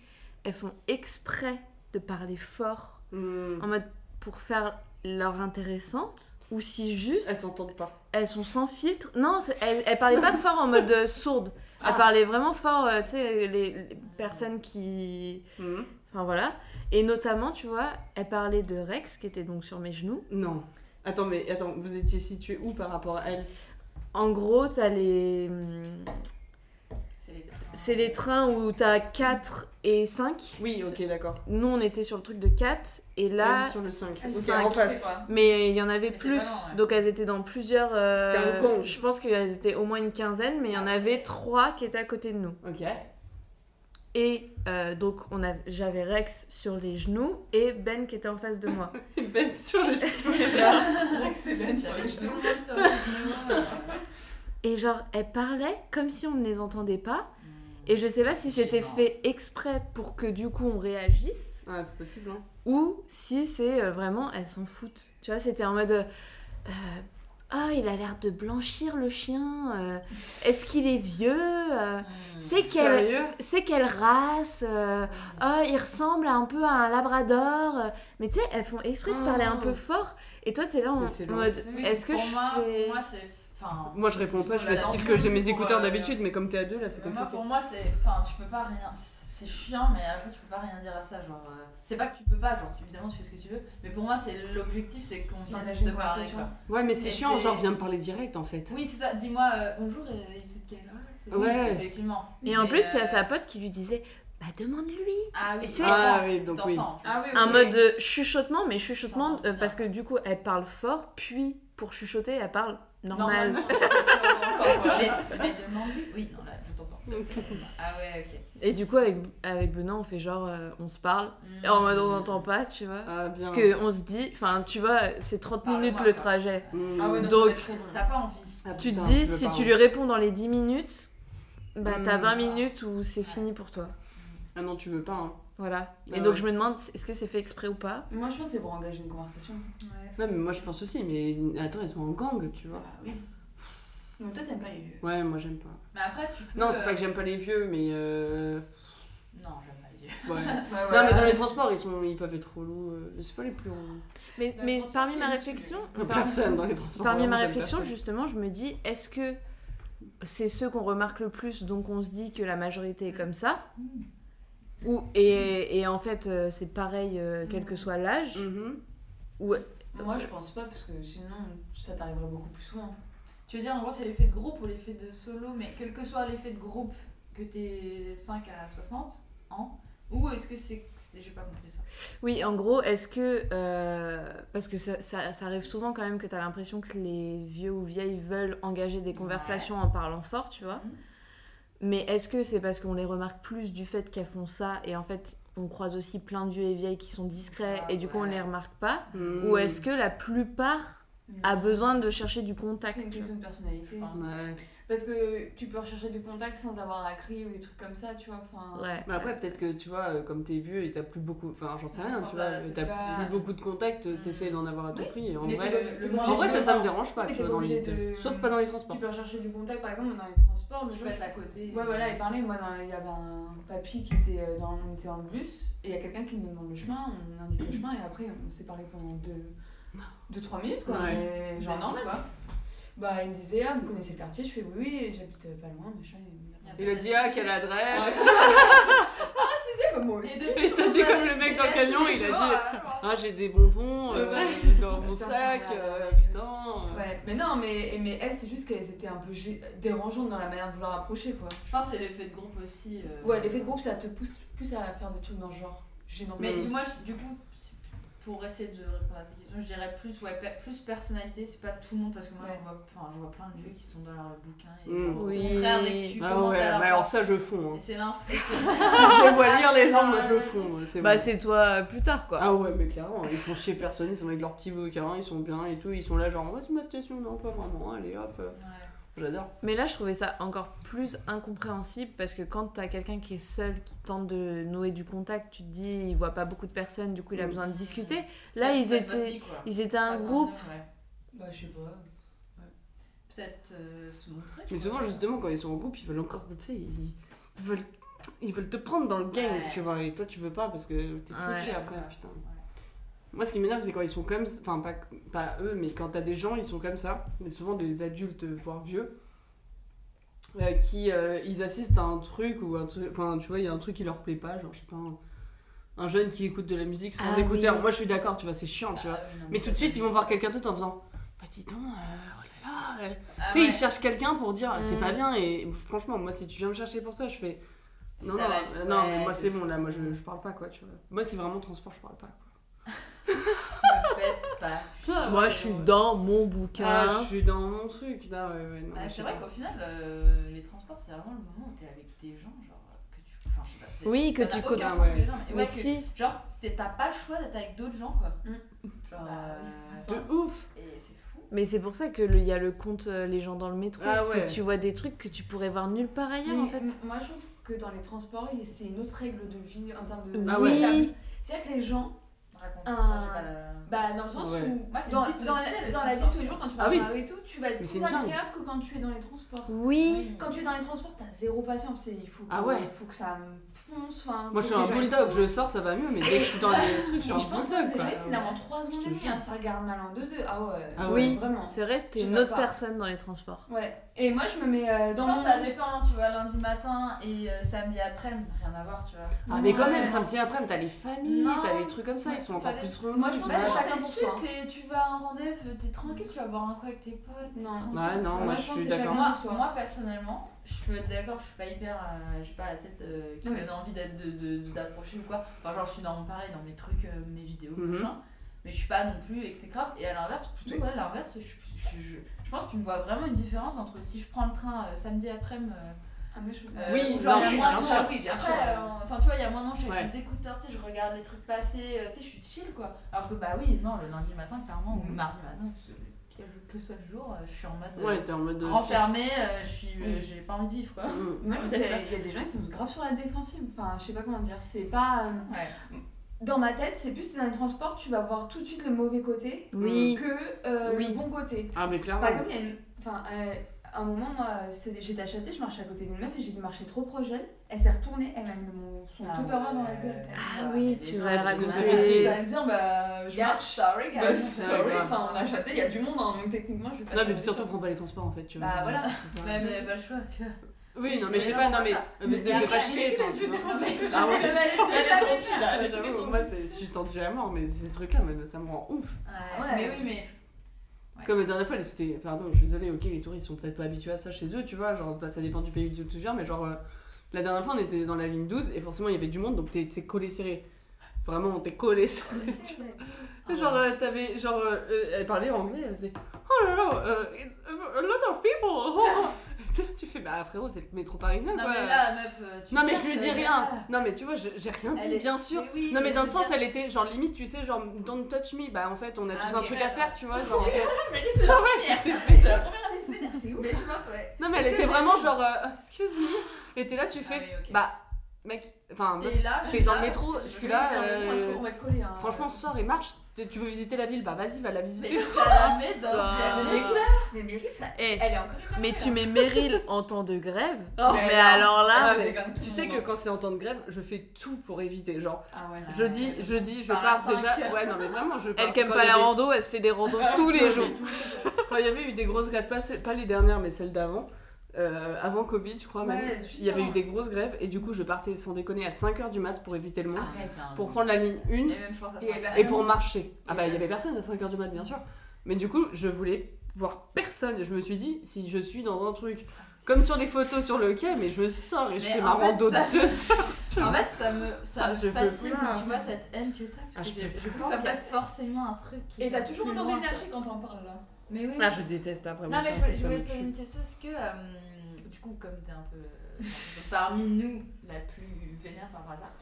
S4: elles font exprès de parler fort
S1: Hmm.
S4: en mode pour faire leur intéressante ou si juste
S1: elles s'entendent pas
S4: elles sont sans filtre. Non, c'est- elles, elles parlaient pas fort en mode euh, sourde. Elles
S2: Ah.
S4: parlaient vraiment fort, euh, tu sais, les, les personnes qui.
S1: Hmm.
S4: Enfin voilà. Et notamment, tu vois, elles parlaient de Rex qui était donc sur mes genoux.
S1: non attends mais attends vous étiez situé où par rapport à elle
S4: En gros, t'as les. hum,
S2: C'est les-
S4: c'est les trains où t'as 4 et 5.
S1: Oui, ok, d'accord.
S4: Nous, on était sur le truc de 4, et là.
S1: On est sur le 5. Ok,
S4: Cinq.
S1: en face.
S4: Mais il y en avait
S2: Mais c'est pas
S4: plus,
S2: long, ouais.
S4: donc elles étaient dans plusieurs. euh,
S1: C'était un gang.
S4: Je pense qu'elles étaient au moins une quinzaine, mais il y en avait trois qui étaient à côté de nous.
S1: Ok.
S4: Et euh, donc on a, j'avais Rex sur les genoux et Ben qui était en face de moi.
S1: Ben sur les genoux. C'est Ben sur
S2: J'avais
S1: les
S2: tout
S1: genoux.
S2: le monde sur les genoux. euh,
S4: Et genre elles parlaient comme si on ne les entendait pas.
S2: Hmm.
S4: Et je sais pas si c'était
S2: Gênant.
S4: fait exprès pour que du coup on réagisse.
S1: Ah, c'est possible, hein.
S4: ou si c'est euh, vraiment elles s'en foutent. Tu vois, c'était en mode euh, euh, oh, il a l'air de blanchir le chien. euh, Est-ce qu'il est vieux Euh,
S2: hmm.
S4: C'est quelle
S1: Sérieux
S4: c'est quelle race Euh, Oh, il ressemble un peu à un labrador. Euh, Mais tu sais, elles font exprès de parler un
S1: Oh.
S4: peu fort et toi t'es là en,
S1: Mais c'est long.
S4: mode
S2: Oui,
S4: est-ce que
S2: pour
S4: je
S2: moi,
S4: fais
S2: Pour moi, c'est. Enfin.
S1: Moi, je réponds pas, je fais style que j'ai mes écouteurs d'habitude, mais comme t'es à deux, là, c'est
S2: Mais Moi,
S1: compliqué.
S2: pour moi, c'est. Enfin, tu peux pas rien. C'est chiant, mais à la fois, tu peux pas rien dire à ça. Genre, euh, c'est pas que tu peux pas, genre, évidemment, tu fais ce que tu veux. Mais pour moi, c'est l'objectif, c'est qu'on vienne
S3: D'engager
S2: de
S3: une
S2: parler.
S3: conversation.
S2: quoi.
S1: Ouais, mais c'est
S2: Mais
S1: chiant,
S2: c'est-
S1: genre, viens me parler direct, en fait.
S2: Oui, c'est ça. Dis-moi, euh, bonjour, euh, et c'est de quelle heure c'est- oui,
S1: Ouais.
S2: c'est effectivement.
S4: Et en
S2: Mais,
S4: plus, il y
S2: euh,
S4: a sa pote qui lui disait bah demande-lui.
S2: Ah oui,
S4: tu sais,
S1: Ah
S2: t'entends,
S1: oui, donc oui.
S2: t'entends, en plus.
S3: Ah oui,
S4: Un
S3: Ok.
S4: mode euh, chuchotement, mais chuchotement
S2: J'entends
S4: euh, parce que du coup elle parle fort, puis pour chuchoter elle parle normal.
S2: Normalement. mais, mais demande-lui. Oui, non, là, je t'entends. Ah ouais, ok.
S4: Et du coup, avec, avec Benoît, on fait genre, euh, on se parle.
S2: Hmm.
S4: Et en mode, on n'entend pas, tu vois.
S1: Mmh. Ah, bien.
S4: Parce que on se dit, enfin, tu vois, c'est 30
S2: Parle-moi,
S4: minutes le
S2: quoi.
S4: trajet.
S1: Hmm.
S3: Ah ouais, non,
S4: Donc,
S3: ça va être très long.
S2: T'as pas envie.
S1: Ah,
S4: Tu
S1: putain,
S4: te dis,
S1: veux
S4: si
S1: pas,
S4: tu
S1: hein.
S4: lui réponds dans les 10 minutes, bah
S1: Hmm.
S4: t'as 20 minutes où c'est fini pour toi.
S1: Ah non, tu veux pas, hein.
S4: Voilà.
S1: Ah
S4: Et donc,
S1: ouais.
S4: je me demande, est-ce que c'est fait exprès ou pas
S3: Moi, je pense que c'est pour engager une conversation.
S1: Ouais, mais moi, je pense aussi, mais attends, elles sont en gang, tu vois.
S3: Bah oui. Donc, toi, t'aimes pas les vieux.
S1: Ouais, moi, j'aime pas.
S2: Mais après, tu peux.
S1: Non, c'est
S2: euh,
S1: pas que j'aime pas les vieux, mais euh...
S2: Non, j'aime pas les yeux.
S1: ouais.
S3: Ouais,
S1: Non, mais dans les transports, ils, sont... ils peuvent être relous. euh, C'est pas les plus relous.
S4: Mais,
S2: Bah,
S4: mais
S2: franchement,
S4: parmi
S2: qui
S4: ma
S2: est
S4: réflexion,
S1: Euh,
S4: par-
S1: Personne dans les transports.
S4: parmi ma
S1: vraiment, j'aime
S4: réflexion,
S1: personne.
S4: justement, je me dis, est-ce que c'est ceux qu'on remarque le plus, donc on se dit que la majorité est
S1: Mmh.
S4: comme ça ou, et, et en fait, euh, c'est pareil, euh, quel
S1: Mmh.
S4: que soit l'âge.
S1: Mhm.
S3: Moi, je pense pas, parce que sinon, ça t'arriverait beaucoup plus souvent.
S2: Tu veux dire, en gros, c'est l'effet de groupe ou l'effet de solo, mais quel que soit l'effet de groupe, que t'es 5 à 60 ans, ou est-ce que c'est. c'était- J'ai pas compris ça.
S4: Oui, en gros, est-ce que. euh, parce que ça, ça- ça arrive souvent quand même que t'as l'impression que les vieux ou vieilles veulent engager des conversations en parlant fort, tu vois.
S2: Mhm.
S4: Mais est-ce que c'est parce qu'on les remarque plus du fait qu'elles font ça et en fait on croise aussi plein de vieux et vieilles qui sont discrets
S2: Ah
S4: et du coup on
S2: ouais.
S4: les remarque pas
S1: Mhm.
S4: Ou est-ce que la plupart a besoin de chercher du contact
S3: C'est une
S4: tu vois
S3: question de personnalité.
S1: Ouais.
S3: Parce que tu peux rechercher du contact sans avoir à crier ou des trucs comme ça, tu vois. Enfin,
S4: Ouais.
S1: Mais Bah, après, peut-être que tu vois, euh, comme t'es vieux et t'as plus beaucoup. Enfin, j'en sais rien,
S2: pense
S1: tu
S2: pas,
S1: vois.
S2: là, c'est
S1: T'as
S3: pas- Mmh.
S1: plus beaucoup de contacts,
S2: Mm.
S1: t'essayes d'en avoir à tout
S3: Oui,
S1: prix. et En
S3: mais
S1: vrai,
S3: t'es pas-
S2: Le- le
S3: t'es pas
S2: manque-
S1: en vrai, ça, ça me
S3: obligé
S1: dérange pas,
S3: Mais
S1: tu
S3: t'es
S1: vois,
S3: pas
S1: dans les.
S3: obligé de-
S1: Sauf pas dans les
S3: de-
S1: transports.
S3: Tu peux rechercher du contact, par exemple, dans les transports.
S2: Tu
S3: je-
S2: peux être à côté. euh,
S3: Ouais, voilà, et pareil, moi, dans- il y avait un papy qui était euh, dans, on était dans le bus, et il y a quelqu'un qui nous demande le chemin, on indique le chemin, et après, on s'est parlé pendant 2-3 minutes, quoi. mais
S2: Vous
S3: genre
S2: avez dit
S3: normal.
S2: quoi
S3: Bah, il me disait, ah, vous connaissez le quartier Je fais, oui, oui, j'habite euh, pas loin, machin.
S2: Yep.
S3: Et...
S1: Il a dit, ah, quelle adresse
S3: c'est moi
S2: Et
S1: Et
S2: depuis
S1: t'as
S2: qu'on
S1: dit
S2: va
S1: comme le
S2: rester
S1: mec dans
S2: là tous
S1: Canyon,
S2: les
S1: il a
S2: jours,
S1: dit-
S2: hein, genre.
S1: Ah, j'ai des bonbons euh,
S3: Ouais.
S1: dans mon
S3: Putain,
S1: sac,
S3: c'est
S1: euh,
S3: vrai.
S1: putain.
S3: Ouais, mais non, mais, mais elle, c'est juste qu'elles étaient un peu gê- dérangeantes dans la manière de vouloir approcher, quoi.
S2: Je pense que c'est l'effet de groupe aussi. euh,
S3: Ouais, l'effet de groupe, ça te pousse, pousse à faire des trucs dans le genre gênant.
S2: Mais
S1: Mm.
S2: dis-moi, je- du coup, c'est- pour essayer de répondre à ta question, je dirais plus, ouais, pe- plus personnalité, c'est pas tout le monde, parce que moi,
S3: Ouais.
S2: je, vois, enfin, je vois plein de vieux qui sont dans leur bouquin. Et
S1: Mm.
S2: genre,
S4: Oui.
S2: Au contraire, dès que tu
S1: Ah
S2: commences
S1: ouais,
S2: à leur
S1: mais alors ça, je fonds.
S2: parler-
S1: hein.
S2: Et c'est l'info.
S1: Si je les vois
S2: Ah,
S1: lire
S2: c'est
S1: les gens,
S2: pas-
S1: moi, je fonds. ouais, c'est
S4: Bah,
S1: bon.
S4: c'est toi euh, plus tard quoi.
S1: Ah ouais, mais clairement, ils font chier personne, ils sont avec leurs petits bouquins, ils sont bien et tout, ils sont là genre, ouais, c'est ma station, non, pas vraiment, allez hop, euh, j'adore.
S4: Mais là, je trouvais ça encore plus incompréhensible parce que quand t'as quelqu'un qui est seul, qui tente de nouer du contact, tu te dis, il voit pas beaucoup de personnes, du coup, il a
S1: Mm.
S4: besoin de discuter. Là, ils étaient, ils étaient un groupe.
S1: Mm.
S3: Bah, je sais pas.
S2: Peut-être euh, se montrer.
S1: Mais souvent, justement, quand ils sont en groupe, ils veulent encore, tu sais, ils, ils veulent, ils veulent te prendre dans le game,
S2: Ouais.
S1: tu vois, et toi, tu veux pas parce que t'es foutu
S4: Ouais.
S1: après, putain. Moi, ce qui m'énerve, c'est quand ils sont comme, enfin, pas, pas eux, mais quand t'as des gens, ils sont comme ça, mais souvent des adultes, voire vieux, euh, qui, euh, ils assistent à un truc ou un truc, enfin, tu vois, il y a un truc qui leur plaît pas, genre, je sais pas, un, un jeune qui écoute de la musique sans
S4: Ah
S1: écouteurs.
S4: oui. Ah,
S2: Ah,
S1: Moi, je suis d'accord, tu vois, c'est chiant, tu vois. Mais tout de suite, ils vont voir quelqu'un d'autre en faisant Bah, dis donc, euh, oh là là. euh.
S2: Ah
S1: tu sais,
S2: ouais.
S1: ils cherchent quelqu'un pour dire, c'est
S4: Mm.
S1: pas bien. Et franchement, moi, si tu viens me chercher pour ça, je fais.
S2: C'est
S1: Non, non,
S2: ta life.
S1: euh, non,
S2: Ouais,
S1: mais moi
S2: de
S1: c'est
S2: fou.
S1: bon, là, moi je, je parle pas quoi, tu vois. Moi c'est vraiment transport, je parle pas
S2: Ne faites pas.
S1: quoi.
S4: Moi, je suis dans mon bouquin.
S1: Ah, je suis dans mon truc, là, ouais, ouais. non,
S2: Bah,
S1: je sais
S2: c'est vrai
S1: pas.
S2: qu'au final, euh, les transports, c'est vraiment le moment où t'es avec des gens, genre, que tu. Enfin, je sais pas, c'est-
S4: Oui,
S2: ça
S4: que
S2: n'a
S4: tu
S2: aucun
S4: connais.
S2: sens
S1: Ah Ouais.
S2: que les gens, mais-
S4: Mais
S2: ouais, que-
S4: si.
S2: Genre, c'était- t'as pas le choix d'être avec d'autres gens, quoi. Genre,
S3: Bah,
S2: euh,
S3: oui.
S1: De ouf!
S2: et c'est fou.
S4: Mais c'est pour ça que le- il y a le compte euh, Les gens dans le métro.
S1: Ah
S4: C'est
S1: ouais.
S4: que tu vois des trucs que tu pourrais voir nulle part ailleurs en
S3: Mais
S4: fait.
S3: m- Moi, je trouve que dans les transports, il- c'est une autre règle de vie en termes de.
S1: Ah
S4: oui,
S1: ouais.
S3: C'est-à-dire que les gens,
S2: Raconte.
S3: Un-
S2: moi, j'ai pas le-
S3: bah, dans le sens
S1: Ouais.
S3: où.
S2: Moi, c'est une
S3: dans,
S2: petite
S3: dans
S2: société,
S3: la,
S2: le
S3: dans la vie de
S2: transport.
S3: tous les jours, quand tu vas
S1: Ah oui.
S3: dans la rue et tout, tu vas être
S1: Mais c'est
S3: plus
S1: une jungle.
S3: agréable que quand tu es dans les transports.
S4: oui.
S2: Oui.
S3: Quand tu es dans les transports, t'as zéro patience. et Il faut que,
S1: Ah ouais.
S3: faut que ça me fonce. enfin,
S1: Moi je
S3: faut
S1: suis
S3: que
S1: un
S3: les gens, ils
S1: bulldog, je
S3: foncent.
S1: sors ça va mieux, mais dès que je suis dans les trucs, je suis
S3: Mais
S1: un
S3: je pense que
S1: bulldog
S3: le
S1: quoi.
S3: jeu, c'est d'avant 3 secondes
S1: Je
S3: et
S1: te
S3: demie,
S1: jure.
S3: hein, ça regarde mal en deux deux. Ah ouais,
S1: Ah
S3: ouais,
S4: oui.
S3: vraiment.
S4: C'est vrai, t'es
S3: Je
S4: une
S3: vois
S4: autre
S3: pas.
S4: personne dans les transports.
S3: Ouais. Et moi, je me mets euh,
S2: Je
S3: dans
S2: pense
S3: mon.
S2: que ça dépend, tu vois, lundi matin et euh, samedi après-midi, rien à voir, tu vois.
S1: Ah, mais quand
S3: Ouais.
S1: même, c'est un petit après-midi, t'as les familles,
S2: Non.
S1: t'as les trucs comme ça,
S2: Ouais,
S1: ils sont
S2: ça
S1: encore
S2: dé-
S1: plus relous.
S3: Moi, je
S1: ils
S3: pense
S1: sont-
S3: que
S2: Même
S3: chacun
S2: t'es
S3: pour
S2: chill,
S3: soi. hein.
S2: t'es- tu vas à un rendez-vous, t'es tranquille, tu vas boire un coup avec tes potes. t'es
S3: Non.
S2: tranquille,
S1: Ouais,
S2: tu
S1: non,
S2: vois.
S1: moi Ah,
S3: Moi,
S1: je
S3: je pense
S1: suis
S3: que
S1: d'accord.
S3: chacun-
S2: Moi,
S3: Soi.
S2: moi, personnellement, je peux être d'accord, je suis pas hyper. euh, j'ai pas la tête euh, qui
S3: Oui.
S2: donne envie d'être de- de- d'approcher ou quoi. Enfin, genre, je suis dans mon pareil, dans mes trucs, euh, mes vidéos,
S1: Mhm.
S2: machin. Mais je suis pas non plus exécrable. Et à l'inverse, plutôt, ouais, l'inverse, je, je, je, je pense que tu me vois vraiment une différence entre si je prends le train euh, samedi après-midi.
S3: Ah, mais je- bah
S2: euh,
S1: Oui,
S2: ou genre,
S1: non,
S2: il y a
S1: oui,
S2: moins
S1: bien
S2: de
S1: sûr,
S2: gens.
S3: oui, bien
S2: Après,
S3: sûr.
S2: euh, enfin, tu vois, il y a moins de gens, je suis
S1: Ouais.
S2: avec mes écouteurs, tu sais, je regarde les trucs passer, euh, tu sais, je suis chill quoi. Alors que, bah oui, non, le lundi matin, clairement, ou le
S3: Mhm.
S2: mardi matin, que, que- que soit le jour, euh, je suis en mode. euh,
S1: Ouais, t'es en mode. de-
S2: renfermée, euh, je suis, euh,
S3: Oui.
S2: j'ai pas envie de vivre quoi.
S1: Mm.
S3: Moi, je pense qu'il y a il y a des gens, ils sont grave sur la défensive. Enfin, je sais pas comment dire. C'est pas. euh,
S2: Ouais.
S3: Dans ma tête, c'est plus t'es dans les transports, tu vas voir tout de suite le mauvais côté
S4: Oui.
S3: que euh,
S4: Oui.
S3: le bon côté.
S1: Ah, mais clairement.
S3: Par exemple, il y a une- enfin, euh, à un moment, moi, c'est- j'étais à Châtelet, je marchais à côté d'une meuf et j'ai dû marcher trop proche d'elle. Elle s'est retournée, elle m'a mis mon- son
S2: Ah
S3: Tupperware dans la
S2: ouais.
S3: gueule.
S4: Ah
S2: Ouais,
S4: oui,
S2: mais
S4: tu
S2: les
S4: vas
S2: gens,
S1: raconter.
S2: c'est une
S3: Elle
S4: Et-
S3: m'a
S2: maladie.
S3: dit, dire, bah, je
S2: Yeah,
S3: marche.
S2: sorry guys.
S3: Bah, sorry,
S1: grave.
S3: enfin, on a Châtelet, il y a du monde, hein, donc techniquement, je vais pas
S1: Non,
S3: sur
S1: mais
S3: le
S1: surtout,
S3: vélo.
S1: prends pas les transports en fait, tu vois.
S3: Bah, voilà.
S1: C'est ça.
S2: Mais mais pas le choix, tu vois.
S1: Oui, non, mais
S2: Mais
S1: je sais
S2: non,
S1: pas, non,
S2: pas
S1: mais. euh,
S2: ça.
S1: Mais
S2: Mais
S1: ne fais pas
S2: après,
S1: chier, enfin, tu vois. Ah ouais. Ah,
S3: Elle est très
S1: j'avoue,
S3: tendue.
S1: moi c'est- je suis tendue à mort, mais ces trucs-là, moi, ça me rend ouf.
S2: Ouais, Mais oui, mais Ouais.
S1: Comme la dernière fois, c'était. Pardon, je suis désolée, ok, les touristes sont peut-être pas habitués à ça chez eux, tu vois. Genre, toi, ça dépend du pays où tu viens, mais genre, euh, la dernière fois, on était dans la ligne 12 et forcément, il y avait du monde, donc t'es t'es collé serré. Vraiment, t'es collé serré. tu vois.
S2: Ah
S1: Genre, euh, t'avais. Genre, euh, euh, elle parlait anglais, elle faisait. Oh là là, euh, it's a a lot of people! oh. tu fais, bah frérot, c'est le métro parisien,
S2: Non
S1: quoi.
S2: mais là, meuf, euh, tu
S1: non, mais je
S2: cherches,
S1: lui dis
S2: euh,
S1: rien.
S2: là.
S1: Non, mais tu vois, je- j'ai rien dit,
S2: Elle est-
S1: bien sûr.
S2: Mais oui,
S1: Non mais dans le
S2: je
S1: sens
S2: veux
S1: elle
S2: dire-
S1: était genre limite tu sais genre don't touch me bah en fait on a
S2: Ah,
S1: tous un
S2: ok,
S1: truc à
S2: d'accord.
S1: faire tu vois genre en fait.
S3: Mais c'est la
S1: Ah ouais, c'était
S3: la
S1: bizarre.
S3: première année de semaine, c'est ouf.
S2: Mais je pense ouais.
S1: Non mais elle
S2: Parce que
S1: était
S2: même-
S1: vraiment genre euh, excuse me et t'es là tu fais
S2: Ah oui, ok.
S1: bah mec enfin
S2: T'es
S1: meuf,
S2: là, je
S1: t'es
S2: suis
S1: dans
S2: là,
S1: le métro je
S2: je
S1: suis
S2: veux
S1: là
S3: Dans le métro,
S1: euh,
S3: parce qu'on va te coller. hein.
S1: franchement sors et marche tu tu veux visiter la ville bah vas-y va la
S2: Mais
S1: visiter
S2: tu la mets dans
S4: Putain.
S2: le
S3: Mais
S2: métro.
S3: Meryl, mais Meryl, ça-
S4: Eh,
S3: elle est encore étonnée,
S4: mais tu
S3: là.
S4: mets Meryl en temps de grève.
S1: Oh,
S4: mais
S3: mais
S4: alors là,
S3: Ah,
S1: mais
S3: mais comme tout
S1: tu
S3: le
S1: sais que
S3: monde.
S1: quand c'est en temps de grève je fais tout pour éviter genre
S3: Ah ouais.
S1: jeudi jeudi je
S2: Par
S1: pars
S2: cinq
S1: déjà
S2: heures.
S1: ouais non mais vraiment je pars
S4: elle qui aime
S1: quand
S4: pas
S1: il y Ah,
S4: la
S1: avait-
S4: rando, elle se fait des randos tous les jours.
S1: quand il y avait eu des grosses grèves pas ce- pas les dernières mais celles d'avant euh, avant Covid je crois même
S3: Ouais, juste
S1: Il y avait eu
S3: avant.
S1: des grosses grèves et du coup je partais sans déconner à 5h du mat pour éviter le monde,
S2: Arrête. hein.
S1: pour prendre la ligne 1
S2: Et même je pense à ça.
S3: Et bah,
S1: et pour marcher. Ah bah il y
S2: euh,
S1: avait personne à 5h du mat bien sûr. Mais du coup je voulais voir personne. Je me suis dit si je suis dans un truc comme sur les photos sur le quai mais je sors et je
S2: Mais
S1: fais ma
S2: en fait,
S1: rando
S2: ça-
S1: de 2 heures. tu
S2: En
S1: vois.
S2: fait, ça me, ça
S1: Ah,
S2: me
S1: je peux
S2: fascine,
S1: plus, hein.
S2: tu vois, cette haine que t'as, parce
S1: Ah, je
S2: que je,
S1: peux
S2: je pense
S3: Ça
S2: qu'il y a
S3: passe-
S2: forcément un truc qui
S3: Et t'as
S2: va
S3: toujours
S2: plus
S3: autant
S2: loin,
S3: d'énergie
S2: quoi.
S3: quand t'en parles là.
S2: Mais oui.
S1: Ah je déteste après moi,
S2: non, mais
S1: ça,
S2: je voulais,
S1: ça
S2: je voulais
S1: me
S2: te poser
S1: tue.
S2: une question, est-ce que, euh, du coup, comme t'es un peu, euh, parmi nous, la plus vénère par rapport à ça,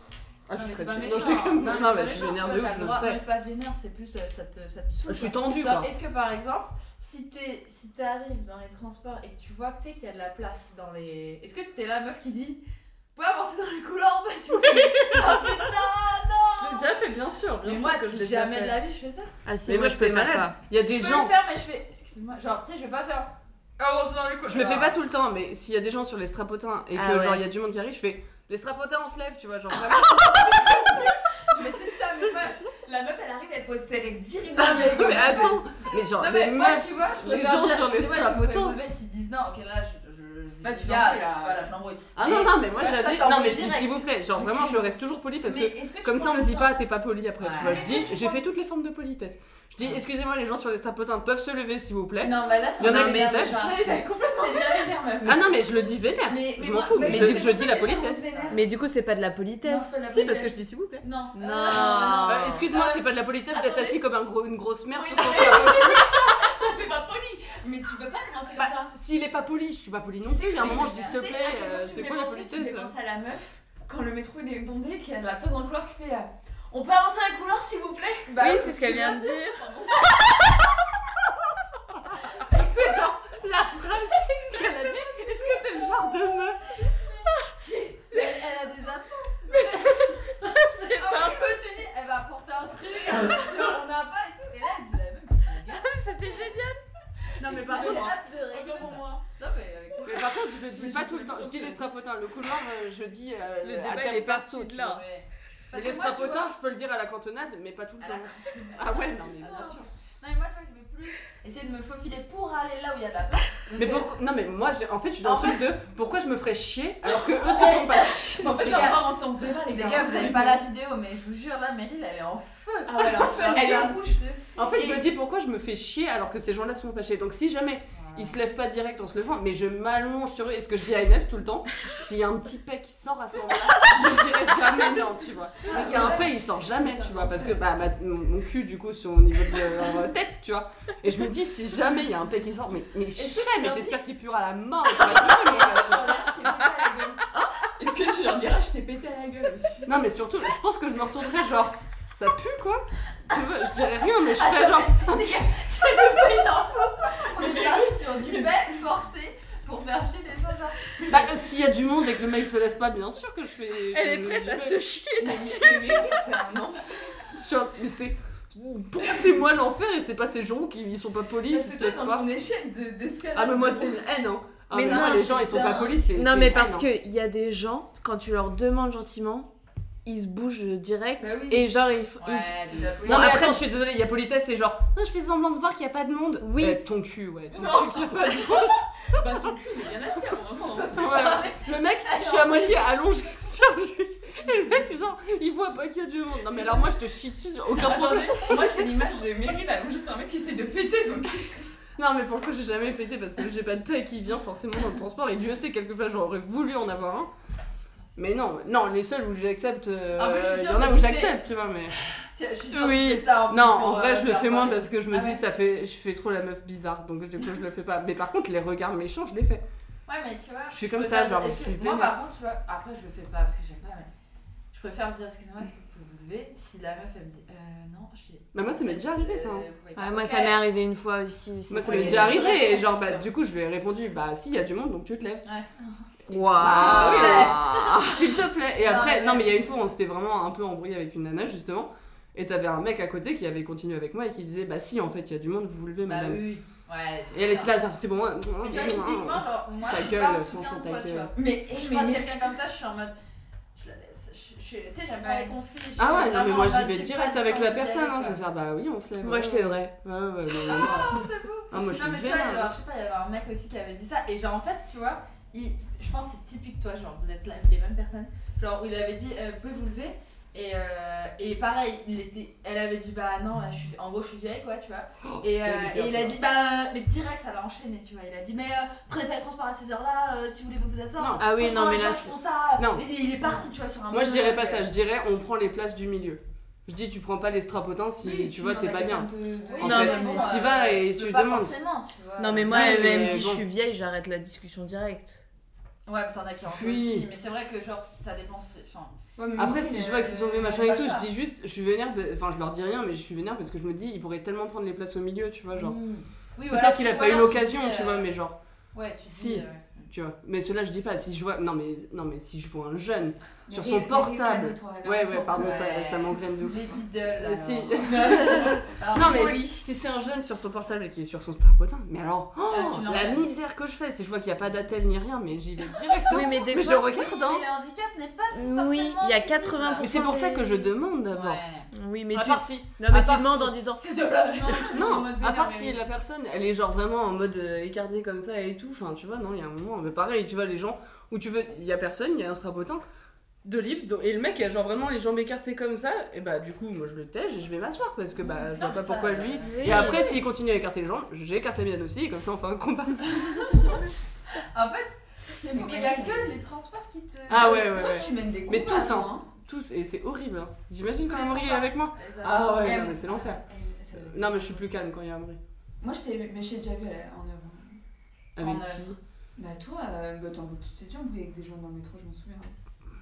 S1: Ah je
S2: non,
S1: suis
S2: mais
S1: très
S2: c'est pas
S1: chill.
S2: méchant,
S1: Non, j'ai-
S2: hein. Non, mais
S1: Non
S2: c'est
S1: mais
S2: pas
S1: je suis vénère
S2: méchant, tu
S1: de ouf,
S2: vois, t'as
S1: je
S2: le
S1: le
S2: droit.
S1: sais.
S2: Non, mais c'est pas vénère, c'est plus, euh, ça te, ça te saoule,
S1: Je suis
S2: quoi.
S1: tendue
S2: Genre,
S1: quoi.
S2: est-ce que par exemple, si t'es, si t'arrives dans les transports et que tu vois, tu sais, qu'il y a de la place dans les... Est-ce que t'es la meuf qui dit, « Vous avancer dans les couloirs, parce que... Ah putain, non
S1: Je l'ai déjà fait bien sûr, bien
S2: mais
S1: sûr
S2: moi,
S1: que je l'ai déjà
S2: jamais de
S1: fait.
S2: la vie, je fais ça.
S4: Ah si,
S1: Mais
S4: moi, je peux faire
S1: malade.
S4: ça.
S1: Il y a
S2: je
S1: des
S2: peux
S1: gens
S2: le faire, mais je fais. Excuse-moi, genre, tu sais, je vais pas faire.
S3: Avance dans les couloirs.
S1: Je le fais pas tout le temps, mais s'il y a des gens sur les strapotins et que
S4: Ah ouais.
S1: genre il y a du monde qui arrive, je fais les strapotins on se lève, tu vois, genre vraiment.
S2: Mais c'est ça, mais moi.
S3: La meuf, elle arrive, elle pose ses règles direct.
S2: Non, mais,
S1: Ah, mais attends, mais genre
S2: non, mais
S1: mais
S2: moi,
S1: meuf,
S2: tu vois, je
S1: les
S2: préfère
S1: gens
S2: dire,
S1: sur les
S2: excusez-moi, est-ce que vous pouvez
S1: strapotins.
S2: me lever s'ils disent non, ok, là, je, je, je
S3: Bah, tu
S2: dis,
S3: l'embrouilles,
S2: ah,
S3: là.
S2: Voilà, je l'embrouille.
S1: Ah
S2: Mais-
S1: non, non, mais moi
S2: Ouais,
S1: j'avais.
S2: toi,
S1: Non, mais je dis
S2: t'embrouilles
S1: s'il vous plaît. Genre
S2: Ok.
S1: vraiment, je reste toujours poli parce
S2: Mais
S1: que.
S2: est-ce que tu
S1: Comme ça, on
S2: prends
S1: me
S2: le
S1: dit
S2: temps
S1: pas, t'es pas poli après.
S2: Ouais.
S1: Tu vois, je
S2: Mais
S1: dis,
S2: est-ce que tu
S1: j'ai
S2: prends-
S1: fait toutes les formes de politesse. Je dis,
S2: Ouais.
S1: excusez-moi, les gens sur les strapotins peuvent se lever s'il vous plaît.
S2: Non, bah là, ça
S1: Il y en a
S2: m'a
S1: qui
S2: mais-
S1: disent-
S2: genre-
S3: Non, mais j'avais complètement
S2: C'est jamais faire, meuf.
S1: Ah non, mais je le dis vénère.
S2: Mais-
S1: Je
S2: mais
S1: m'en
S2: moi-
S1: fous, mais
S2: mais
S1: je
S2: c'est
S1: le- je
S2: pour
S1: dis
S2: ça
S1: la
S2: que les gens vont se
S1: politesse.
S2: vénérer.
S4: Mais du coup, c'est pas de la
S2: Non,
S4: politesse.
S2: c'est de la
S1: Si, parce que je
S2: politesse.
S1: dis s'il vous plaît.
S2: Non.
S4: Non.
S2: Ah,
S1: Euh, Excuse-moi,
S2: Euh,
S1: c'est pas de la politesse d'être
S2: attendez.
S1: assis comme un gros- une grosse merde
S2: Oui,
S1: sur
S2: non,
S1: son
S2: mais-
S1: strapot.
S2: Ça, c'est pas poli. Mais tu peux pas commencer
S1: Bah,
S2: comme ça.
S1: S'il est pas poli, je suis pas poli non plus. Il y a un moment, je dis s'il te
S2: Tu sais
S1: plaît,
S2: à quel moment
S1: euh,
S2: tu
S1: c'est
S2: me
S1: quoi la
S2: fais penser Tu me
S1: politesse
S2: fais penser à la meuf quand le métro il est bondé, qu'il y a de la place dans le couloir qui fait. euh, On peut avancer un couloir s'il vous plaît
S4: Bah oui, c'est ce qu'elle vient de dire.
S1: C'est genre la phrase qu'elle a dit. Est-ce que t'es le genre de meuf
S2: Elle a des absences. Ah, Mais c'est pas. Je me suis dit, elle va apporter un truc. genre, on n'a pas et tout. Et là, elle dit la même.
S4: Ça fait génial.
S1: Non, mais par
S2: J'ai
S1: contre,
S2: hâte de régler
S3: Encore pour
S2: ça.
S3: moi.
S2: Non, mais euh, avec
S1: Mais par contre, je le dis
S2: Mais
S1: pas
S2: j'ai
S1: tout le
S2: pas
S1: temps. Je dis
S2: compris.
S1: les strapotins. Le couloir, euh, je dis euh,
S4: Le débat,
S1: à
S4: il est
S1: tel
S4: parti
S1: perso.
S4: de
S1: tu
S4: là.
S1: vois.
S2: Ouais.
S1: Mais
S2: Parce
S1: les
S2: que moi, tu
S1: strapotins,
S2: vois,
S1: je peux le dire à la cantonade, mais pas tout le
S2: à la
S1: temps. Ah ouais, non, mais
S2: Ah,
S1: bien sûr.
S2: Non, mais moi, tu vois, je vais plus essayer de me faufiler pour aller là où il y a de la place.
S1: Mais
S2: Donc,
S1: pourquoi Non, mais moi, j'ai- en fait, je suis dans
S2: En
S1: le truc de pourquoi je me ferais chier alors que eux se font pas chier.
S3: En fait,
S2: gars.
S3: là, encore, on s'en se débat, les
S2: euh, Les
S3: gars.
S2: gars, vous avez pas la vidéo, mais je vous jure, là, Meryl, elle est en feu.
S3: Ah ouais, alors, putain,
S2: Elle est
S3: regarde.
S2: en rouge de
S1: En fait, je me dis pourquoi je me fais chier alors que ces gens-là se font pas chier. Donc, si jamais ils se lèvent pas direct en se levant, mais je m'allonge sur eux, et ce que je dis à Inès tout le temps, s'il y a un petit pet qui sort à ce moment-là, je lui dirai jamais non, tu vois.
S2: Ah,
S1: Il y a un
S2: ouais.
S1: peu, il sort jamais, tu vois, parce que bah, ma- mon mon cul, du coup, sur au niveau de leur euh, tête, tu vois. Et je me dis, si jamais il y a un pet qui sort, mais, mais
S3: Est-ce que
S1: chais,
S3: tu
S1: mais
S3: leur
S1: j'espère qu'il puera la mort. tu vois.
S2: euh,
S3: Hein Est-ce que tu leur diras, je t'ai pété à la gueule aussi
S1: non, mais surtout, je pense que je me retournerais genre, ça pue quoi Tu vois, je dirais rien, mais je ferais genre.
S2: pas une info. On est parti sur du bel forcé pour faire chier des gens, genre.
S1: Bah, s'il y a du monde et que le mec se lève pas, bien sûr que je fais.
S4: Elle est
S1: je-
S4: prête
S1: je
S4: à
S1: fais-
S4: se chier
S3: Mais
S4: dessus.
S3: mais Meryl, t'es un enfant.
S1: Sur- mais c'est. Pourquoi c'est moi l'enfer et c'est pas ces gens qui ils sont pas polis, qui
S3: Parce que
S1: se
S3: toi,
S1: lèvent
S3: dans
S1: pas
S3: ton échelle de- d'escalade.
S1: Ah, mais moi c'est une haine, hein. Ah,
S4: Mais
S1: mais
S4: non,
S1: moi, les
S2: c'est
S1: gens ils sont
S2: dingue.
S1: pas polis, c'est.
S4: Ah,
S1: hein.
S4: Non, mais parce qu'il y a des gens, quand tu leur demandes gentiment, ils se bougent direct.
S3: Bah oui.
S4: Et genre, ils. f- ils f-
S2: Ouais,
S3: de la police.
S1: Non,
S4: Non,
S1: mais
S4: mais
S1: après, je suis désolée, il y a politesse, c'est genre, non, je fais semblant de voir qu'il n'y a pas de monde.
S4: Oui.
S1: Euh, ton cul, ouais. Ton
S3: Non.
S1: cul, qu'il y a pas de
S3: Bah, son cul, il est bien assis à mon instant.
S1: monde. Ouais. Le mec, je suis à moitié allongée sur lui. Et le mec, genre, il voit pas qu'il y a du monde. Non, mais alors moi, je te chie dessus, aucun problème.
S3: Moi, j'ai l'image de Meryl allongée sur un mec qui essaye de péter, donc qu'est-ce que.
S1: Non, mais pourquoi j'ai jamais pété Parce que j'ai pas de paix qui vient forcément dans le transport. Et Dieu sait, quelquefois, j'aurais voulu en avoir un. Mais non, non, les seuls où j'accepte. euh,
S2: En plus, je suis
S1: il y
S2: sûre
S1: en
S2: que
S1: a
S2: tu
S1: où
S2: fais-
S1: j'accepte, tu Ah, vois, mais.
S2: Tiens, je suis sûre
S1: Oui.
S2: que tu fais ça en plus
S1: Non,
S2: pour,
S1: en vrai,
S2: euh,
S1: je le
S2: faire
S1: fais moins
S2: parler.
S1: parce que je me
S2: Ah
S1: dis,
S2: ouais.
S1: ça fait, je fais trop la meuf bizarre, donc du coup, je le fais pas. Mais par contre, les regards méchants, je les fais.
S2: Ouais, mais tu vois.
S1: Je suis comme
S2: préfère
S1: ça, genre,
S2: dire-
S1: je suis
S2: est-ce que- Moi,
S1: vénère.
S2: par contre, tu vois, après, je le fais pas parce que j'aime pas, mais je préfère dire, excusez-moi, est-ce que vous pouvez vous lever Si la meuf, elle me dit, euh, non, je dis.
S1: Bah, moi, ça m'est déjà arrivé, ça, hein.
S2: Euh, vous pouvez pas.
S4: Ouais, Ah, moi, ça
S2: Ok.
S4: m'est arrivé une fois aussi.
S1: Moi, ça
S2: Ouais,
S1: m'est
S2: mais
S1: déjà
S2: c'est vrai,
S1: arrivé. Et
S2: c'est
S1: genre, bah,
S2: sûr.
S1: du coup, je lui ai répondu, bah, si, il y a du monde, donc tu te lèves.
S4: Waouh
S1: S'il te plaît. Et
S2: Ah. Non,
S1: après,
S2: mais-
S1: non, mais il y a une fois, on s'était vraiment un peu embrouillé avec une nana, justement. Et t'avais un mec à côté qui avait continué avec moi et qui disait, bah, si, en fait, il y a du monde, vous vous levez,
S2: Bah
S1: madame.
S2: oui. Ouais.
S1: Et elle était là, genre, c'est bon, moi.
S2: Mais tu vois, typiquement, genre, moi,
S1: Hein, Ta
S2: je suis pas en
S1: gueule, euh,
S2: soutien
S1: franchement,
S2: de
S1: ta
S2: toi, tu
S1: gueule.
S2: vois.
S3: Mais,
S1: eh,
S2: Si je
S3: mais-
S2: croise quelqu'un comme toi, je suis en mode. Je la laisse. Je- je- Tu sais, j'aime pas
S3: Ouais.
S2: les conflits. je suis
S1: Ah ouais, non, mais
S2: vraiment
S1: moi
S2: en
S1: j'y
S2: mode,
S1: vais
S2: j'ai
S1: direct
S2: pas
S1: avec
S2: du
S1: la
S2: tout envie d'y
S1: personne, hein.
S2: aller,
S1: je
S2: quoi.
S1: vais faire bah oui, on se lève.
S4: Moi, je t'aiderais.
S1: Ouais, ouais, ouais, non, mais-
S2: Oh, c'est beau.
S1: Ah, moi je
S2: Non,
S1: suis
S2: mais tu vois,
S1: vénère.
S2: genre, je sais pas, il y avait un mec aussi qui avait dit ça. Et genre, en fait, tu vois, il- je pense que c'est typique, toi, genre, vous êtes la- les mêmes personnes. Genre, où il avait dit, euh, vous pouvez vous lever. Et, euh, et pareil, il était, elle avait dit, bah non, je suis, en gros, je suis vieille, quoi, tu vois. Et, euh,
S1: Oh, quelle
S2: et il a
S1: personne.
S2: dit, bah, mais direct, ça l'a enchaîné, tu vois. Il a dit, mais euh, prenez pas le transport à ces heures-là, euh, si vous voulez pas vous asseoir.
S1: Non.
S4: Ah oui,
S2: Franchement,
S4: non, mais
S2: les
S4: là.
S2: gens qui font ça.
S1: Non.
S2: Et, et il est parti, tu vois, sur
S1: Moi
S2: un
S1: je
S2: monologue,
S1: dirais pas ça,
S2: euh,
S1: je dirais on prend les places du milieu. Je dis tu prends pas les strapotins si
S3: Oui,
S1: tu vois
S3: demandes
S1: t'es
S3: à
S1: pas bien.
S3: quelqu'un de- de-
S2: oui,
S1: en
S2: non,
S1: fait,
S2: mais bon,
S1: t'y
S2: euh,
S1: vas et
S2: peux
S1: tu
S2: pas
S1: demandes.
S2: forcément, tu vois.
S4: Non, mais moi,
S1: Ouais,
S4: elle elle me
S1: mais
S4: dit
S1: bon.
S4: je suis vieille, j'arrête la discussion directe.
S2: Ouais, mais t'en as qui en font
S1: Oui.
S2: aussi. Mais c'est vrai que, genre, ça dépend. c'est- Enfin,
S3: Ouais, mais
S1: Après
S3: mais
S1: si
S3: c'est-
S1: je vois qu'ils sont venus
S2: euh,
S1: machin et
S2: pas
S1: tout,
S2: ça.
S1: je dis juste je suis vénère, bah, enfin je leur dis rien mais je suis vénère parce que je me dis ils pourraient tellement prendre les places au milieu, tu vois genre.
S2: Mm. Oui, ou alors
S1: Peut-être qu'il a
S2: tu-
S1: pas
S2: ou
S1: eu
S2: alors tu
S1: l'occasion,
S2: dis,
S1: tu
S2: euh,
S1: vois, mais genre
S2: Ouais, tu
S1: si.
S2: dis, euh,
S1: tu vois. Mais cela je dis pas si je vois non mais non mais si je vois un jeune sur
S3: Meryl,
S1: son
S3: Meryl,
S1: portable.
S3: calme-toi,
S2: Ah,
S3: là,
S1: Ouais
S3: on
S1: ouais
S3: s'en
S1: pardon
S2: fout.
S1: ça
S2: Ouais.
S1: ça m'engraine de ouf.
S2: Les diddles.
S1: Mais si.
S2: Alors,
S1: Non mais
S2: poli.
S1: si c'est un jeune sur son portable et qui est sur son strapotin, mais alors oh,
S2: Ah, tu
S1: la
S2: l'enchaînes.
S1: misère que je fais, si je vois qu'il n'y a pas d'attel ni rien, mais j'y vais direct. hein.
S4: Oui, mais des
S1: mais je
S4: fois.
S1: regarde. hein.
S2: Mais le handicap n'est pas forcément.
S4: Oui, il y a
S2: visible.
S4: 80%.
S1: Mais c'est pour ça que je demande d'abord.
S2: Ouais.
S4: Oui, mais
S1: à
S4: tu.
S1: part si.
S4: Non, mais
S1: à
S4: tu
S1: part
S4: demandes
S1: si-
S4: en disant.
S3: C'est de la non,
S1: Non, à part si la personne, elle est genre vraiment en mode euh, écartée comme ça et tout. Enfin, tu vois, non, il y a un moment. loin. Mais pareil, tu vois, les gens où tu veux, il y a personne, il y a un strapotin de libre. donc- Et le mec, il a genre vraiment les jambes écartées comme ça. Et bah, du coup, moi je le tège et je vais m'asseoir parce que bah, je vois
S2: Non,
S1: pas
S2: ça,
S1: pourquoi lui.
S2: euh,
S1: Et après, s'il continue à écarter les jambes, j'écarte les miennes aussi. Et comme ça, on fait un combat.
S2: En fait, c'est fou, mais il y a que les transferts qui te.
S1: Ah ouais, ouais,
S3: Toi,
S1: ouais.
S3: tu mènes des combats.
S1: Mais tous,
S3: toi,
S1: hein. Tous, et c'est horrible. hein. T'imagines quand
S2: Tous les
S1: Amaury est
S2: trois.
S1: avec moi
S2: Les
S1: Ah ouais,
S3: Ouais,
S1: non,
S3: mais-
S1: mais c'est l'enfer.
S3: Ça
S1: Euh,
S3: doit être-
S1: Non, mais je suis plus calme quand il y a Amaury.
S3: Moi, je t'ai mais je t'ai déjà vu à la- en œuvre.
S1: Avec
S2: En
S1: qui
S3: Bah, toi, euh, bah, t'en toutes tes jambes avec des gens dans le métro, je m'en souviens.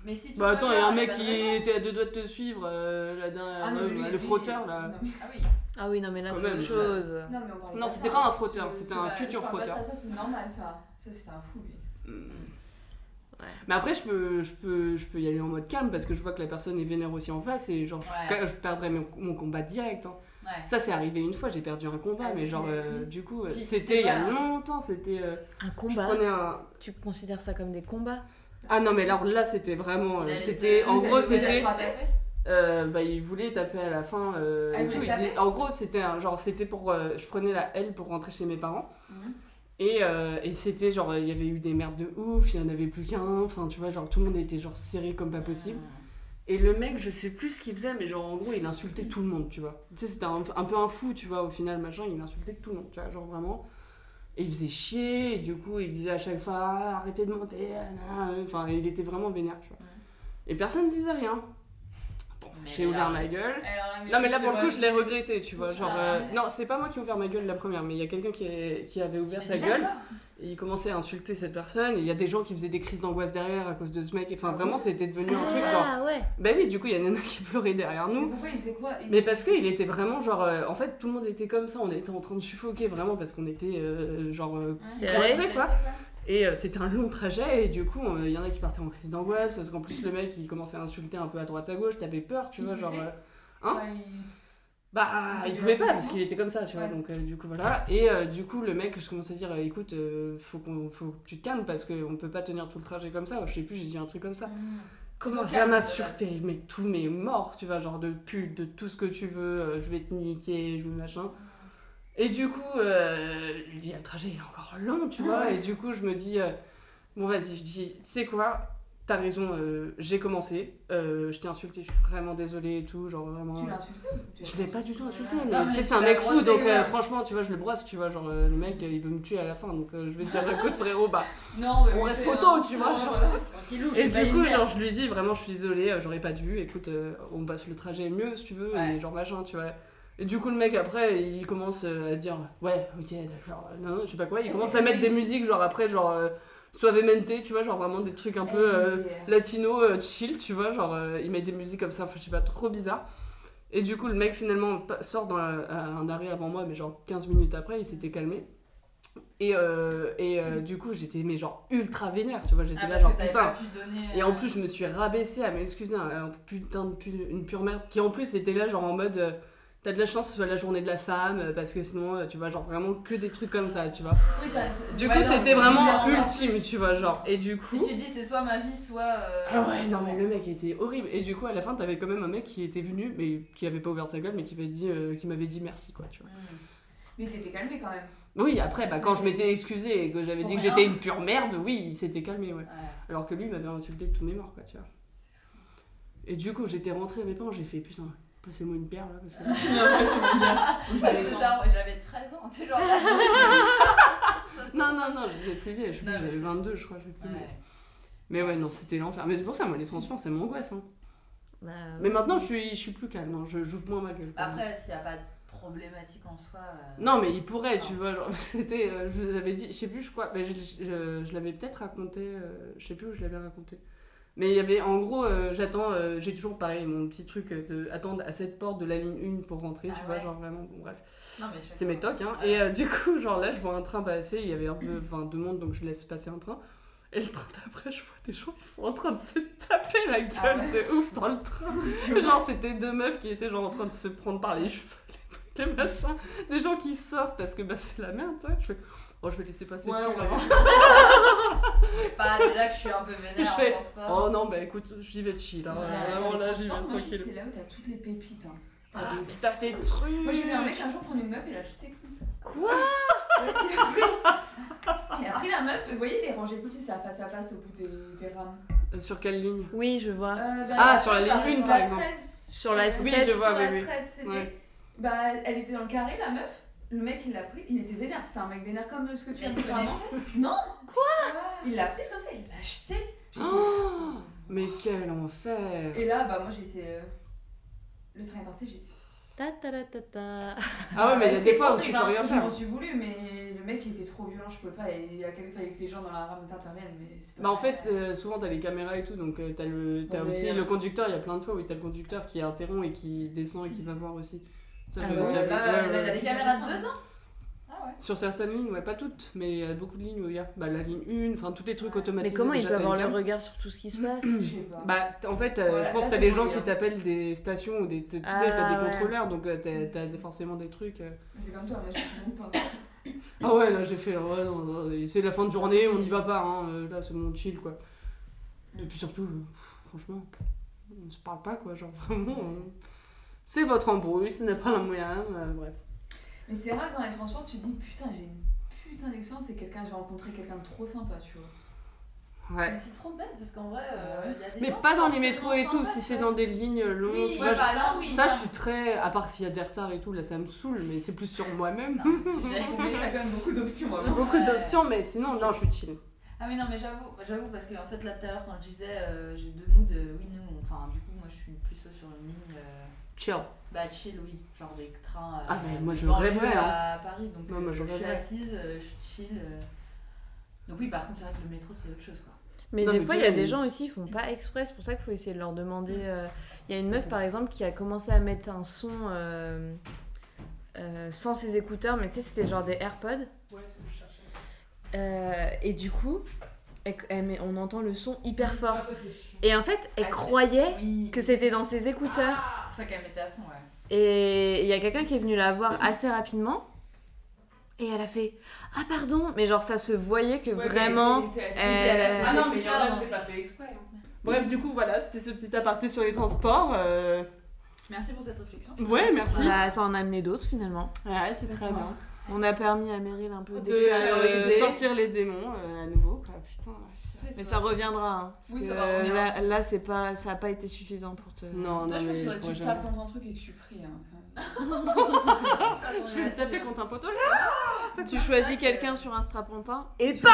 S2: Mais si tu
S1: Bah attends, il y a un
S2: regardes,
S1: mec
S2: bah, Ah,
S1: qui
S2: vraiment.
S1: était à deux doigts de te suivre, euh, la dernière,
S3: Ah, mais
S1: euh,
S3: lui,
S1: le
S3: lui-
S1: frotteur là.
S3: Non, mais,
S2: Ah oui.
S4: Ah oui, non, mais là,
S1: Quand
S4: c'est
S1: même,
S4: autre
S1: ça.
S4: chose.
S3: non, mais on parlait
S1: Non,
S3: de
S1: c'était
S3: ça,
S1: pas un
S3: hein.
S1: frotteur,
S3: Je-
S1: c'était
S3: je
S1: un
S3: parle- je
S1: futur
S3: parle pas de
S1: frotteur.
S3: Ça, ça, c'est normal, ça. Ça, c'était un fou, lui.
S1: Mm. Mais après, je peux, je, peux, je peux y aller en mode calme parce que je vois que la personne est vénère aussi en face et genre, je-
S2: Ouais.
S1: je perdrais mon, mon combat direct. hein.
S2: Ouais.
S1: Ça, c'est arrivé une fois, j'ai perdu un combat,
S3: Ah,
S1: mais
S3: oui,
S1: genre,
S3: oui,
S1: euh,
S3: oui.
S1: du coup, euh,
S2: Si,
S1: c'était il y a
S2: c'était pas-
S1: longtemps, c'était. euh,
S4: Un
S1: je
S4: combat
S1: prenais un.
S4: Tu considères ça comme des combats
S1: Ah non, mais alors là, c'était vraiment.
S2: Il
S1: euh,
S2: allait-
S1: C'était. En
S3: vous
S1: gros,
S3: allez- vous allez
S1: c'était.
S3: attraper.
S1: Euh, bah, il voulait taper à la fin. euh,
S3: Ah, il
S1: et tout.
S3: voulait
S1: Il
S3: taper
S1: dit- en gros, c'était un- genre, c'était pour. euh, je prenais la L pour rentrer chez mes parents.
S3: Mhm.
S1: Et, euh, et c'était genre, il y avait eu des merdes de ouf, il y en avait plus qu'un. Enfin, tu vois, genre, tout le monde était genre serré comme pas possible.
S2: Mm.
S1: Et le mec, je sais plus ce qu'il faisait, mais genre, en gros, il insultait tout le monde, tu vois. Tu sais, c'était un, un peu un fou, tu vois, au final, machin, il insultait tout le monde, tu vois, genre vraiment. Et il faisait chier, et du coup, il disait à chaque fois, Ah, arrêtez de monter, enfin, il était vraiment vénère, tu vois.
S2: Mhm.
S1: Et personne ne disait rien.
S2: Mais
S1: J'ai
S2: là-
S1: ouvert ma gueule.
S3: Alors, mais
S1: Non mais là
S3: Ah c'est
S1: pour le
S3: vrai.
S1: coup je l'ai regretté tu vois genre euh,
S2: Ah ouais.
S1: non c'est pas moi qui ai ouvert ma gueule la première mais il y a quelqu'un qui, est- qui avait ouvert sa gueule et il commençait à insulter cette personne et il y a des gens qui faisaient des crises d'angoisse derrière à cause de ce mec enfin vraiment c'était devenu un truc genre
S4: Ah ouais
S1: bah oui du coup il y a Nana qui pleurait derrière
S3: Mais
S1: nous
S3: Pourquoi il faisait quoi Il-
S1: mais parce qu'il était vraiment genre euh, en fait tout le monde était comme ça on était en train de suffoquer vraiment parce qu'on était euh, genre euh,
S4: C'est
S1: coincés,
S4: vrai
S1: quoi et euh, c'était un long trajet et du coup euh, il y en a qui partaient en crise d'angoisse parce qu'en plus le mec il commençait à insulter un peu à droite à gauche t'avais peur tu
S3: Il
S1: vois genre
S3: poussait
S1: euh, hein
S3: Ouais, il-
S1: Bah,
S3: Il
S1: il pouvait
S3: pouvait pas
S1: pas
S3: faire
S1: parce qu'il était comme ça, tu vois.
S3: Ouais.
S1: Donc, euh, du coup, voilà. Et euh, du coup, le mec, je commence à dire euh, écoute, euh, faut, qu'on, faut que tu te calmes parce qu'on peut pas tenir tout le trajet comme ça. Je sais plus, j'ai dit un truc comme ça.
S2: Mm.
S1: Comment
S2: Plutôt
S1: ça
S2: calme, de
S1: m'insulter Mais tout, mais mort, tu vois, genre de pute, de tout ce que tu veux, euh, je vais te niquer, je vais machin. Et du coup, euh, il y a le trajet, il est encore long, tu
S3: Ah
S1: vois.
S3: ouais.
S1: Et du coup, je me dis euh, bon, vas-y, je dis tu sais quoi T'as raison, euh, j'ai commencé, euh, je t'ai insulté, je suis vraiment désolée et tout, genre vraiment.
S3: Tu l'as insulté ou tu l'as
S1: Je l'ai pas du tout insulté,
S2: Non,
S1: mais
S2: mais
S1: tu sais,
S2: tu
S1: c'est un
S2: l'as
S1: mec fou,
S2: brossé,
S1: donc euh,
S2: ouais.
S1: franchement, tu vois, je le brosse, tu vois, genre euh, le mec, euh, il veut me tuer à la fin, donc euh, je vais te dire, écoute, frérot, bah,
S3: Non, mais
S1: on
S3: oui,
S1: reste
S3: c'est-
S1: potos, tu vois,
S3: Non,
S1: genre.
S3: voilà.
S1: Et du coup,
S2: Ah,
S1: genre, je lui dis, vraiment, je suis désolée, euh, j'aurais pas dû, écoute, euh, on passe le trajet mieux, si tu veux,
S2: Ouais.
S1: et genre, machin, tu vois. Et du coup, le mec, après, il commence euh, à dire, ouais, ok, d'accord, euh, non, je sais pas quoi, il
S3: Et
S1: commence
S3: c'est
S1: à mettre
S3: lui.
S1: des musiques, genre, après, genre, euh, Suavemente, tu vois, genre, vraiment des trucs un peu... euh, latino euh, chill, tu vois, genre euh, il met des musiques comme ça, enfin, je sais pas, trop bizarre. Et du coup, le mec finalement pa- sort dans la- à un arrêt avant moi, mais genre 15 minutes après, il s'était calmé. Et, euh, et euh, du coup, j'étais mais genre ultra vénère, tu vois, j'étais
S2: Mhm. Ah,
S1: là
S2: parce
S1: genre
S2: que t'avais
S1: putain.
S2: pas pu donner.
S1: Et en
S2: euh,
S1: plus, je me suis rabaissée à m'excuser, hein, un, un putain de pu- une pure merde, qui en plus était là genre en mode euh, t'as de la chance que ce soit la journée de la femme, euh, parce que sinon, euh, tu vois, genre vraiment que des trucs comme ça, tu vois.
S3: Oui, t'as-
S1: Du
S2: Ouais,
S1: coup,
S2: non,
S1: c'était
S2: c'est
S1: vraiment
S2: bizarre, en
S1: ultime, tu vois, genre. Et du coup.
S2: Et tu dis, c'est soit ma vie, soit. euh,
S1: Ah ouais, non mais le mec était horrible. Et du coup, à la fin, t'avais quand même un mec qui était venu, mais qui avait pas ouvert sa gueule, mais qui m'avait dit, euh, qui m'avait dit merci, quoi, tu vois.
S2: Hmm.
S3: Mais c'était calmé quand même.
S1: Oui, après, bah, quand je m'étais excusée et que j'avais
S2: Pour
S1: dit que
S2: rien.
S1: j'étais une pure merde, oui, il s'était calmé, ouais.
S2: Ouais.
S1: Alors que lui, il m'avait insulté de tous mes morts, quoi, tu vois. Et du coup, j'étais rentrée à mes parents, j'ai fait, putain, passez-moi une paire, là, parce que...
S3: Je
S2: Ouais,
S3: m'avais
S2: c'est
S3: tant-
S2: tard, ouais, J'avais 13 ans, tu sais, genre.
S1: Non, non, non, j'étais plus vieille, je sais plus,
S2: Non, mais
S1: j'avais
S2: je-
S1: 22, je crois, je sais plus.
S2: Ouais.
S1: Mais ouais, non, c'était l'enfer. Mais c'est pour ça, moi, les transports, ça m'angoisse, hein.
S4: Bah,
S1: Mais maintenant, je suis, je suis plus calme, hein, je- j'ouvre moins ma gueule. quand même.
S2: Ah Bah, Après, s'il n'y a pas de problématique en soi. euh,
S1: Non, mais il pourrait, tu vois. Genre, c'était, euh, je vous avais dit, je sais plus, je crois, mais je, je- je l'avais peut-être raconté, euh, je sais plus où je l'avais raconté. Mais il y avait, en gros, euh, j'attends, euh, j'ai toujours pareil, mon petit truc euh, de attendre à cette porte de la ligne 1 pour rentrer,
S2: Ah
S1: tu vois,
S2: ouais.
S1: genre vraiment, bon, bref.
S2: Non, mais chacun-
S1: C'est mes tocs, hein.
S2: Ouais.
S1: Et euh, du coup, genre là, je vois un train passer, il y avait un peu, enfin, deux mondes, donc je laisse passer un train. Et le train d'après, je vois des gens qui sont en train de se taper la gueule
S2: Ah
S1: de ouf dans le train. genre, c'était deux meufs qui étaient genre en train de se prendre par les cheveux, les trucs, les machins. Des gens qui sortent parce que bah, c'est la merde, tu vois. Je fais, oh, je vais laisser passer
S3: Ouais,
S1: celui-là.
S3: on va voir.
S2: Pas déjà que je suis un peu vénère,
S1: Et je fais,
S2: en transport.
S1: Oh non, bah écoute, j'y vais chill, hein.
S3: Ouais,
S1: vraiment
S3: Bah, t'as
S1: là,
S3: les
S1: j'y vais
S3: transports, moi, je
S1: tranquille.
S3: trouve que C'est là où t'as toutes les pépites. hein. T'as
S1: Ah,
S3: des-
S1: mais t'as des trucs
S3: Moi j'ai vu un mec un jour prendre une meuf et l'a jeté comme ça.
S4: Quoi
S3: Il a pris la meuf, vous voyez les rangées de 6 à face à face au bout des, des rames
S1: Sur quelle ligne
S4: Oui, je vois.
S3: Euh, bah,
S1: Ah, sur la
S2: par
S1: ligne 1
S2: exemple,
S1: par exemple.
S4: Sur la
S1: Oui,
S4: sept.
S1: je vois, oui,
S3: la
S1: oui.
S3: 13, c'était.
S1: Ouais.
S3: Bah, elle était dans le carré, la meuf. Le mec, il l'a pris, il était vénère. C'était un mec vénère comme euh, ce que tu
S2: Mais
S3: as
S2: ils
S3: dit
S2: se
S3: vraiment.
S2: connaissaient
S3: Non,
S2: quoi
S3: Il l'a prise comme ça, il l'a acheté. J'ai dit-
S1: Oh, mais quel enfer
S3: Et là, bah, moi, j'étais. euh, Le train est parti, j'étais.
S4: Ta ta ta ta ta.
S1: Ah ouais, mais il y a
S3: c'est
S1: des fois où
S3: horrible,
S1: tu peux
S3: hein.
S1: rien
S3: Je
S1: faire.
S3: m'en suis voulu, mais le mec, il était trop violent, je pouvais pas. Et il y a quelqu'un avec les gens dans la rame interviennent, mais c'est pas
S1: Bah en
S3: possible.
S1: fait, euh, souvent t'as les caméras et tout, donc euh, t'as le, t'as
S3: Ouais,
S1: aussi
S3: mais, euh,
S1: le conducteur. Il y a plein de fois où t'as le conducteur qui interrompt et qui descend et qui va voir aussi. Ça,
S4: Ah
S1: j'avais
S4: ouais,
S1: déjà vu.
S3: là,
S1: Ouais, ouais,
S3: là,
S2: Il y a
S1: ouais.
S2: des caméras dedans Ah ouais.
S1: Sur certaines lignes, ouais, pas toutes, mais il y a beaucoup de lignes où il y a bah, la ligne 1, enfin tous les trucs
S4: Mais
S1: automatisés.
S4: comment il
S1: déjà,
S4: peut
S1: t'as une
S4: avoir le
S1: cam.
S4: regard sur tout ce qui se passe
S3: Je sais pas.
S1: Bah t- en fait, euh,
S3: Voilà,
S1: je pense
S3: là,
S1: que t'as
S3: c'est
S1: des
S3: bon,
S1: gens
S3: oui,
S1: qui
S3: hein.
S1: t'appellent des stations ou des, tu sais,
S4: Ah,
S1: t'as des
S4: ouais.
S1: contrôleurs, donc euh, t'as, t'as des- forcément des trucs. euh.
S3: C'est comme toi, moi, je suis pas.
S1: Ah ouais, là j'ai fait, ouais, non, non, et c'est la fin de journée, on n'y va pas, hein, euh, là c'est mon chill quoi. Et puis surtout, euh, pff, franchement, on se parle pas quoi, genre vraiment. on- C'est votre embrouille, ce n'est pas la moyenne, euh, bref.
S3: Mais c'est rare que dans les transports, tu te dis putain, j'ai une putain d'expérience et quelqu'un, j'ai rencontré quelqu'un de trop sympa, tu vois.
S1: Ouais.
S2: Mais c'est trop bête parce qu'en vrai, euh, il y a des
S1: Mais
S2: gens,
S1: pas
S2: c'est
S1: dans les
S2: forcément
S1: métros et tout,
S2: sympa,
S1: si c'est
S2: ça.
S1: dans des lignes longues,
S2: Oui,
S1: tu vois,
S2: ouais,
S1: je-
S2: par exemple, oui.
S1: ça je suis très. À part s'il y a des retards et tout, là ça me saoule, mais c'est plus sur moi-même.
S2: C'est un autre sujet.
S3: Mais il y a quand même beaucoup d'options, hein. vraiment.
S1: Beaucoup
S2: Ouais.
S1: d'options, mais sinon, non, je suis chill.
S2: Ah mais non mais j'avoue, j'avoue parce que en fait là tout à l'heure quand je disais euh, j'ai deux moods, euh, oui nous, on- enfin du coup moi je suis plutôt sur une ligne euh,
S1: Chill.
S2: bah chill oui, genre des trains euh,
S1: Ah, mais moi,
S2: des
S1: je
S2: banlieues
S1: rêverais, hein.
S2: à Paris donc
S1: Non, moi,
S2: euh,
S1: je
S2: je, suis
S1: rêverais.
S2: assise, euh, je suis chill. euh. Donc oui par contre c'est vrai que le métro c'est autre chose quoi.
S4: Mais
S1: Non,
S4: des
S1: mais
S4: fois, il y a
S1: bien,
S4: des
S1: mais-
S4: gens aussi, ils font pas exprès, c'est pour ça qu'il faut essayer de leur demander.
S2: Mm.
S4: euh, Il y a une meuf, par exemple, qui a commencé à mettre un son euh, euh, sans ses écouteurs, mais tu sais, c'était genre des AirPods. Euh, et du coup, elle- elle met- on entend le son hyper fort. Et en fait,
S2: Ah,
S4: elle
S2: c'est-
S4: croyait
S2: Oui,
S4: que c'était dans ses écouteurs.
S2: c'est pour ça qu'elle mettait à fond ouais.
S4: Et il y a quelqu'un qui est venu la voir assez rapidement. Et elle a fait Ah, pardon Mais genre, ça se voyait que vraiment.
S2: elle-
S4: euh,
S2: Ah non, mais il y en a, c'est
S1: pas fait exprès.
S3: hein.
S1: Bref, du coup, voilà, c'était ce petit aparté sur les transports. euh,
S2: Merci pour cette réflexion.
S1: Ouais, merci.
S4: bah, ça en a amené d'autres finalement.
S1: Ouais, c'est très bien.
S4: On a permis à Meryl un peu
S1: De
S4: d'extérioriser.
S1: euh, sortir les démons euh, à nouveau, quoi. Putain. ouais, c'est-
S3: euh,
S4: Mais ça reviendra. hein, parce
S3: Oui, ça
S4: que
S3: va revenir,
S4: là, là, c'est pas, ça a pas été suffisant pour te.
S1: Non, non,
S3: Toi, je
S1: mais
S3: pense
S1: je
S3: que
S1: pourrais
S3: tu
S1: jamais.
S3: tapes contre un truc et que tu cries. Hein, quand même.
S1: Je vais me
S2: hein.
S3: euh.
S1: taper contre un poteau là.
S4: Tu choisis quelqu'un sur un strapontin.
S1: Et bam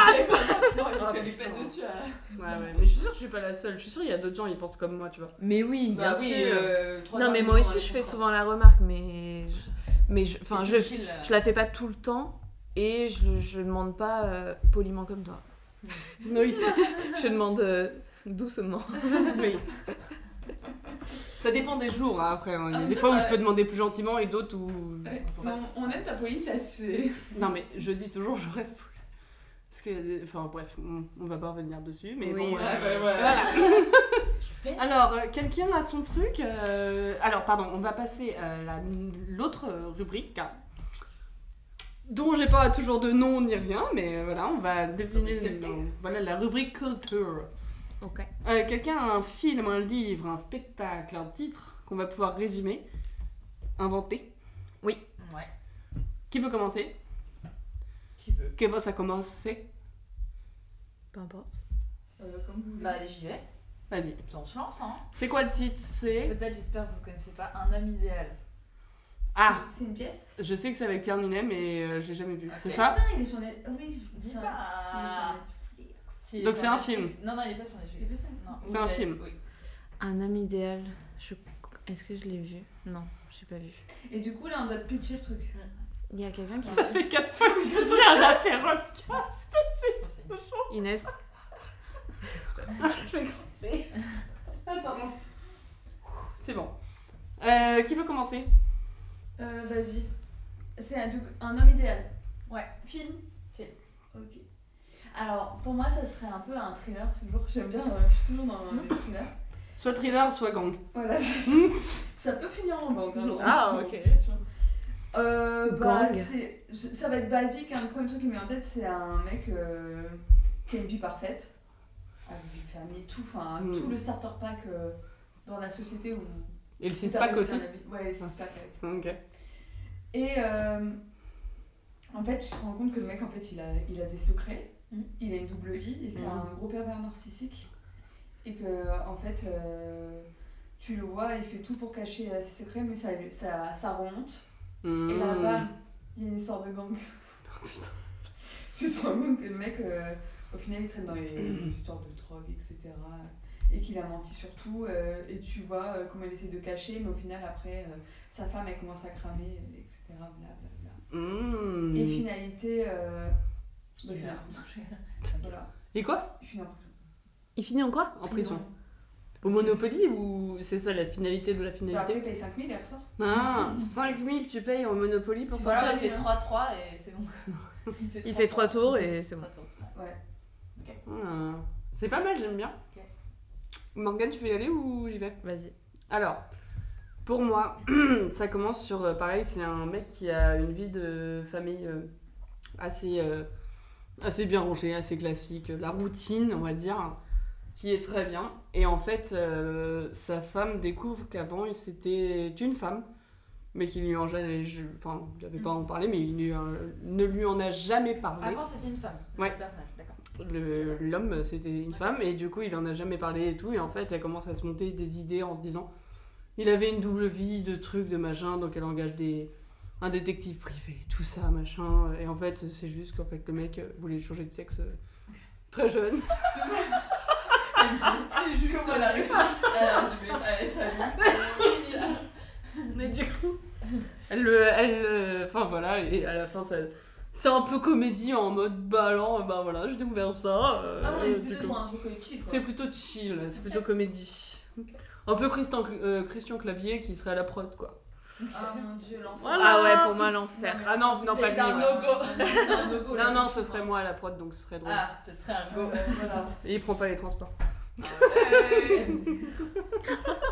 S1: Ah,
S3: non, il faut que tu
S1: putain.
S3: pètes dessus. hein.
S1: Ouais, ouais, mais je suis sûre que je suis pas la seule. Je suis sûre qu'il y a d'autres gens, ils pensent comme moi, tu vois.
S4: Mais oui,
S3: Bah oui, euh, trois
S4: non, mais
S3: quarts
S4: moi
S3: des gens
S4: aussi,
S3: dans
S4: je
S3: les
S4: fais
S3: transports.
S4: souvent la remarque, mais. je- Mais je- Enfin, je,
S2: chill. euh.
S4: je la fais pas tout le temps et je, je demande pas euh, poliment comme toi.
S1: Oui.
S4: Je demande euh, doucement.
S1: oui. Ça dépend des jours, hein, après. hein. Il y
S3: Ah,
S1: a des fois où je
S3: ouais.
S1: peux demander plus gentiment et d'autres où.
S3: Ouais, on, on aime ta politesse. c'est-
S1: Non, mais je dis toujours, je reste poule. Parce que, enfin, bref, on, on va pas revenir dessus, mais
S4: Oui,
S1: bon.
S4: ouais.
S1: euh,
S3: ouais, ouais.
S1: Voilà. alors, euh, quelqu'un a son truc. euh, alors, pardon, on va passer à la- l'autre euh, rubrique. hein, dont j'ai pas toujours de nom ni rien, mais euh, voilà, on va deviner.
S3: Rubrique culture.
S1: non, Voilà, la rubrique culture.
S4: Ok.
S1: Euh, quelqu'un a un film, un livre, un spectacle, un titre qu'on va pouvoir résumer, inventer.
S2: Ouais.
S1: Qui veut commencer
S2: Qui veut
S1: Que veut ça commencer
S4: Peu importe.
S3: Euh, comme vous voulez.
S2: Bah allez, j'y vais.
S1: Vas-y.
S2: On se lance hein.
S1: C'est quoi le titre C'est.
S2: Peut-être j'espère que vous connaissez pas un homme idéal.
S1: Ah,
S3: C'est une pièce
S1: je sais que c'est avec Pierre Ninet, mais euh, j'ai jamais vu. C'est
S2: Ok.
S1: ça
S3: Putain, il est sur Net- Oui, je
S2: Dis
S3: c'est un-
S2: Ah.
S3: il est sur
S2: pas.
S3: Netflix.
S2: Si,
S1: Donc
S2: sur
S1: c'est un
S2: Netflix. Non, non, il est pas sur Netflix.
S3: Il est pas sur Netflix.
S2: Non,
S1: C'est
S2: oui,
S1: un
S2: il est-
S1: film.
S2: oui.
S4: Un homme idéal. Je... Est-ce que je l'ai vu Non, j'ai pas vu.
S3: Et du coup, là, on doit te pitcher le truc.
S4: Il y a quelqu'un qui.
S1: Ça fait 4 fois que je viens à la
S4: Inès
S1: Je vais commencer. Attends. C'est bon. Euh, qui veut commencer
S3: Euh, vas-y. C'est un, double- un homme idéal.
S2: Ouais.
S3: Film
S2: Film.
S3: Ok. Alors, pour moi, ça serait un peu un thriller, toujours. J'aime bien, euh, je suis toujours dans les thrillers.
S1: Soit thriller, soit gang.
S3: Voilà, ça, ça peut finir en banque. hein,
S1: Hmm. Ah,
S3: donc,
S1: ok.
S3: tu vois. Euh, bah,
S4: Gang.
S3: c'est- je- ça va être basique. hein. Le premier truc qui me vient en tête, c'est un mec euh, qui a une vie parfaite, avec une famille et tout. Enfin,
S1: Mm.
S3: tout le starter pack euh, dans la société où.
S1: Et le 6 pack aussi
S3: Ouais, le six pack avec.
S1: Ok.
S3: Et euh, En fait, tu te rends compte que le mec, en fait, il a, il a des secrets,
S2: Mhm.
S3: il a une double vie, et c'est
S1: Mhm.
S3: un gros pervers narcissique. Et que, en fait, euh, tu le vois, il fait tout pour cacher euh, ses secrets, mais ça, lui- ça, ça remonte. Et
S1: Mm.
S3: là, bam, il y a une histoire de gang.
S1: Hmm. Oh, putain.
S3: tu te rends compte que le mec, euh, au final, il traîne dans les, les histoires de drogue, etc. Et qu'il a menti sur tout, euh, et tu vois euh, comment il essaie de cacher, mais au final, après, euh, sa femme, elle commence à cramer, etc. Blablabla.
S1: Mmh.
S3: Et finalité, euh, de
S2: Il
S3: faire. Voilà.
S1: Et quoi
S3: Je suis en prison.
S4: Il finit en quoi
S1: En prison. Au Monopoly ou c'est ça la finalité de la
S3: Bah, après,
S1: finalité
S3: il paye 5000 et elle ressort.
S1: Ah, 5000 tu payes au Monopoly pour
S2: Voilà,
S1: sortir
S2: il fait 3-3 et c'est bon.
S4: Il fait trois tours et c'est bon.
S2: Trois tours.
S1: Ah, C'est pas mal, j'aime bien.
S2: Ok.
S1: Morgane, tu veux y aller ou j'y vais
S4: Vas-y.
S1: Alors, pour moi, ça commence sur. euh, Pareil, c'est un mec qui a une vie de famille euh, assez, euh, assez bien rangée, assez classique, euh, la routine, on va dire, qui est très bien. Et en fait, euh, sa femme découvre qu'avant, c'était une femme, mais qu'il lui en jamais. je- Enfin, il n'avait pas à en parler, mais il lui en- ne lui en a jamais parlé.
S2: Avant, c'était une femme.
S1: Ouais.
S2: Le personnage, d'accord.
S1: Le- L'homme, c'était une femme, et du coup, il en a jamais parlé et tout. Et en fait, elle commence à se monter des idées en se disant il avait une double vie, de trucs, de machin, donc elle engage des, un détective privé, tout ça, machin. Et en fait, c'est juste qu'en fait, le mec euh, voulait changer de sexe euh, très jeune.
S2: C'est juste
S3: Comment Ah, elle a réussi Elle a résumé, elle s'est allumée.
S1: Mais du coup, elle. le- elle, euh, Enfin voilà, et à la fin, ça. C'est un peu comédie en mode bah alors, bah voilà, j'ai découvert ça. euh,
S3: Ah,
S2: Non, on est
S1: du
S2: plutôt
S1: coup.
S2: sur un truc euh, chill. quoi.
S1: C'est plutôt chill, c'est plutôt
S2: Ok.
S1: comédie. Un peu Christian, euh, Christian Clavier qui serait à la prod, quoi.
S3: Ah mon dieu, l'enfant.
S1: Voilà.
S4: Ah ouais, pour moi, l'enfer.
S1: Ah non, non, pas
S2: C'est
S1: lui.
S2: un
S1: ouais.
S2: no-go.
S3: C'est un no-go, là,
S1: Non, non,
S3: tout
S1: ce serait moi à la prod, donc ce serait drôle.
S2: Ah, ce serait un go.
S3: Euh, voilà.
S1: Et il prend pas les transports.
S2: Ouais.
S3: Tu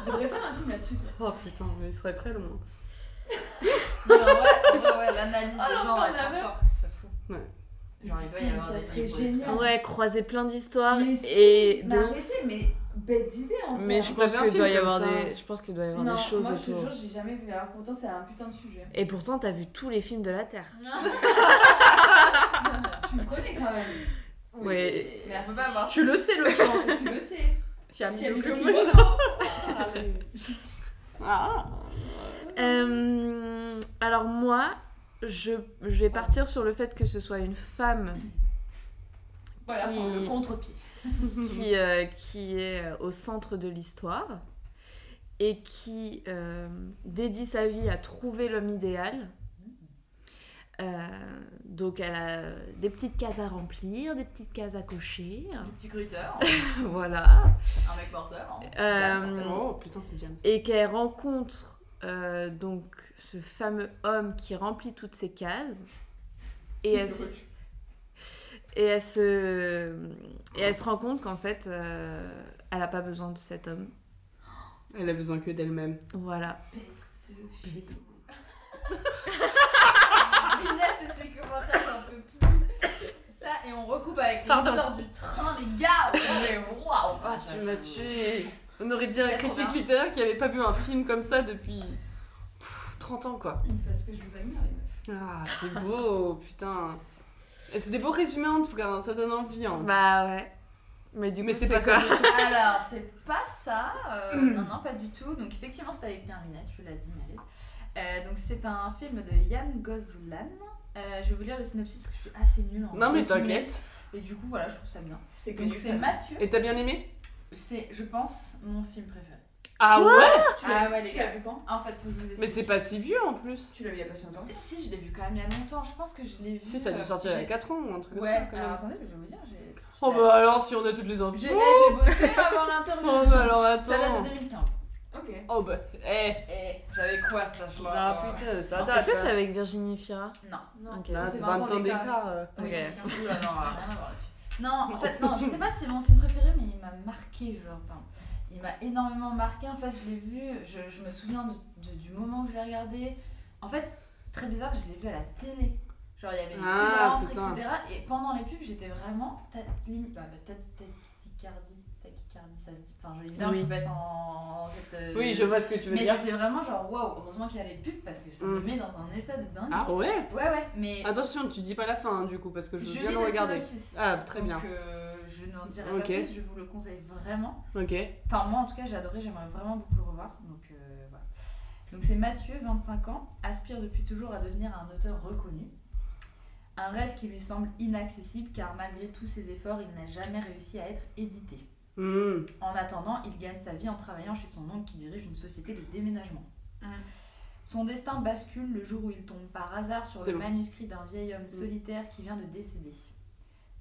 S3: devrais faire un film là-dessus. toi.
S1: Oh putain, mais il serait très long. hein.
S2: Non, mais ouais, ouais, ouais, l'analyse
S3: Ah,
S2: des gens
S3: non,
S2: dans les
S3: la
S2: transports, ça fout.
S1: Ouais.
S2: Genre, il doit y
S3: Putain,
S2: avoir
S3: ça
S2: des
S3: serait
S2: livres et des
S3: génial.
S2: trucs.
S4: Ouais, croiser plein d'histoires
S3: Ah, Mais si, bah
S4: et
S3: Mais
S4: de ouf.
S3: arrêtez, mais bête d'idée en
S4: Mais je
S1: T'as
S4: pense
S1: vu un
S4: que
S1: film
S4: doit y
S1: comme
S4: avoir
S1: ça
S4: des, je pense qu'il doit y avoir
S3: non,
S4: des choses
S3: moi je te
S4: autour.
S3: jure, j'ai jamais vu. Alors pourtant, c'est un putain de sujet.
S4: Et pourtant, t'as vu tous les films de la Terre.
S3: Ah, tu me connais quand même.
S2: Oui.
S4: Ouais.
S2: On
S3: Merci.
S2: peut pas avoir.
S1: Tu le sais, le sang.
S3: tu le sais.
S1: Tu as
S3: S'il
S1: mis
S3: y a
S1: le
S3: mis le
S1: cul.
S3: kimono.
S1: Ah.
S4: Euh, alors moi, je, je vais partir sur le fait que ce soit une femme
S2: Voilà,
S4: Qui-
S2: le contre-pied.
S4: qui, euh, qui est euh, au centre de l'histoire et qui euh, dédie sa vie à trouver l'homme idéal. Euh, donc elle a des petites cases à remplir, des petites cases à cocher. hein.
S2: Un petit gruteur,
S4: voilà.
S2: un mec morteur. hein.
S4: Euh,
S2: Tiens, ça fait-
S1: Oh putain, c'est James.
S4: et qu'elle rencontre euh, donc ce fameux homme qui remplit toutes ses cases et elle, se- et elle se et elle se rend compte qu'en fait euh, elle n'a pas besoin de cet homme
S1: Elle a besoin que d'elle-même.
S4: voilà
S2: Inès et ses commentaires, j'en peux plus. Ça, et on recoupe avec
S1: Pardon.
S2: l'histoire du train, les gars. Mais waouh.
S1: Ah, tu m'as tué. On aurait dit un
S2: 80.
S1: critique littéraire qui avait pas vu un film comme ça depuis pff, 30 ans, quoi.
S3: Parce que je vous admire, les meufs.
S1: Ah, c'est beau, putain. Et C'est des beaux résumés en tout cas, hein, ça donne envie. hein.
S4: bah ouais mais du
S1: mais
S4: coup
S1: c'est pas
S4: c'est
S1: ça.
S4: quoi
S1: du tout.
S2: Alors, c'est pas ça. euh,
S1: Mm.
S2: non, non, pas du tout. Donc, effectivement, c'était avec Pierre Ninette, je vous l'ai dit, Maëlle. Euh, donc, c'est un film de Yann Gozlan. Euh, je vais vous lire le synopsis parce que je suis assez nulle en
S1: Non, mais
S2: résumé.
S1: t'inquiète.
S2: Et du coup, voilà, je trouve ça bien.
S3: C'est
S2: Donc, c'est Mathieu.
S1: Et t'as bien aimé
S2: C'est, je pense, mon film préféré.
S1: Ah ouais
S3: Tu l'as
S2: Ah ouais, les
S3: tu
S2: gars.
S3: l'as vu quand
S2: En fait, faut que je vous explique.
S1: Mais c'est pas si vieux en plus.
S3: Tu l'as vu il y a pas si longtemps.
S2: Si, je l'ai vu quand même il y a longtemps. Je pense que je l'ai vu.
S1: Si, ça a dû
S2: euh,
S1: sortir il y a
S2: j'ai-
S1: 4 ans ou un truc
S2: Ouais,
S1: comme ça quand
S2: alors
S1: même.
S2: attendez, je vais vous dire. J'ai,
S1: Oh bah alors, si on a toutes les envies.
S2: j'ai, eh, j'ai bossé avant l'interview.
S1: Oh bah alors, attends.
S2: ça date de 2015.
S3: Ok.
S1: Oh bah, eh.
S2: Eh, j'avais quoi cet âge-là
S1: Ah
S2: quoi
S1: putain, ça
S2: Non,
S1: date.
S4: est-ce que c'est
S1: hein.
S4: avec Virginie Fira
S2: Non.
S3: Non,
S4: Ok.
S1: Là,
S3: ça,
S1: c'est 20 ans d'écart. euh.
S2: Oui,
S4: Ok.
S2: c'est- oula, non, rien à voir là-dessus. Non, en fait, non, je sais pas si c'est mon film préféré, mais il m'a marqué, genre, pardon. Il m'a énormément marqué, en fait, je l'ai vu, je, je me souviens de- de- du moment où je l'ai regardé. En fait, très bizarre, je l'ai vu à la télé. Genre, il y avait les
S1: Ah,
S2: pubs qui rentrent,
S1: putain.
S2: etc. Et pendant les pubs, j'étais vraiment ta- limite- bah, bah, peut-être tachycardie, tachycardie, ça se dit. Enfin, je l'ai bien, je
S4: Oui.
S2: peux pas être en. en fait, euh,
S1: Oui, je vois ce que tu veux
S2: Mais
S1: dire.
S2: j'étais vraiment genre, waouh, heureusement qu'il y a les pubs parce que ça me
S1: Mm.
S2: met dans un état de dingue.
S1: Ah ouais
S2: Ouais, ouais, mais
S1: Attention, tu dis pas la fin hein, du coup, parce que je veux
S2: je
S1: bien
S2: lis
S1: le
S2: le
S1: regarder.
S2: synopsis.
S1: Ah, très bien.
S2: Donc, euh, je n'en dirai
S1: Ok.
S2: pas plus, je vous le conseille vraiment.
S1: Ok.
S2: Enfin, moi en tout cas, j'ai adoré, j'aimerais vraiment beaucoup le revoir. Donc, euh, voilà. Donc, c'est Mathieu, 25 ans, aspire depuis toujours à devenir un auteur reconnu. Un rêve qui lui semble inaccessible car malgré tous ses efforts, il n'a jamais réussi à être édité.
S1: Hmm.
S2: En attendant, il gagne sa vie en travaillant chez son oncle qui dirige une société de déménagement.
S3: Mm.
S2: Son destin bascule le jour où il tombe par hasard sur
S1: C'est
S2: le
S1: bon. Mm.
S2: manuscrit d'un vieil homme solitaire qui vient de décéder.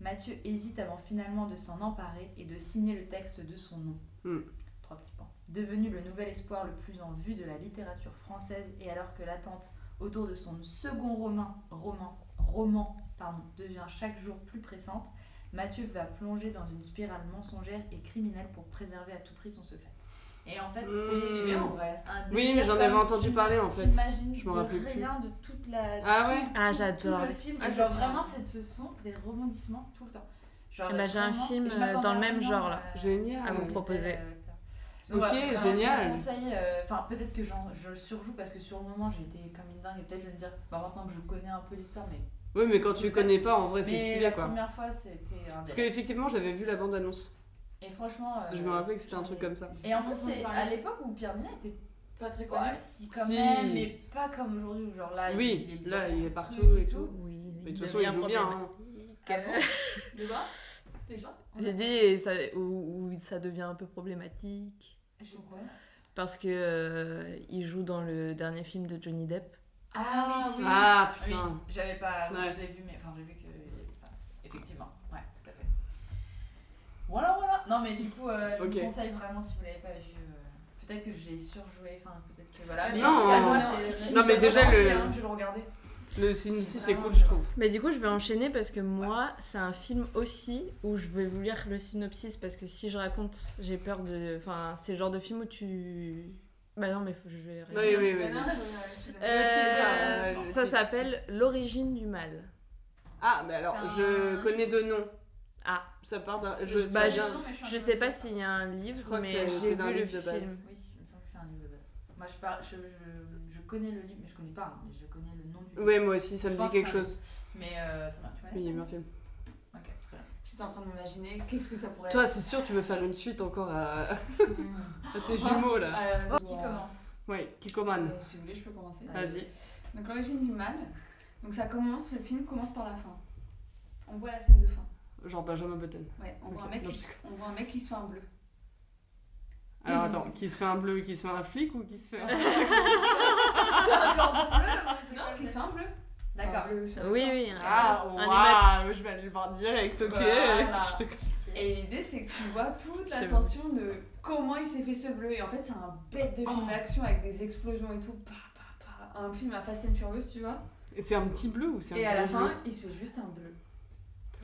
S2: Mathieu hésite avant finalement de s'en emparer et de signer le texte de son nom.
S1: Mm.
S2: Trois petits points. Devenu le nouvel espoir le plus en vue de la littérature française et alors que l'attente autour de son second roman, roman, roman pardon, devient chaque jour plus pressante, Mathieu va plonger dans une spirale mensongère et criminelle pour préserver à tout prix son secret. Et en fait,
S1: Mmh.
S2: c'est hein.
S3: C'est
S1: Mm.
S3: bien en vrai.
S2: un
S1: Oui,
S2: délire
S1: j'en avais
S2: comme
S1: entendu
S2: tu
S1: parler, en
S2: ne-
S1: fait.
S2: t'imagines
S1: Je m'en
S2: de
S1: rappelais plus.
S2: rien de toute la.
S1: Ah
S2: tout-
S1: ouais
S2: tout-
S4: Ah,
S2: tout
S4: j'adore.
S2: le film.
S1: Ah,
S2: Et
S1: ça,
S2: genre
S1: tu
S2: vraiment,
S1: vois.
S2: c'est ce sont des rebondissements tout le temps. Genre,
S5: Eh ben, j'ai un
S2: vraiment-
S5: film,
S2: et je
S5: euh,
S2: m'attendais
S5: dans le
S2: à
S5: même
S2: rien,
S5: genre, là.
S2: euh,
S1: Génial.
S2: ce que
S1: À vous
S2: disait,
S5: proposer.
S2: euh, Donc,
S1: Ok,
S2: voilà, vraiment,
S1: génial.
S2: c'est un conseil, euh, Enfin, peut-être que j'en- je surjoue parce que sur le moment, j'ai été comme une dingue. Et peut-être je vais me dire, bah, maintenant que je connais un peu l'histoire, mais.
S1: Oui, mais quand tu connais pas, en vrai, c'est
S2: Mais
S1: stylé
S2: la
S1: quoi.
S2: première fois, c'était un
S1: Parce
S2: délire.
S1: qu'effectivement, j'avais vu la bande-annonce.
S2: Et franchement. euh,
S1: Je me rappelais que c'était un truc comme ça.
S2: Et en plus, c'est à l'époque où Pierre Ninet était pas très connu. si, quand
S1: Si.
S2: même, mais pas comme aujourd'hui. où Genre là, il-
S1: Oui,
S2: il est
S1: là,
S2: dans
S1: il est
S2: le
S1: partout
S2: truc
S1: et tout.
S5: Oui,
S1: Mais
S5: il
S1: de toute
S5: y
S1: façon,
S5: avait
S1: il
S5: un
S1: joue
S5: problème.
S1: bien. hein.
S2: Déjà Déjà
S5: J'ai dit, et ça, où, où ça devient un peu problématique.
S2: J'ai-
S5: Parce que euh, il joue dans le dernier film de Johnny Depp.
S2: Ah oui, oui.
S1: Ah
S2: Oui,
S1: putain.
S2: j'avais pas. oui,
S1: Ouais.
S2: Je l'ai vu, mais enfin, j'ai vu que il y avait ça. Effectivement, ouais, tout à fait. Voilà, voilà. Non, mais du coup, euh, je
S1: Ok.
S2: vous conseille vraiment si vous l'avez pas vu. euh, Peut-être que je l'ai surjoué, enfin peut-être que voilà.
S5: Euh,
S3: Ah
S2: Mais
S1: non,
S2: en tout cas,
S1: non,
S2: moi,
S3: non.
S2: j'ai-
S1: Non, mais
S2: j'ai
S1: déjà,
S2: vraiment
S1: le-
S2: envie, hein, Je vais le regarder.
S1: Le synopsis, c'est
S2: vraiment
S1: cool, je trouve.
S5: Mais du coup, je vais enchaîner parce que moi, c'est un film aussi où je vais vous lire le synopsis parce que si je raconte, j'ai peur de. Enfin, c'est le genre de film où tu. Bah non, mais faut- je vais. rien
S1: Oui,
S5: dire.
S1: oui, oui.
S5: Euh,
S1: Le titre, euh,
S5: ça
S1: le titre.
S5: s'appelle L'origine du mal.
S1: Ah, mais alors,
S2: C'est
S1: je
S2: un-
S1: connais deux noms.
S5: Ah.
S1: Ça part d'un.
S5: C'est-
S1: Je,
S5: bah,
S1: ça
S5: je-
S1: vient-
S5: Je sais pas s'il y a un livre,
S1: Je crois que
S5: mais
S1: c'est-
S5: j'ai
S1: c'est d'un
S5: vu le
S1: livre de
S5: film.
S1: base.
S2: Oui, il me semble que c'est un livre de base. Moi, je, par- je, je, je connais le livre, mais je connais pas, hein, mais je connais le nom du livre.
S1: Ouais, moi aussi, ça
S2: Je
S1: me
S2: pense
S1: dit quelque
S2: que ça-
S1: chose.
S2: Mais euh, très bien, tu connais
S1: Oui, il y a eu un film.
S2: Ok, très bien.
S3: J'étais en train de m'imaginer qu'est-ce que ça pourrait
S1: Toi, c'est sûr, tu veux faire une suite encore à, à tes jumeaux là.
S3: être. Euh,
S2: Qui commence
S1: Oui, Kikoman.
S3: euh, Si vous voulez, je peux commencer.
S1: Vas-y.
S3: Donc l'origine du mal. Donc ça commence, le film commence par la fin. On voit la scène de fin.
S1: Genre Benjamin Button.
S3: Ouais, on, voit,
S1: Ok,
S3: un mec
S1: non,
S3: qui, on voit un mec qui se fait un bleu.
S1: Alors attends, qui se fait un bleu, qui se fait un flic ou qui
S3: Euh,
S1: se fait. un-
S2: Non,
S3: Qui se fait un bleu.
S2: D'accord.
S3: Un bleu sur le
S5: Oui,
S3: corps.
S5: oui.
S4: hein.
S5: un-
S1: Ah,
S5: un éma-
S1: waouh, je vais aller le voir direct, ok.
S3: Voilà. Et l'idée, c'est que tu vois toute l'ascension de comment il s'est fait ce bleu. Et en fait, c'est un bête de film
S1: Oh.
S3: d'action avec des explosions et tout. Pa, pa, pa. Un film à Fast and Furious, tu vois.
S1: Et C'est un petit bleu ou c'est un
S3: Et à la
S1: gros
S3: fin,
S1: bleu
S3: il se fait juste un bleu.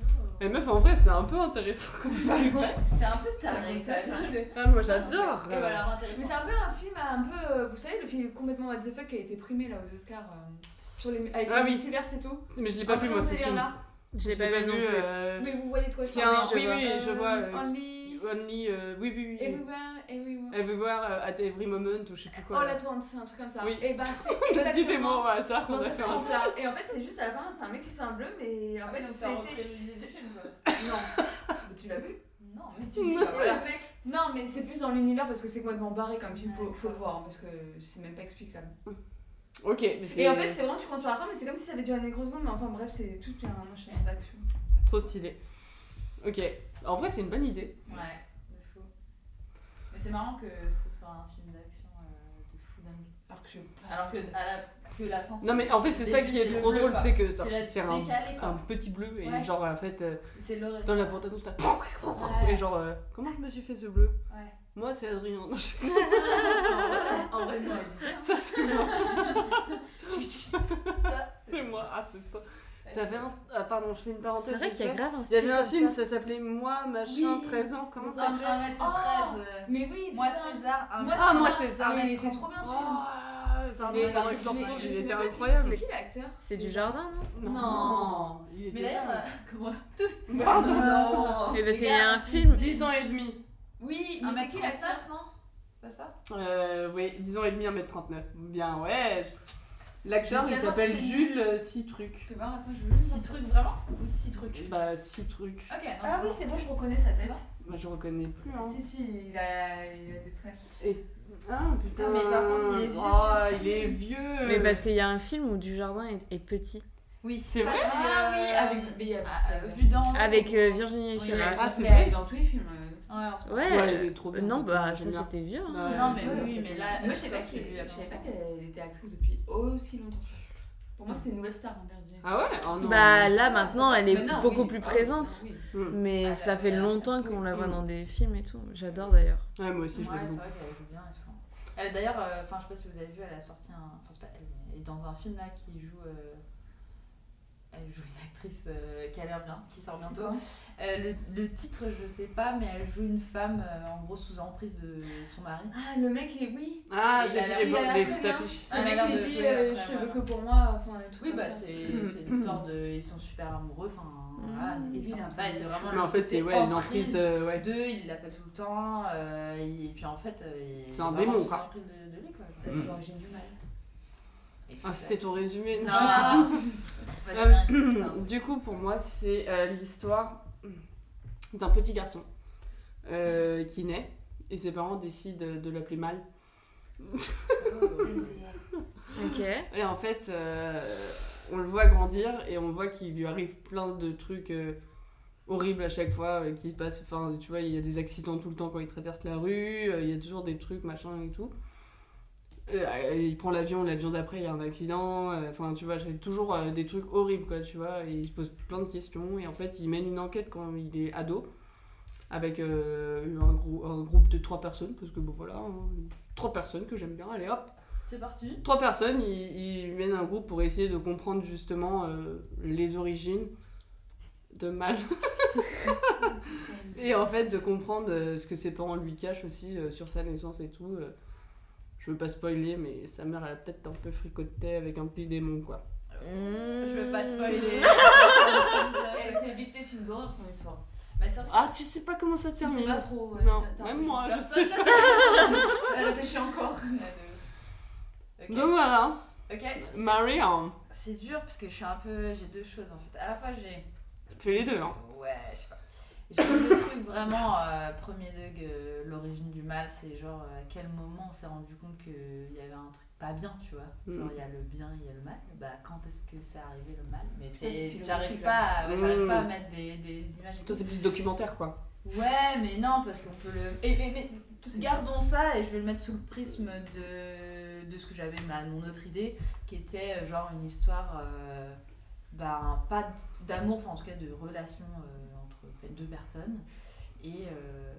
S3: Oh.
S1: Et meuf, en vrai, c'est un peu intéressant comme truc.
S2: T'es un peu taré,
S3: Ça
S2: ça.
S3: me
S2: dis-le.
S1: Ah, moi j'adore.
S3: Et voilà.
S2: C'est
S3: Mais c'est
S2: intéressant.
S3: un peu un film à un peu. euh, Vous savez, le film complètement what the fuck qui a été primé là aux Oscars. euh, sur les, avec
S1: Ah
S3: les
S1: oui.
S3: multivers et tout.
S1: Mais je l'ai pas vu moi ce film.
S3: Ah, Là.
S5: Je l'ai pas vu non plus.
S1: euh,
S3: Mais vous voyez de quoi je
S1: Qui a
S3: parle.
S1: un- oui, oui, je
S3: Euh,
S1: vois. euh,
S3: Only.
S1: Only, euh, oui, oui, oui.
S3: Everywhere, everyone.
S1: Everywhere, euh, at every moment, ou je sais plus quoi.
S3: All
S1: là.
S3: at once, c'est un truc comme ça.
S1: Oui.
S3: Et bah, c'est
S1: On a dit des
S3: exactement-
S1: mots au hasard, on
S3: dans
S1: a
S3: cette
S1: fait un
S3: trempe là et en fait c'est juste à la fin c'est un mec qui se fait un bleu mais en
S2: Ah oui,
S3: fait
S2: donc t'as
S3: c'était
S2: repris le sujet du film, quoi.
S3: non Mais tu l'as vu
S2: Non, mais tu
S1: Non.
S2: dis. ah,
S3: Voilà.
S2: Le mec.
S3: non mais c'est plus dans l'univers parce que c'est complètement barré comme film faut, faut le
S2: D'accord.
S3: voir hein, parce que c'est même pas explicable
S1: Ok, mais c'est
S3: et en fait c'est vraiment tu commences par la fin mais c'est comme si ça avait duré une microseconde mais enfin bref c'est tout un enchaînement d'action
S1: trop stylé. Ok, en vrai, c'est une bonne idée.
S2: Ouais, de fou. Mais c'est marrant que ce soit un film d'action euh, de fou dingue.
S3: alors que je
S2: Alors que, à la, que la fin. c'est-
S1: Non, mais en fait, c'est
S2: le
S1: ça
S2: début,
S1: qui est
S2: le
S1: trop
S2: bleu,
S1: drôle,
S2: quoi.
S1: c'est que genre,
S2: C'est la
S1: c'est un,
S2: décalée, quoi.
S1: un petit bleu, et
S2: Ouais.
S1: genre, en fait, euh,
S2: C'est le.
S1: dans la bande annonce,
S2: Ouais.
S1: Et genre, euh, comment je me suis fait ce bleu
S2: Ouais.
S1: Moi, c'est Adrien. Non, je-
S3: en vrai
S2: C'est
S3: c'est
S2: moi.
S1: Ça, c'est moi.
S2: Ça,
S1: c'est moi. Ah, c'est toi. T'avais un. Ah, pardon, je fais une parenthèse.
S5: C'est vrai
S1: vite
S5: qu'il y a
S1: fait.
S5: grave un
S1: Il y avait
S5: style
S1: un
S5: comme
S1: film,
S5: ça.
S1: ça, s'appelait Moi, machin,
S3: Oui.
S1: 13 ans. Comment ça
S2: Un
S1: s'appelait
S2: 1m13. euh,
S3: mais oui
S2: Moi,
S3: putain.
S2: César, un
S3: Moi,
S2: mec-
S1: Ah, moi, c'est ça.
S3: mais il
S2: mais
S3: était
S2: trop-
S3: trop bien ce film
S1: Ah,
S2: Enfin,
S1: mais faudrait
S2: moi, je
S1: que je le
S2: l'ai-
S1: retrouve,
S2: je
S1: il
S3: sais
S1: était
S3: même pas qui-
S1: incroyable.
S3: c'est qui l'acteur
S5: C'est du jardin, non
S1: Non, il était
S2: Mais d'ailleurs, euh, comment.
S1: Pardon
S3: non
S5: Mais parce
S1: Oh,
S2: Les
S5: qu'il y a
S2: gars,
S5: un
S2: on se
S5: film.
S2: dit-
S1: 10 ans et demi.
S2: Oui, mais
S4: Un
S2: c'est
S4: mec
S2: qui la
S4: 39,
S2: teuf, non Pas ça
S1: Euh, oui, 10 ans et demi, 1m39. Bien, ouais. L'acteur,
S2: J'ai
S1: il
S2: tellement
S1: s'appelle
S2: saigné.
S1: Jules euh, Citruc.
S3: Je peux voir, attends, je veux juste.
S2: Six trucs, vraiment Ou six trucs
S1: Bah, Citruc.
S2: Ok, non.
S3: Ah oui,
S2: non.
S3: c'est bon, je reconnais sa tête.
S1: Bah, je reconnais plus, hein.
S3: Si, si, il a, il a des traits.
S1: Ah, putain.
S2: Putain, mais par contre, il est vieux,
S1: Ah,
S2: ce
S1: il est vieux.
S4: Mais parce qu'il y a un film où Dujardin est, est petit.
S2: Oui,
S1: C'est
S2: ça,
S1: vrai
S2: Ah
S3: euh,
S2: oui, avec.
S3: Mais il y a
S2: Ah, euh, vu
S1: Oh.
S2: d'en haut.
S4: Avec euh, Virginie
S2: Oui,
S4: Efira.
S3: Ah,
S1: mais
S3: c'est
S1: elle
S3: vrai,
S1: est
S3: dans tous les films.
S2: Ouais, en ce moment.
S4: Ouais.
S1: Ouais, il est trop bien,
S4: non,
S1: ça,
S4: bah ça
S1: j'aime bien.
S4: c'était vieux. hein.
S1: Ouais.
S2: Non, mais
S3: Ouais,
S2: oui,
S3: c'est
S2: mais
S3: bien.
S2: là.
S3: Moi, je savais pas
S2: que j'ai
S3: qu'elle
S2: vu
S3: je savais
S2: avant.
S3: pas qu'elle était actrice depuis aussi longtemps que ça. Pour moi, c'était une nouvelle star en dernier.
S1: Ah ouais Oh non.
S4: Bah là maintenant elle est
S3: Mais non,
S4: beaucoup
S3: oui.
S4: plus
S3: Ah, oui,
S4: présente.
S3: non, oui.
S1: Hmm.
S4: Mais
S2: Ah,
S4: ça
S2: la-
S4: fait
S2: la-
S4: longtemps
S3: oui,
S4: qu'on la voit
S1: Mm.
S3: oui.
S4: dans des films et tout. J'adore d'ailleurs.
S1: Ouais, moi aussi, je
S2: Ouais,
S1: l'aime
S2: c'est
S1: beaucoup.
S2: vrai qu'elle joue bien et tout. Elle d'ailleurs, euh, enfin je sais pas si vous avez vu, elle a sorti un. Enfin c'est pas elle, mais elle est dans un film là qui joue. euh, Elle joue une actrice euh, qui a l'air bien, qui sort bientôt. Euh, le, le titre je sais pas, mais elle joue une femme euh, en gros sous emprise de son mari.
S3: Ah, le mec est oui.
S1: Ah,
S2: Il
S1: j'ai
S2: a
S1: vu les,
S2: l'air-
S3: il a l'air
S1: les-
S3: très
S1: les
S3: bien.
S1: affiches.
S3: C'est
S2: Ah,
S3: le
S2: mais
S3: mec
S2: là,
S3: qui
S2: de-
S3: dit
S2: oui,
S3: euh,
S2: après,
S3: je veux
S2: voilà.
S3: que pour moi, enfin, et tout.
S2: Oui
S3: comme
S2: bah
S3: ça.
S2: c'est
S1: Mm.
S2: c'est l'histoire de ils sont super amoureux, enfin voilà,
S4: Mm.
S2: des histoires comme ça Mmh. et c'est vraiment.
S1: Mais en
S2: le
S1: fait, c'est
S2: côté
S1: ouais, une emprise. euh, ouais.
S2: Deux, il l'appelle tout le temps, euh, et puis en fait, euh, il
S1: C'est un
S2: est vraiment
S1: démon,
S2: sous
S1: quoi.
S2: emprise de, de lui quoi.
S3: Ça, c'est l'origine du mal.
S2: Et puis,
S1: Ah, c'était ton résumé.
S2: Non, Non, non. Vas-y,
S1: Euh,
S2: Marine, c'est un truc.
S1: du coup, pour moi, c'est euh, l'histoire d'un petit garçon euh, qui naît et ses parents décident de l'appeler mal. Mm.
S4: Ok.
S1: Et en fait, euh, on le voit grandir et on voit qu'il lui arrive plein de trucs euh, horribles à chaque fois euh, qui se passent. Enfin, tu vois, il y a des accidents tout le temps quand il traverse la rue, euh, il y a toujours des trucs, machin et tout. Euh, euh, il prend l'avion, l'avion d'après, il y a un accident. euh, Enfin, tu vois, j'ai toujours euh, des trucs horribles, quoi, tu vois. Et il se pose plein de questions et en fait, il mène une enquête quand il est ado avec euh, un, grou- un groupe de trois personnes, parce que bon, voilà, hein, trois personnes que j'aime bien, allez hop,
S2: C'est parti.
S1: trois personnes, ils, ils mènent un groupe pour essayer de comprendre justement euh, les origines de Mal. et en fait, de comprendre euh, ce que ses parents lui cachent aussi euh, sur sa naissance et tout. euh. je veux pas spoiler, mais sa mère, elle a peut-être un peu fricoté avec un petit démon, quoi.
S2: Mmh. Je veux pas spoiler.
S3: Eh, C'est vite les films d'horreur, son histoire.
S2: Bah, c'est vrai.
S1: Ah, tu sais pas comment ça
S3: Tu sais
S1: termine
S3: pas trop. ouais,
S1: Non,
S3: t'as- t'as un
S1: même
S3: peu-
S1: moi, je sais.
S2: Personne ne sait.
S3: Elle réfléchit encore.
S2: Ok.
S1: Donc voilà, hein.
S2: Ok, c'est-
S1: Marianne,
S2: C'est dur parce que je suis un peu. J'ai deux choses en fait. À la fois, j'ai.
S1: fais les deux, hein.
S2: Ouais, je sais pas. J'ai le truc vraiment euh, premier degré, euh, l'origine du mal, c'est genre euh, à quel moment on s'est rendu compte qu'il y avait un truc pas bien, tu vois. Genre
S1: Mm.
S2: il y a le bien, il y a le mal. Bah quand est-ce que c'est arrivé le mal Mais
S3: Ça,
S2: c'est
S3: c'est philosophique,
S2: j'arrive
S3: là.
S2: pas, à- ouais, j'arrive
S1: Mm.
S2: pas à mettre des, des images. et
S1: Toi,
S2: tout.
S1: c'est plus documentaire, quoi.
S2: Ouais, mais non parce qu'on peut le. Et, mais, mais, gardons ça et je vais le mettre sous le prisme de, de ce que j'avais ma- mon autre idée qui était euh, genre une histoire euh, ben, pas d'amour enfin en tout cas de relation euh, entre deux personnes et euh,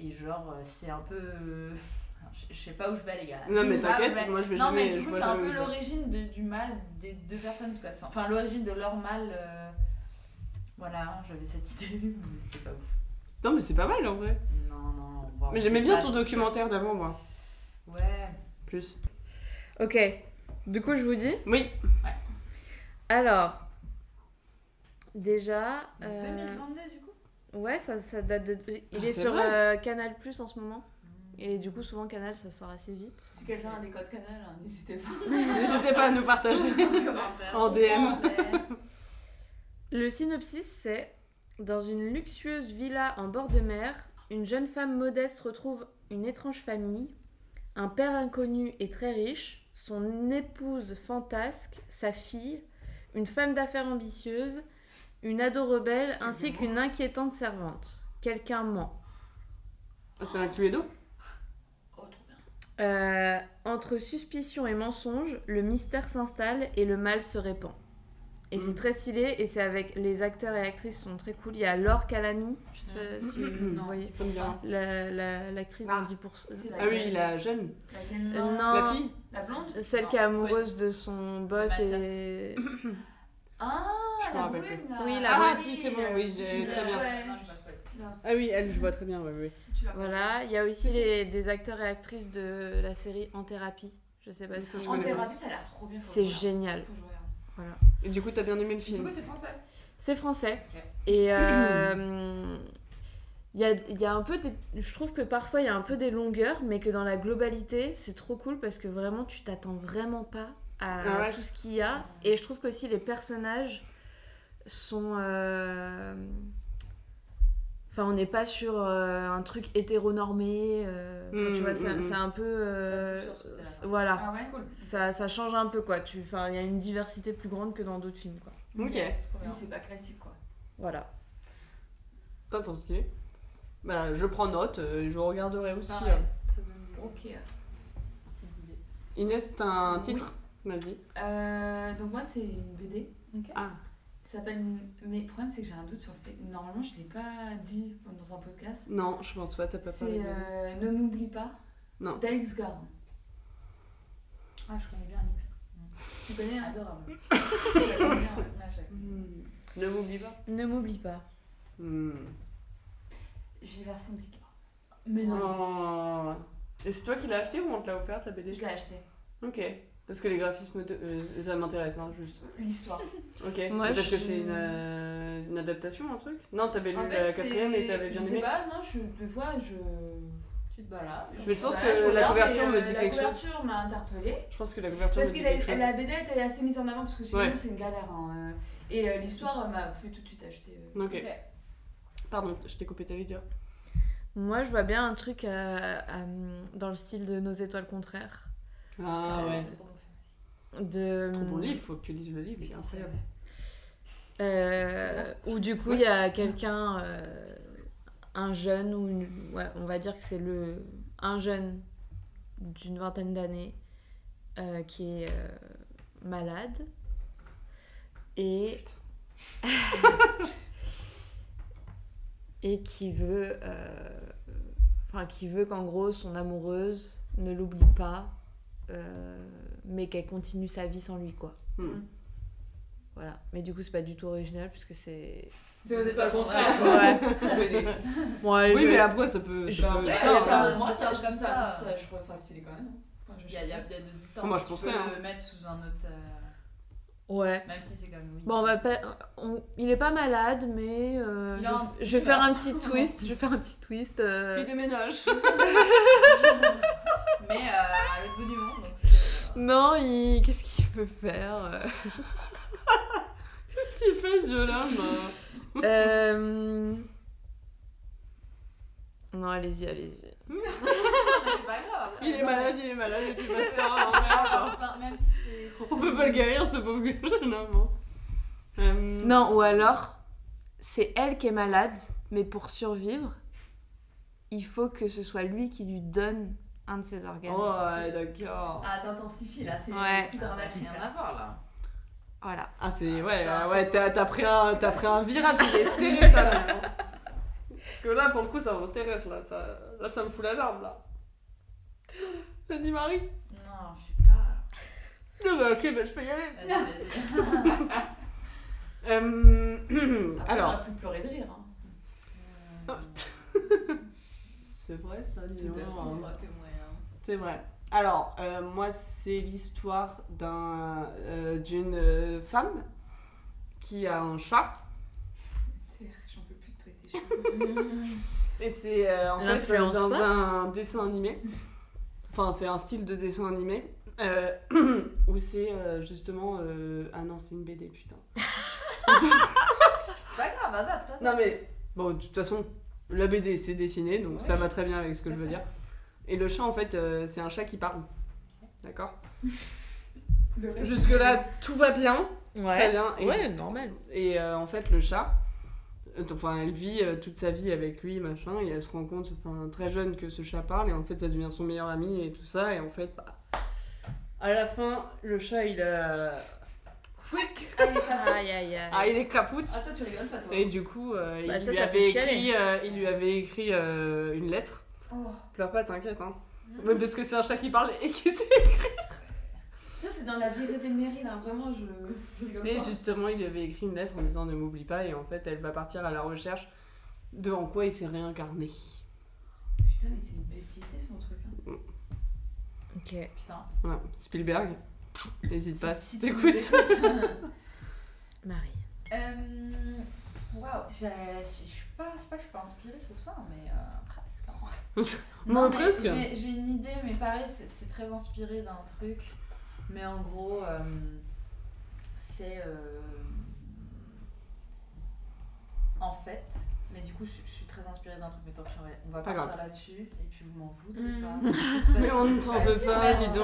S2: et genre euh, c'est un peu euh, je- je sais pas où je vais aller gars là.
S1: Non,
S2: Je
S1: mais
S2: sais pas où je vais
S1: t'inquiète, moi, je vais
S2: Ah, non,
S1: jamais...
S2: mais du
S1: je
S2: coup,
S1: vois
S2: c'est un
S1: jamais où
S2: peu
S1: je vais.
S2: l'origine de- du mal des deux personnes, quoi. Sans- Enfin, l'origine de leur mal. euh, Voilà, hein, j'avais cette idée, mais c'est pas ouf.
S1: Non, mais c'est pas mal, en vrai.
S2: Non, non, on va-
S1: Mais j'aimais bien
S2: Ah,
S1: ton
S2: c'est-
S1: documentaire d'avant, moi.
S2: Ouais.
S1: Plus.
S4: Ok. Du coup je vous dis.
S1: Oui.
S4: Alors. Déjà. euh,
S2: 2022, du coup
S4: Ouais, ça, ça date de. Il
S1: Ah,
S4: est
S1: c'est
S4: sur
S1: vrai. Mm.
S4: euh, Canal Plus en ce moment. Et du coup, souvent Canal, ça sort assez vite.
S3: Si quelqu'un a des codes canal, hein, n'hésitez pas.
S1: N'hésitez pas à nous partager.
S2: Commentaire,
S1: En
S2: s'il
S1: DM.
S2: vous plaît.
S4: Le synopsis, c'est Dans une luxueuse villa en bord de mer, une jeune femme modeste retrouve une étrange famille, un père inconnu et très riche, son épouse fantasque, sa fille, une femme d'affaires ambitieuse, une ado rebelle
S3: C'est
S4: ainsi
S3: beau.
S4: qu'une inquiétante servante. Quelqu'un ment.
S1: C'est un Cluedo
S3: Oh, trop bien.
S4: Euh, entre suspicion et mensonge, le mystère s'installe et le mal se répand. Et
S1: Mm.
S4: c'est très stylé, et c'est avec les acteurs et actrices sont très cool. Il y a Laure Calamy, je sais pas si vous
S3: Non,
S4: voyez,
S1: Ça me dit rien.
S4: la- la- l'actrice
S1: Euh, Ah.
S4: dans 10%.
S3: C'est
S1: Ah oui, la jeune.
S3: Laquelle
S4: Euh,
S3: non.
S4: non,
S1: La fille
S3: La blonde
S4: celle
S2: Non,
S4: qui est amoureuse de son boss
S2: Mathias.
S4: et.
S3: Ah,
S1: Je me
S3: la
S1: rappelle
S3: brune,
S1: plus.
S3: là.
S4: Oui, la
S1: Ah,
S4: Ah,
S1: si, c'est bon, oui, j'ai
S3: Euh,
S1: très bien.
S3: ouais.
S2: Non, je passe pas.
S1: Ah oui, elle, je vois très bien, oui, oui.
S3: Tu l'as
S4: Voilà, il y a aussi
S3: Si, si.
S4: les- des acteurs et actrices de la série En Thérapie. Je sais pas si.
S1: Je
S3: En
S1: connais pas.
S3: thérapie, ça a l'air trop bien. faut
S4: C'est
S3: que je regarde.
S4: génial.
S3: Faut que je regarde.
S1: Et du coup, t'as bien aimé le
S2: Du coup,
S1: film
S2: c'est français.
S4: C'est français.
S2: Ok.
S4: Et euh, Il y a, il y a un peu des- Je trouve que parfois il y a un peu des longueurs, mais que dans la globalité, c'est trop cool parce que vraiment tu t'attends vraiment pas à
S1: Ah ouais.
S4: tout ce qu'il y a. Et je trouve qu'aussi les personnages sont. euh, Enfin, on n'est pas sur euh, un truc hétéronormé. euh, enfin, tu
S1: Mm,
S4: vois, c'est
S1: mm,
S4: c'est un peu. euh,
S2: Ça bouge sur ce côté-là.
S4: c'est- voilà.
S3: Ah ouais, cool.
S4: Ça, ça change un peu quoi. Tu- Enfin, il y a une diversité plus grande que dans d'autres films quoi.
S1: Ok.
S2: Trop
S3: Oui,
S2: bien.
S3: c'est pas classique quoi.
S4: Voilà.
S1: Pas ton stylé. Bah, je prends note, euh, et je regarderai aussi.
S2: Ah ouais,
S1: hein.
S2: ça donne des
S3: Ok.
S2: petites idées.
S1: Inès, t'as un
S3: Oui.
S1: titre Vas-y.
S3: Euh, donc moi c'est une BD.
S2: Ok.
S1: Ah.
S3: Ça s'appelle. Mais le problème c'est que j'ai un doute sur le fait. Normalement je l'ai pas dit dans un podcast.
S1: Non, je pense pas, t'as pas parlé.
S3: C'est
S1: de-
S3: euh, Ne m'oublie pas.
S1: Non.
S3: D'Alex Garin.
S2: Ah, je connais bien Alex.
S3: Tu connais hein
S2: Adorable. Je la connais bien, ouais. Ah, je la connais.
S1: Hmm. Ne m'oublie pas.
S4: Ne m'oublie pas.
S1: Hmm.
S3: J'ai vers son ticket. Mais
S1: Oh. Et c'est toi qui l'as acheté ou on te l'a offert ta BD
S3: Je l'ai acheté.
S1: Ok. Parce que les graphismes, de- euh, ça m'intéresse, hein, juste.
S3: L'histoire.
S1: Ok.
S4: Moi,
S1: Parce que
S4: je-
S1: c'est une, euh, une adaptation, un truc Non, t'avais lu
S3: En
S1: la
S3: fait, c'est-
S1: quatrième et t'avais bien
S3: Je sais
S1: aimé.
S3: pas, non, je, des fois, je.
S2: Tu te balades.
S1: Ah, Je pense
S3: Voilà,
S1: que
S3: je
S1: la
S3: regarde,
S1: couverture
S3: et,
S1: me
S3: euh,
S1: dit quelque chose.
S3: La couverture m'a interpellée.
S1: Je pense que la couverture
S3: Parce
S1: me
S3: que
S1: dit
S3: la,
S1: quelque chose.
S3: la BD elle est assez mise en avant parce que sinon
S1: Ouais.
S3: c'est une galère. hein, euh. Et euh, l'histoire euh, m'a fait tout de suite acheter. euh.
S1: Ok. Pardon, je t'ai coupé, t'avais dit.
S4: Moi, je vois bien un truc euh, euh, dans le style de Nos étoiles contraires.
S1: Ah ouais.
S4: De,
S1: Trop bon livre, faut que tu lises le livre, c'est incroyable.
S4: Euh, où du coup, il y a quelqu'un, euh, un jeune, ou une- ouais, on va dire que c'est le un jeune d'une vingtaine d'années euh, qui est euh, malade. Et. et qui veut. euh, Enfin, qui veut qu'en gros, son amoureuse ne l'oublie pas, euh, mais qu'elle continue sa vie sans lui, quoi.
S1: Hmm.
S4: Voilà. Mais du coup, c'est pas du tout original puisque c'est.
S2: C'est aux étoiles contraires.
S4: Ouais. Bon, allez,
S1: Oui,
S4: je-
S1: mais après, ça peut.
S4: Je-
S1: ça peut-
S3: Ouais,
S2: ça,
S3: ouais,
S2: ça,
S3: ça,
S2: ça,
S3: moi,
S2: ça,
S3: ça,
S2: comme ça.
S3: ça, je trouve ça stylé quand même. Enfin, je-
S2: Il y a, il y a- il y a d'autres histoires.
S1: Ah, moi,
S2: mais
S1: je
S2: tu
S1: pensais,
S2: peux
S1: hein.
S2: le mettre sous un autre. euh,
S4: Ouais.
S2: Même si c'est comme oui.
S4: Bon, on va pas. on- Il est pas malade, mais euh,
S2: Il
S4: je...
S2: a un
S4: je vais faire un petit twist. Je vais faire un petit twist. euh,
S1: Il déménage.
S2: Mais euh, avec bout du monde, donc c'est.
S4: Non, il... qu'est-ce qu'il peut faire euh.
S1: Qu'est-ce qu'il fait, ce jeune homme
S4: euh... Non, allez-y, allez-y.
S2: Mais c'est pas grave. après.
S1: Il est
S2: Non, mais-
S1: malade, il est malade, et puis basta.
S2: Ah,
S1: hein,
S2: enfin, même si c'est.
S1: ouais. On peut pas le guérir, ce pauvre jeune homme. hein. Euh,
S4: Non, ou alors, c'est elle qui est malade, mais pour survivre, il faut que ce soit lui qui lui donne un de ses organes.
S1: Oh, ouais, d'accord.
S3: Ah, t'intensifies là, c'est
S4: Ouais.
S3: plus
S2: Ça n'a
S3: dramatique.
S2: rien à voir là.
S4: Voilà.
S1: Ah, c'est. Ouais,
S2: putain,
S1: ouais,
S2: c'est
S1: t'as
S2: bon.
S1: t'as pris, un- t'as pris un virage, il est serré, ça, là. hein. Parce que là, pour le coup, ça m'intéresse, là. Ça, là, ça me fout la larme, là. Vas-y, Marie.
S2: Non, je sais pas. Ah,
S1: Non, bah, ok, bah, je peux y aller.
S2: Vas-y, vas-y.
S1: Euh,
S3: Après,
S1: Alors.
S3: J'aurais pu pleurer de rire. hein.
S1: C'est vrai ça, dis
S2: Tout
S1: donc,
S2: à
S1: hein.
S2: fait, que moyen.
S1: C'est vrai. Alors, euh, moi, c'est l'histoire d'un, euh, d'une euh, femme qui a un chat.
S3: J'en peux plus de toi et tes
S2: hein.
S1: Et c'est euh, en fait
S4: L'influence
S1: dans
S4: pas.
S1: un dessin animé. Enfin, c'est un style de dessin animé euh, où c'est euh, justement. euh, Ah non, c'est une BD, putain.
S2: C'est pas grave, adapte, adapte.
S1: Non mais bon, de toute façon, la BD c'est dessiné, donc
S2: Oui.
S1: ça va très bien avec ce que
S2: Tout
S1: je
S2: à
S1: veux
S2: fait.
S1: dire. Et le chat en fait, euh, c'est un chat qui parle. D'accord
S3: Le reste-
S1: Jusque là, tout va bien, très
S4: Ouais.
S1: bien. Et,
S4: Ouais, normal.
S1: et, euh, en fait, le chat, euh, enfin, elle vit euh, toute sa vie avec lui, machin, et elle se rend compte, enfin, très jeune, que ce chat parle, et en fait, ça devient son meilleur ami et tout ça, et en fait, bah, à la fin, le chat, il a,
S4: Aïe, aïe, aïe.
S1: ah, il est capoute.
S3: Ah, toi, tu rigoles pas, toi.
S1: Et du coup, euh,
S4: Bah,
S1: il,
S4: ça,
S1: lui
S4: ça
S1: avait
S4: fait chialer.
S1: écrit, euh, il lui avait écrit euh, une lettre.
S3: Oh.
S1: Pleure pas, t'inquiète, hein.
S2: Mm.
S1: Mais parce que c'est un chat qui parle et qui sait.
S3: Ça, c'est dans la vie rêvée de Meryl, hein. vraiment, je, je rigole
S1: Et
S3: pas.
S1: justement, il lui avait écrit une lettre en disant ne m'oublie pas, et en fait, elle va partir à la recherche de en quoi il s'est réincarné.
S3: Putain, mais c'est une bêtise, mon truc. Hein.
S4: Ok.
S2: Putain.
S1: Voilà, Spielberg, n'hésite pas
S2: Bah, Si-
S1: si
S2: si tu nous
S1: t'écoutes.
S2: écoutes.
S4: Marie.
S2: Euh, Waouh, j'ai- je suis pas, c'est pas que je suis pas inspirée ce soir, mais euh, presque. hein.
S1: Non,
S2: mais
S1: presque.
S2: J'ai j'ai une idée, mais pareil, c'est- c'est très inspiré d'un truc. Mais en gros, euh, c'est. euh, en fait, mais du coup, je, je suis très inspirée d'un truc, mais tant pis, on va, on va
S1: Pas
S2: partir là-dessus, et puis vous m'en voudrez
S5: Mm.
S2: pas. De toute
S1: Mais
S2: façon,
S1: on ne t'en
S2: bah,
S1: veut
S3: Ah,
S2: si,
S1: pas,
S2: personne-
S1: dis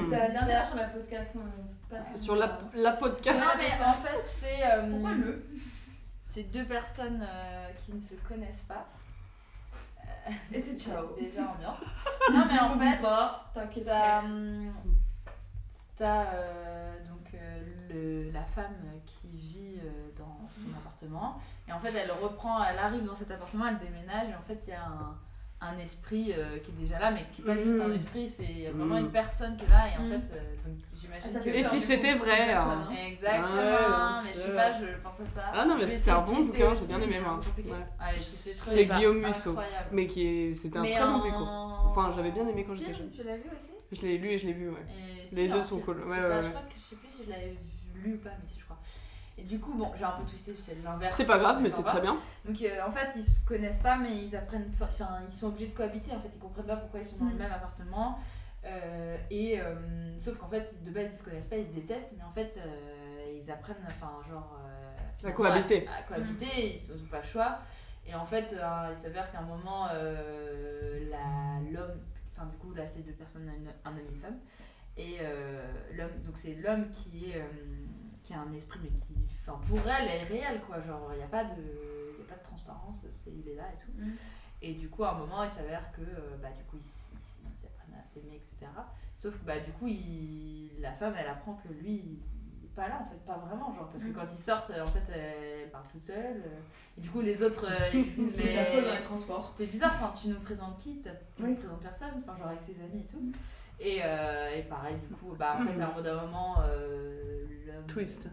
S1: donc.
S6: C'est la dernière sur la podcast.
S3: euh,
S6: on passe
S1: Sur la, la
S2: Non,
S1: podcast.
S2: mais en fait, c'est. euh,
S3: Pourquoi le
S2: C'est deux personnes euh, qui ne se connaissent pas.
S3: Et c'est ciao.
S2: Déjà ambiance. non mais en
S6: N'oublie
S2: fait,
S6: pas, T'inquiète.
S2: t'as hum, t'as, euh, donc euh, le- la femme qui vit euh, dans son
S1: Mm.
S2: appartement et en fait elle reprend, elle arrive dans cet appartement, elle déménage et en fait il y a un, un esprit euh, qui est déjà là mais qui est pas juste un
S1: Mhm.
S2: esprit, c'est il y a vraiment
S1: Mhm.
S2: une personne qui est là et en
S1: Mm.
S5: Mhm.
S2: fait euh, donc j'imagine
S6: ça
S2: que
S6: fait
S1: Et
S6: peur,
S1: si
S6: du
S1: c'était
S6: coup,
S1: vrai,
S6: c'est
S1: hein.
S6: personne,
S2: Exactement,
S1: Ah Ouais,
S2: mais je
S1: c'est-
S2: sais pas, je pense à ça.
S1: Ah non, mais
S2: Je vais
S1: c'est un
S2: essayer
S1: bon
S2: de tester
S1: bouquin, j'ai
S2: aussi,
S1: bien aimé
S2: mais
S1: moi.
S2: un peu plus-
S1: Ouais.
S2: Allez, je te trouve
S1: C'est
S2: pas
S1: Guillaume Musso.
S2: incroyable.
S1: Mais qui est- c'était un
S2: Mais
S1: très
S2: en-
S1: mauvais cours. Enfin, j'avais bien aimé quand j'étais jeune.
S2: film, Tu l'as vu aussi
S1: Je l'ai lu et je l'ai vu, ouais.
S2: Et si,
S1: Les
S2: en
S1: deux sont
S2: film.
S1: cool.
S2: Je sais
S1: Ouais,
S2: pas,
S1: ouais,
S2: Je
S1: ouais.
S2: crois que je sais plus si je l'avais lu ou pas, mais si je crois. Et du coup, bon, j'ai un peu twisté, c'est l'inverse.
S1: C'est pas grave, mais c'est
S2: Enfin,
S1: très bien.
S2: Donc euh, en fait, ils se connaissent pas, mais ils apprennent. Enfin, ils sont obligés de cohabiter. En fait, ils comprennent pas pourquoi ils sont dans le
S6: Mm.
S2: même appartement. Euh, et euh, sauf qu'en fait, de base, ils se connaissent pas, ils se détestent, mais en fait, euh, ils apprennent, enfin, genre. euh, finalement,
S1: cohabiter.
S2: À, à cohabiter, ils n'ont pas le choix. Et en fait, euh, il s'avère qu'à un moment, euh, la- l'homme, enfin, du coup, là, c'est deux personnes, un- un homme et une femme. Et euh, l'homme, donc c'est l'homme qui est euh, qui a un esprit, mais qui, enfin pour elle, est réel quoi. Genre il n'y a pas de, y a pas de transparence, c'est il est là et tout.
S3: Mhm.
S2: Et du coup à un moment il s'avère que euh, bah du coup ils s- ils s- ils apprennent à s'aimer etc. Sauf que bah du coup il- la femme elle apprend que lui il est pas là en fait pas vraiment genre parce que
S3: Mhm.
S2: quand ils sortent en fait elle parle toute seule. euh, et du coup les autres euh, ils disent
S3: C'est la
S2: mais
S3: folle dans les transports.
S2: c'est bizarre, enfin, tu nous présentes qui T'as- Tu
S3: Oui.
S2: nous présentes personne, enfin, genre avec ses amis et tout. Et, euh, et pareil, du coup, bah, en fait, à un moment, d'un moment, euh, l'homme.
S1: Twist.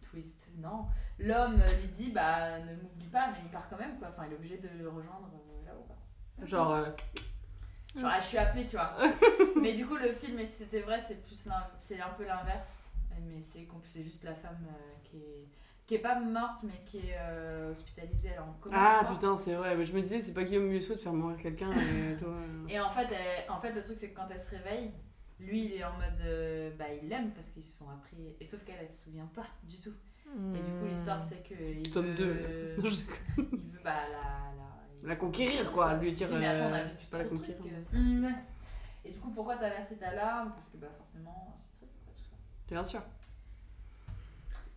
S2: Twist, non. L'homme lui dit, bah, ne m'oublie pas, mais il part quand même, quoi. Enfin, il est obligé de le rejoindre euh, là-haut, quoi.
S1: Genre, euh,
S2: Genre, ah, je suis appelée, tu vois. mais du coup, le film, et si c'était vrai, c'est plus l'in- c'est un peu l'inverse. Mais c'est qu'on- c'est juste la femme euh, qui est. Qui est pas morte, mais qui est euh, hospitalisée. Alors, on commence
S1: ah
S2: pas.
S1: putain, c'est vrai. Mais je me disais, c'est pas Guillaume Musso de faire mourir quelqu'un et toi. euh.
S2: Et en fait, elle- en fait le truc, c'est que quand elle se réveille, lui, il est en mode. euh, bah, il l'aime parce qu'ils se sont appris. Et sauf qu'elle, elle se souvient pas du tout. Et du coup, l'histoire,
S5: Hmm.
S2: c'est que.
S1: C'est
S2: il
S1: tome
S2: veut-
S1: deux. Non, je déconne.
S2: Il veut, bah, la.
S1: La conquérir, quoi, lui
S2: Je dis,
S1: dire,
S2: Mais attends, on a
S1: euh,
S2: vécu
S1: pas la
S2: trop de trucs.
S1: conquérir.
S2: euh, c'est
S6: Mm,
S2: un petit peu- Et du coup, pourquoi t'as versé ta larme Parce que, bah, forcément, c'est triste, quoi, tout ça.
S1: Bien sûr.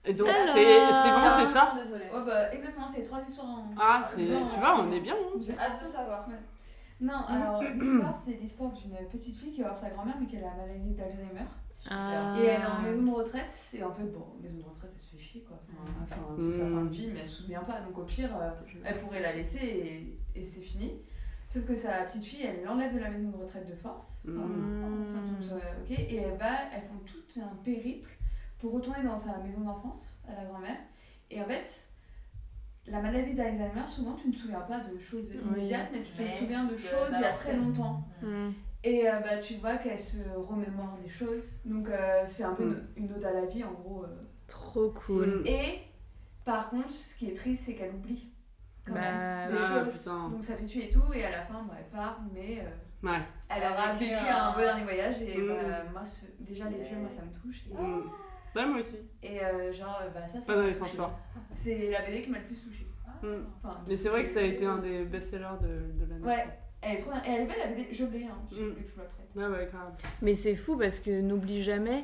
S1: Et donc,
S5: Alors.
S1: c'est c'est bon, c'est ça
S2: Désolée.
S3: Oh bah exactement, c'est les trois histoires en.
S1: Ah, c'est.
S3: Non.
S1: Tu vois, on est bien. hein.
S2: J'ai hâte de savoir.
S3: Non, alors l'histoire, c'est l'histoire d'une petite fille qui va voir sa grand-mère mais qui a la maladie d'Alzheimer.
S5: Ah.
S3: Et elle est en maison de retraite, et en fait, bon, maison de retraite, elle se fait chier quoi. Enfin, enfin, c'est sa fin de vie, mais elle se souvient pas, donc au pire, euh, elle pourrait la laisser et, et c'est fini. Sauf que sa petite fille, elle l'enlève de la maison de retraite de force, enfin,
S1: Mm.
S3: en- en- sans doute, euh, ok, et elle va, elles font tout un périple pour retourner dans sa maison d'enfance, à la grand-mère. Et en fait, la maladie d'Alzheimer, souvent, tu ne te souviens pas de choses immédiates, mais tu te
S2: Mais
S3: souviens de
S2: de
S3: choses il y a très
S2: l'ancienne.
S3: longtemps.
S5: Hmm.
S3: Et euh, bah, tu vois qu'elle se remémore des choses. Donc euh, c'est un peu
S1: Mm.
S3: une, une ode à la vie en gros. euh.
S5: Trop cool.
S3: Et par contre, ce qui est triste, c'est qu'elle oublie quand
S5: Bah,
S3: même des
S1: ah,
S3: choses.
S1: putain.
S3: Donc ça tue et tout. Et à la fin, bah, elle part, mais euh,
S1: Ouais.
S3: elle
S2: Elle aura
S3: a vécu
S2: vu
S3: un
S2: un-
S3: beau dernier voyage. Et
S1: Mm.
S3: bah, moi, ce- déjà les
S2: C'est-
S3: vieux, moi ça me touche. Et,
S1: Mm. Ouais, moi aussi.
S3: et, euh, genre, bah, ça,
S1: Pas dans les
S3: c'est
S1: transports.
S3: c'est la BD qui m'a le plus touchée.
S1: Mm.
S3: Enfin,
S1: Mais c'est vrai que ça a été un des best-sellers de, de l'année.
S3: Ouais, elle est trop bien. Et elle est belle la BD, je l'ai, hein, je
S1: Mm.
S3: je vous la prête.
S1: Ouais, ouais, grave.
S5: Mais c'est fou parce que N'oublie jamais,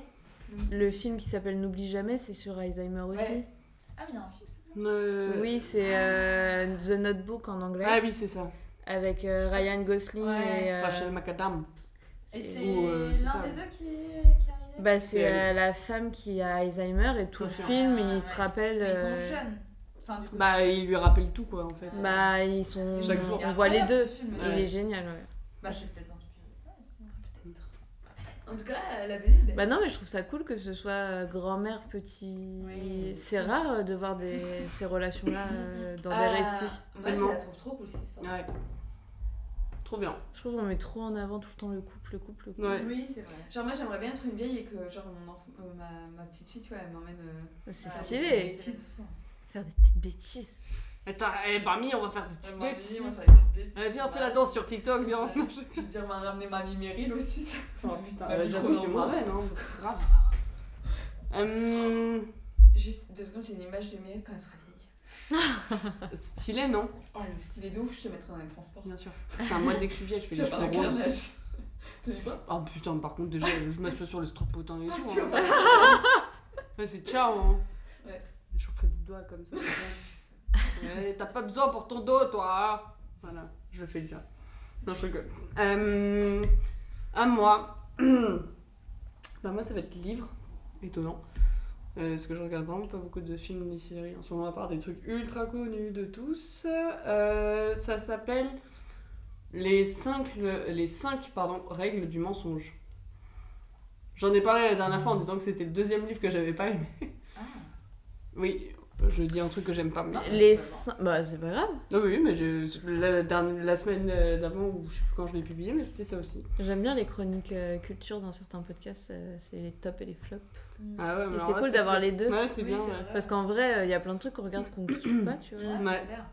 S2: Mmh.
S5: le film qui s'appelle N'oublie jamais, c'est sur Alzheimer aussi.
S3: Ouais.
S2: Ah, mais il y a un film, ça
S1: Euh,
S5: Oui,
S2: ah.
S5: c'est euh, The Notebook en anglais,
S1: Ah oui, c'est ça.
S5: avec euh, Ryan Gosling
S2: Ouais.
S5: et... euh,
S1: Rachel Macadam.
S2: Et c'est
S1: ou, euh, c'est
S2: l'un
S1: ça.
S2: des deux qui, qui est arrivé.
S5: bah, c'est
S1: C'est elle.
S5: euh, la femme qui a Alzheimer et tout le
S1: Bien sûr.
S5: film,
S2: Ah,
S5: il
S2: ouais.
S5: se rappelle...
S2: Mais ils
S5: euh,
S2: sont jeunes. Enfin, du coup,
S1: Bah, il lui rappelle tout, quoi, en fait.
S5: Bah, ils sont...
S1: Chaque jour.
S5: On voit les
S2: Ah,
S5: deux.
S2: Film,
S1: Ouais.
S5: Il est génial, ouais.
S2: Bah, c'est peut-être inspiré de ça aussi. hein.
S3: En tout cas, euh, la BD, elle est belle.
S5: Bah non, mais je trouve ça cool que ce soit euh, grand-mère, petit...
S2: Oui.
S5: C'est rare euh, de voir des... ces relations-là euh, dans
S3: Ah,
S5: des récits.
S3: Moi, je
S1: tellement.
S3: la trouve trop cool cette histoire.
S1: Ouais. Trop bien.
S5: Je trouve qu'on met trop en avant tout le temps le couple, le couple, le couple.
S1: Ouais.
S2: Oui, c'est vrai.
S3: Genre moi j'aimerais bien être une vieille et que genre mon enf- euh, ma, ma petite fille tu vois elle m'emmène euh,
S5: C'est
S2: Ah,
S5: stylé.
S2: c'est stylé.
S4: faire des petites bêtises.
S1: Attends, eh, Barbie, on va faire des petites
S7: Mamie, moi,
S1: bêtises.
S7: ça va être une bêtise.
S1: Eh, viens, on fait la danse sur TikTok, viens.
S7: Je veux dire, m'a ramené Mamie Meryl aussi. ça. Oh putain,
S1: Euh,
S7: le
S1: J'avoue,
S7: micro
S1: tu
S7: dans
S1: me
S7: mon-
S1: ramènes, hein, grave. Hum,
S7: Juste deux secondes, j'ai une image de Meryl quand elle se réveille.
S1: stylé, non
S7: Oh, elle est stylée de ouf, je te mettrai dans les transports.
S1: Bien sûr. Enfin, moi, dès que je suis vieille, je fais
S7: Tu
S1: des
S7: vas
S1: cheveux
S7: pas
S1: roses.
S7: T'as dit quoi
S1: Oh putain, par contre, déjà, je m'assois sur le strapotin
S3: Ah,
S1: et tout.
S7: Ah, Tu vas
S1: hein.
S7: pas
S1: Ouais, C'est ciao, hein.
S7: Ouais.
S1: Je ferai du doigt comme ça. Ouais, T'as pas besoin pour ton dos, toi. hein. Voilà, je fais déjà. Non, je rigole. Euh, à moi. bah, moi, ça va être livre. Étonnant. Euh, parce que je regarde vraiment pas beaucoup de films ni séries en ce moment, à part des trucs ultra connus de tous. Euh, ça s'appelle Les 5 les cinq, pardon, règles du mensonge. J'en ai parlé la dernière fois en disant que c'était le deuxième livre que j'avais pas aimé. Oui, je dis un truc que j'aime pas. Mais...
S4: Les. cin- Bah, c'est pas grave.
S1: Non, Ah oui, mais je, la, la dernière- la semaine euh, d'avant, ou je sais plus quand je l'ai publié, mais c'était ça aussi.
S4: J'aime bien les chroniques euh, culture dans certains podcasts. euh, c'est les tops et les flops.
S1: Ah ouais, mais
S4: Et
S1: alors
S4: c'est
S1: là,
S4: cool d'avoir les deux.
S1: Ouais, c'est
S2: Mm. Oui,
S1: bien.
S2: c'est
S1: ouais.
S2: vrai.
S4: Parce Mm, qu'en vrai, euh, il y a plein de trucs qu'on regarde qu'on kiffe pas, tu vois.
S2: Ouais, c'est
S1: Ouais.
S2: clair.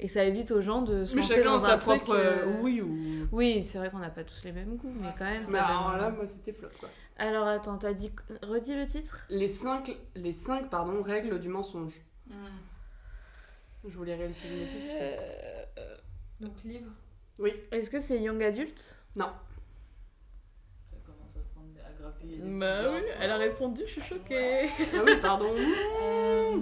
S4: Et ça évite aux gens de se
S1: Mais
S4: lancer
S1: chacun a
S4: dans
S1: sa
S4: un truc.
S1: propre.
S4: euh,
S1: euh, Oui, ou.
S4: Oui, c'est vrai qu'on n'a pas tous les mêmes goûts, mais quand même, ça
S1: Mais
S4: donne
S1: alors
S4: un-
S1: là, moi, c'était flop, quoi.
S4: Alors attends, t'as dit. Redis le titre
S1: Les 5 les cinq, pardon, règles du mensonge. Je voulais réaliser le message.
S4: Euh.
S2: Donc livre.
S4: Est-ce que c'est Young Adult
S8: Ça commence à prendre à grapper. des
S4: Bah
S8: petits
S4: oui,
S8: enfants.
S4: elle a répondu, je suis choquée.
S1: Ah oui, pardon.
S2: Euh,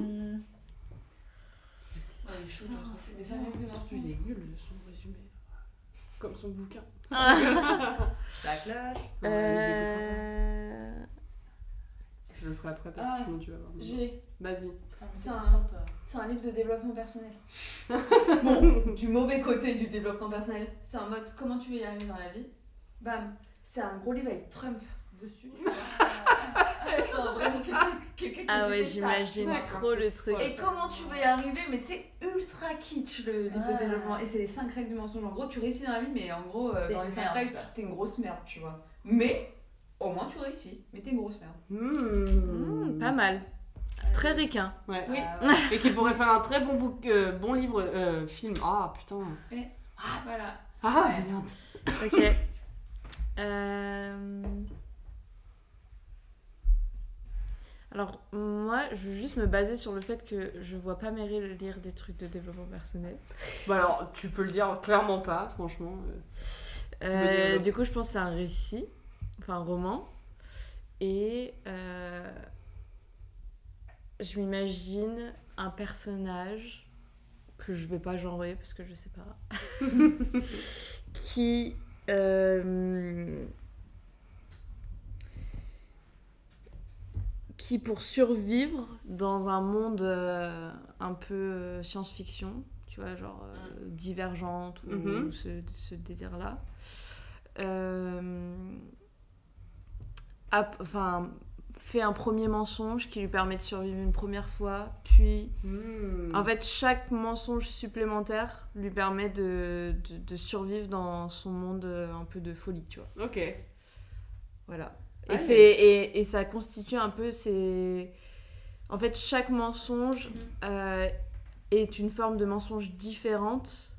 S8: Ouais, les choses, on s'en fout.
S7: Les cinq règles du mensonge.
S1: Il est nul, son résumé. Comme son bouquin.
S8: La clash.
S1: Non, mais nous écoutera pas.
S4: Euh,
S1: Je le ferai après parce que
S2: Ah,
S1: sinon tu vas voir.
S2: J'ai.
S1: Vas-y.
S2: C'est un,
S3: C'est un livre de développement personnel.
S2: du mauvais côté du développement personnel.
S3: C'est en mode comment tu veux y arriver dans la vie. Bam. C'est un gros livre avec Trump dessus.
S2: Attends, vraiment, quelqu'un- quelqu'un qui
S4: Ah ouais,
S2: déteste ça.
S4: j'imagine trop le truc.
S3: Et comment tu veux y arriver, mais tu sais, ultra kitsch le livre
S2: Ah.
S3: de développement. Et c'est les 5 règles du mensonge. En gros, tu réussis dans la vie, mais en gros, euh,
S2: T'es
S3: dans les
S2: une
S3: 5
S2: merde,
S3: règles,
S2: quoi.
S3: tu- t'es une grosse merde, tu vois. Mais au moins, tu réussis. Mais t'es une grosse merde.
S1: Mmh.
S4: Hmm, pas mal.
S2: Ah,
S4: Très ricain.
S1: Ouais.
S3: Oui.
S1: Et qui pourrait faire un très bon bouc- euh, bon livre, euh, film. Ah putain.
S3: Ah, voilà.
S1: Ah
S2: Ouais.
S1: merde.
S4: Ok. Euh, Alors, moi, je veux juste me baser sur le fait que je vois pas Meryl lire des trucs de développement personnel.
S1: Bah alors, tu peux le dire clairement pas, franchement. euh.
S4: Euh,
S1: développement.
S4: du coup, je pense que c'est un récit, enfin un roman. Et euh, je m'imagine un personnage que je vais pas genrer parce que je sais pas. qui. euh, qui pour survivre dans un monde euh, un peu euh, science-fiction, tu vois, genre euh, divergente ou
S1: Mhm.
S4: ce, ce délire-là. Euh, app- enfin, fait un premier mensonge qui lui permet de survivre une première fois, puis
S1: Hmm. Mm.
S4: en fait, chaque mensonge supplémentaire lui permet de, de, de survivre dans son monde euh, un peu de folie, tu vois.
S1: Ok.
S4: Voilà.
S1: Ouais.
S4: Et, c'est, et, et ça constitue un peu ces... En fait, chaque mensonge
S1: Mm.
S4: euh, est une forme de mensonge différente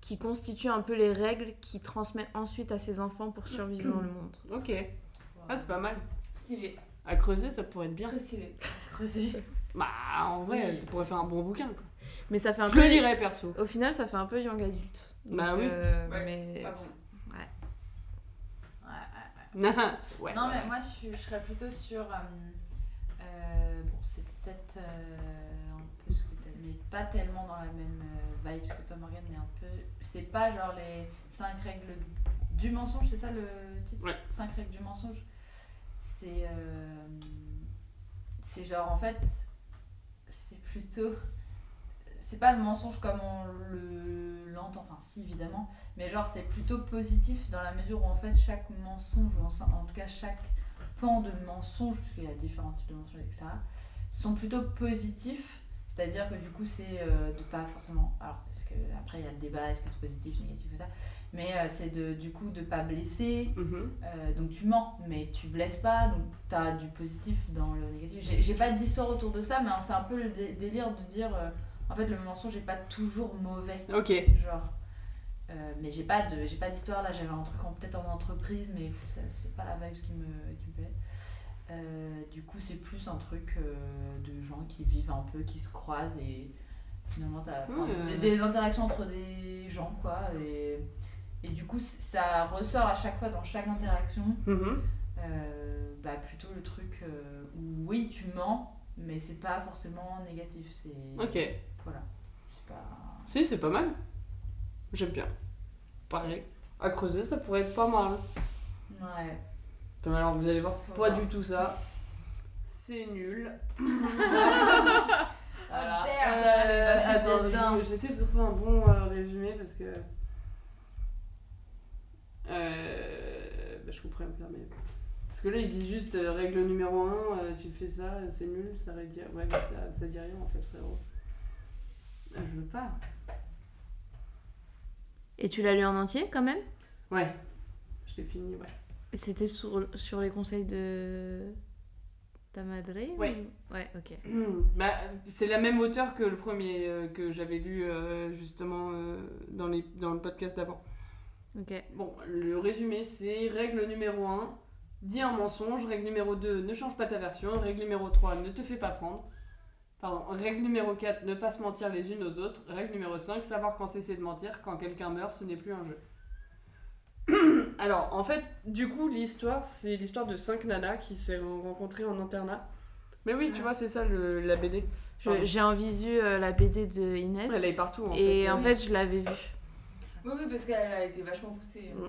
S4: qui constitue un peu les règles qu'il transmet ensuite à ses enfants pour survivre dans le monde.
S1: Ok. Ah, c'est pas mal.
S2: Stylé.
S1: À creuser, ça pourrait être bien.
S2: Très stylé. Creusé.
S1: Bah, en vrai,
S2: Oui.
S1: ça pourrait faire un bon bouquin. Quoi.
S4: Mais ça fait un
S1: Je
S4: peu...
S1: le lirais perso.
S4: Au final, ça fait un peu young adulte. Donc,
S1: Bah oui.
S4: euh,
S7: Ouais.
S4: mais...
S7: Pas bon.
S2: Ouais, ouais.
S1: ouais.
S2: non, mais moi, je, suis- je serais plutôt sur. euh, euh, bon, c'est peut-être euh, un peu ce que t'as. Mais pas tellement dans la même euh, vibe que toi, Morgane, mais un peu. C'est pas genre les 5 règles du mensonge, c'est ça le titre
S1: Ouais.
S2: 5 règles du mensonge. C'est. euh, c'est genre, en fait, c'est plutôt. C'est pas le mensonge comme on le- l'entend, enfin si évidemment, mais genre, c'est plutôt positif dans la mesure où en fait chaque mensonge, ou en, en tout cas chaque pan de mensonge, parce qu'il y a différents types de mensonges, etc., sont plutôt positifs. C'est-à-dire que du coup, c'est euh, de pas forcément. Alors, parce que après, il y a le débat, est-ce que c'est positif, négatif ou ça Mais euh, c'est de, du coup de pas blesser.
S1: Mhm.
S2: Euh, donc tu mens, mais tu blesses pas, donc tu as du positif dans le négatif. J'ai- J'ai pas d'histoire autour de ça, mais hein, c'est un peu le dé- délire de dire euh, en fait le mensonge n'est pas toujours mauvais,
S1: Ok.
S2: genre. Euh, mais j'ai pas de j'ai pas d'histoire là, j'avais un truc en- peut-être en entreprise, mais pff, ça, c'est pas la vibe qui me, qui me plaît. Euh, du coup, c'est plus un truc euh, de gens qui vivent un peu, qui se croisent et finalement t'as enfin,
S1: Ouais.
S2: des, des interactions entre des gens quoi. Et, et du coup, c- ça ressort à chaque fois dans chaque interaction.
S1: Mhm.
S2: Euh, bah plutôt le truc euh, où oui tu mens mais c'est pas forcément négatif c'est
S1: Ok.
S2: voilà c'est pas
S1: Si, c'est pas mal. J'aime bien. Pareil. À creuser, ça pourrait être pas mal.
S2: ouais
S1: Donc, Alors, vous allez voir, c'est
S2: Faut
S1: pas
S2: voir.
S1: du tout ça. C'est nul.
S2: voilà
S1: Euh,
S2: c'est
S1: attends,
S2: des
S1: je-
S2: dindes.
S1: j'essaie de trouver un bon euh, résumé parce que. Euh, bah, je comprends bien, mais. Parce que là, ils disent juste euh, règle numéro 1, tu fais ça, euh, c'est nul, ça, ré- ouais, ça, ça dit rien en fait, frérot. Ah, je veux pas.
S5: Et tu l'as lu en entier quand même
S1: Ouais, je l'ai fini, ouais.
S5: Et C'était sur, sur les conseils de ta madre
S1: Ouais.
S5: ou- Ouais, ok.
S1: Bah, c'est la même auteur que le premier euh, que j'avais lu euh, justement euh, dans, les, dans le podcast d'avant.
S5: Ok.
S1: Bon, le résumé, c'est règle numéro 1, dis un mensonge. Règle numéro 2, ne change pas ta version. Règle numéro 3, ne te fais pas prendre. Pardon, règle numéro 4, ne pas se mentir les unes aux autres. Règle numéro 5, savoir quand cesser de mentir. Quand quelqu'un meurt, ce n'est plus un jeu. Alors, en fait, du coup, l'histoire, c'est l'histoire de cinq nanas qui se sont rencontrées en internat. Mais oui, tu vois, c'est ça le, la BD.
S4: Je-
S1: Pardon.
S4: J'ai en visu euh, la BD de Inès.
S1: Elle est partout, en
S4: et
S1: fait.
S4: en
S1: Oui.
S4: fait, je l'avais vue.
S3: Oui, oui, parce qu'elle a été vachement poussée. hein.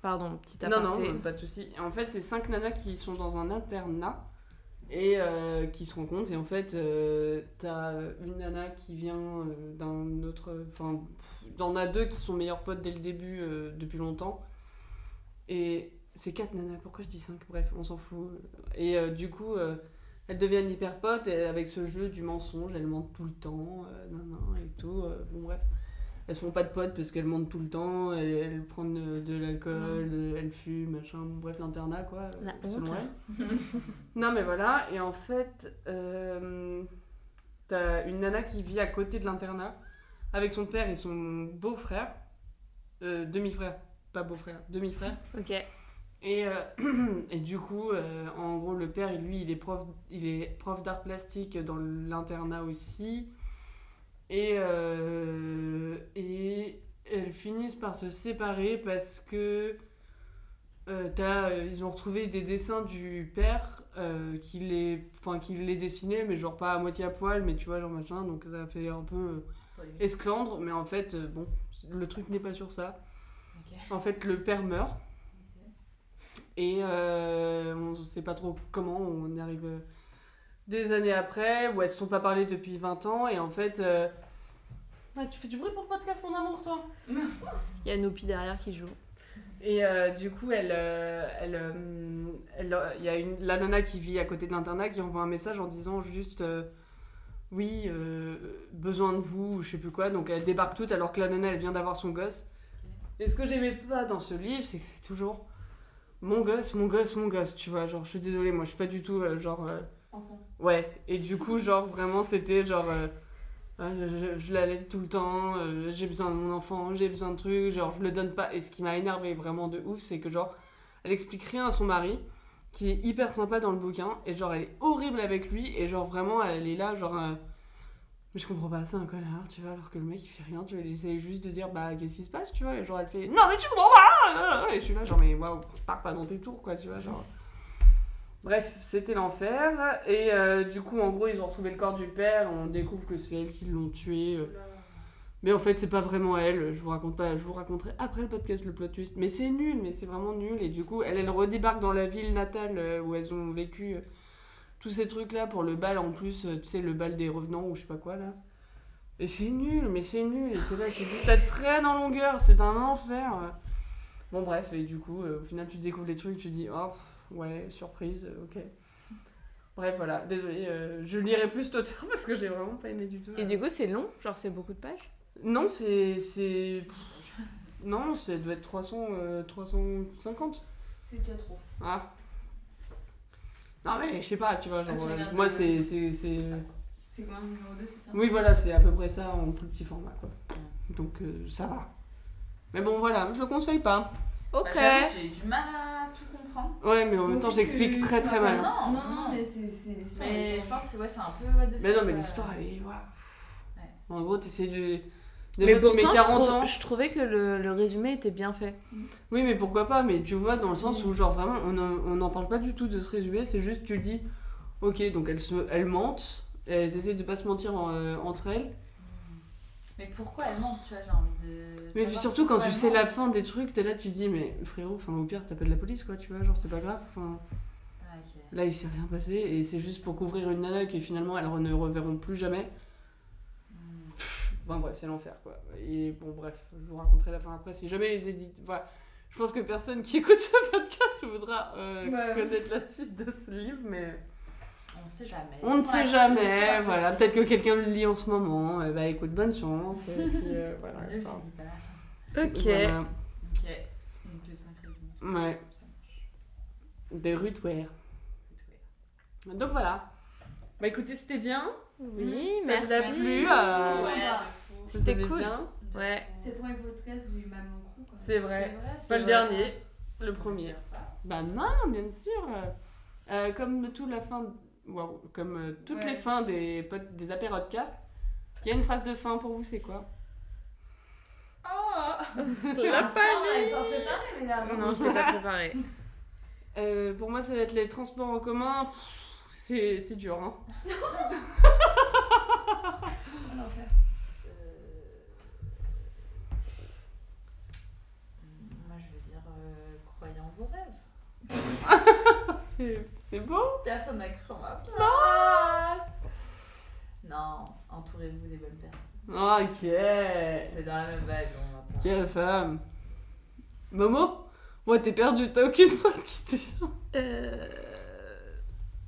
S4: Pardon, petit
S1: Non,
S4: aparté.
S1: non, pas de souci. En fait, c'est cinq nanas qui sont dans un internat et euh, qui se rencontrent. Et en fait, euh, t'as une nana qui vient euh, d'un autre. Enfin, pff, t'en as deux qui sont meilleurs potes dès le début, euh, depuis longtemps. Et c'est quatre nanas, pourquoi je dis cinq Bref, on s'en fout. Et euh, du coup. euh, elles deviennent hyper potes et avec ce jeu du mensonge, elles mentent tout le temps, euh, nan, nan, et tout. euh, bon, bref elles se font pas de potes parce qu'elles mentent tout le temps, elles, elles prennent euh, de l'alcool, euh, elles fument, machin, bon, bref, l'internat quoi. euh,
S5: La
S1: selon
S5: honte.
S1: elles. non mais voilà, et en fait, euh, t'as une nana qui vit à côté de l'internat avec son père et son beau-frère, euh, demi-frère, pas beau-frère, demi-frère.
S5: Ok.
S1: Et, euh, et du coup, euh, en gros, le père, lui, il est prof, il est prof d'art plastique dans l'internat aussi. Et, euh, et elles finissent par se séparer parce que euh, t'as, euh, ils ont retrouvé des dessins du père euh, qui les, enfin, qui les dessinait, mais genre pas à moitié à poil, mais tu vois, genre machin. Donc ça fait un peu euh, esclandre, mais en fait, euh, bon, le truc n'est pas sur ça.
S2: Ok.
S1: En fait, le père meurt. Et euh, on ne sait pas trop comment on arrive euh, des années après, où elles se sont pas parlé depuis 20 ans, et en fait... euh, Ouais, tu fais du bruit pour le podcast, mon amour, toi
S5: Il y a Nopi derrière qui joue.
S1: et euh, du coup, elle, euh, elle, euh, elle, euh, il y a une, la nana qui vit à côté de l'internat qui envoie un message en disant juste euh, oui, euh, besoin de vous, ou je sais plus quoi. Donc elle débarque toute alors que la nana elle vient d'avoir son gosse. Et ce que j'aimais pas dans ce livre, c'est que c'est toujours mon gosse, mon gosse, mon gosse, tu vois. Genre, je suis désolée, moi je suis pas du tout euh, genre. euh,
S3: Enfant.
S1: Ouais, et du coup, genre, vraiment, c'était genre. euh, Ah, je, je- je l'allaite tout le temps, euh, j'ai besoin de mon enfant, j'ai besoin de trucs, genre, je le donne pas. Et ce qui m'a énervé vraiment de ouf, c'est que, genre, elle explique rien à son mari, qui est hyper sympa dans le bouquin, et genre, elle est horrible avec lui, et genre, vraiment, elle est là, genre. euh, mais je comprends pas, c'est un connard, tu vois, alors que le mec il fait rien, tu vois, il essaye juste de dire bah qu'est-ce qui se passe, tu vois, et genre elle fait non mais tu comprends pas, là, là, là. et je suis là genre mais waouh, pars pas dans tes tours quoi, tu vois, genre. Bref, c'était l'enfer. Et euh, du coup, en gros, ils ont retrouvé le corps du père. On découvre que c'est elle qui l'ont tué. euh. Mais en fait, c'est pas vraiment elle. Je vous raconte pas. Je vous raconterai après le podcast le plot twist. Mais c'est nul. Mais c'est vraiment nul. Et du coup, elle, elle redébarque dans la ville natale euh, où elles ont vécu euh, tous ces trucs-là pour le bal en plus. euh, tu sais, le bal des revenants ou je sais pas quoi là. Et c'est nul. Mais c'est nul. Et t'es là, tu te dis, ça traîne en longueur. C'est un enfer. Bon bref, et du coup, euh, au final, tu découvres les trucs, tu dis, oh, pff, ouais, surprise, euh, ok. Bref, voilà, désolé, je lirai plus cet auteur parce que j'ai vraiment pas aimé du tout. euh.
S4: Et du coup, c'est long, genre c'est beaucoup de pages.
S1: Non, c'est. c'est... Non, ça doit être 300, euh, 350.
S6: C'est déjà trop.
S1: Ah. Non, mais je sais pas, tu vois, genre.
S3: Ah, tu
S1: euh,
S3: regardes
S1: moi,
S3: le-
S1: c'est. c'est, c'est...
S3: C'est quoi le numéro 2, c'est ça
S1: Oui, voilà, c'est à peu près ça en plus petit format, quoi. Donc, euh, ça va. Mais bon, voilà, je le conseille pas.
S2: Bah,
S4: Ok.
S2: j'avoue que J'ai eu du mal à tout comprendre.
S1: Ouais, mais en même temps,
S3: aussi,
S1: j'explique
S3: tu-
S1: très
S3: tu
S1: très
S3: m'as
S1: mal.
S2: Non,
S1: hein.
S2: non,
S6: Non, non, mais c'est c'est l'histoire.
S2: Mais
S6: est
S2: je
S6: en-
S2: pense que ouais, c'est un peu what the
S1: Mais non,
S2: fuck,
S1: mais
S2: euh,
S1: l'histoire, elle est. Waouh.
S2: Ouais.
S1: En gros, t'essayes de.
S4: Mais
S1: Déjà, tu mets
S4: pourtant, je
S1: 40
S4: trou-
S1: ans.
S4: je trouvais que le, le résumé était bien fait.
S1: Oui, mais pourquoi pas Mais tu vois, dans le
S2: Mm.
S1: sens où, genre, vraiment, on en- on n'en parle pas du tout de se résumer, c'est juste, tu dis, ok, donc elles, se, elles mentent, elles essayent de pas se mentir en- euh, entre elles.
S2: Mais pourquoi elle ment, tu vois, j'ai envie de.
S1: Mais puis
S2: savoir
S1: surtout, quand
S2: pourquoi
S1: tu
S2: elle
S1: sais
S2: ment.
S1: la fin des trucs, t'es là, tu dis, mais frérot, enfin, au pire, t'appelles la police, quoi, tu vois, genre, c'est pas grave. enfin,
S2: Ouais, ok.
S1: Là, il s'est rien passé, et c'est juste pour couvrir une nana qui finalement, elles ne reverront plus jamais.
S2: Hmm.
S1: Enfin, bref, c'est l'enfer, quoi. Et bon, bref, je vous raconterai la fin après. Si jamais les éditeurs. Voilà. Je pense que personne qui écoute ce podcast voudra euh,
S3: Ouais.
S1: connaître la suite de ce livre, mais.
S2: On ne sait jamais.
S1: On ne
S2: Sur
S1: sait
S2: la- sur
S1: jamais,
S2: la-
S1: voilà. Peut-être que quelqu'un le lit en ce moment. Eh bah écoute, bonne chance. Et puis, euh, voilà,
S2: Le
S1: enfin,
S2: Philippe, voilà.
S5: Ok.
S1: voilà.
S2: Ok.
S9: Donc les 5 régions.
S1: Ouais. De Rutware. Donc voilà. Bah écoutez, c'était bien.
S5: Oui,
S1: Mmh. Ça
S5: merci.
S1: vous a plu euh,
S2: Ouais,
S6: sympa.
S2: de fou.
S1: vous
S4: C'était
S1: aimez
S4: cool.
S1: bien
S2: de
S5: Ouais.
S2: fou.
S6: C'est le premier podcast où il m'a mon crew. quoi.
S1: C'est
S2: C'est
S1: vrai.
S2: vrai, c'est
S1: Pas le
S2: vrai.
S1: dernier, le premier. Bah non, bien sûr. Euh, comme tout la fin, waouh, comme euh, toutes
S3: Ouais.
S1: les fins des pod- des apérodcasts, il y a une phrase de fin pour vous. C'est quoi
S6: Ah, ça, on l'avait pas préparé, mais là.
S5: Non, je l'ai pas préparé.
S1: Euh, pour moi, ça va être les transports en commun. Pff, C'est c'est dur, hein.
S6: on va en faire.
S2: Euh, Moi, je veux dire, euh, croyez en vos rêves.
S1: C'est- C'est beau.
S2: Personne n'a cru en ma parole. Non, entourez-vous des bonnes personnes.
S1: Ok.
S2: C'est dans la même vibe, on va pas.
S1: Quelle femme. Momo Ouais, t'es perdu, t'as aucune phrase qui te vient.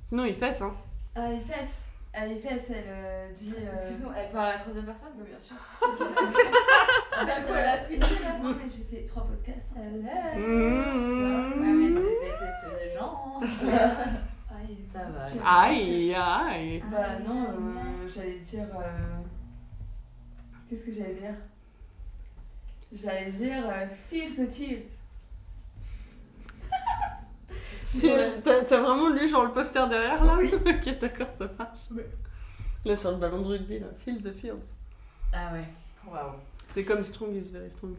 S1: Sinon, il fesse, hein.
S6: Ah, les fesses. Ah, les fesses, elle euh, dit. euh,
S2: Excuse-nous, elle parle à la troisième personne
S6: Oui, bien sûr.
S2: Personne
S6: D'accord,
S2: à la
S6: la
S2: suite.
S6: Euh, Excuse-moi, mais j'ai fait trois podcasts.
S2: Euh,
S6: hein.
S2: Ouais, mais tu détestes les gens. hein.
S6: Aïe.
S2: Ça va.
S6: J'ai-
S1: Aïe, aïe.
S3: Bah non, euh, j'allais dire. euh, Qu'est-ce que j'allais dire J'allais dire euh, Feel the field.
S1: Tu- T'as t'as vraiment lu genre le poster derrière là Ok, d'accord, ça marche. Là, sur le ballon de rugby, là. Feel the fields.
S2: Ah ouais. Waouh.
S1: C'est comme Strong is very strong.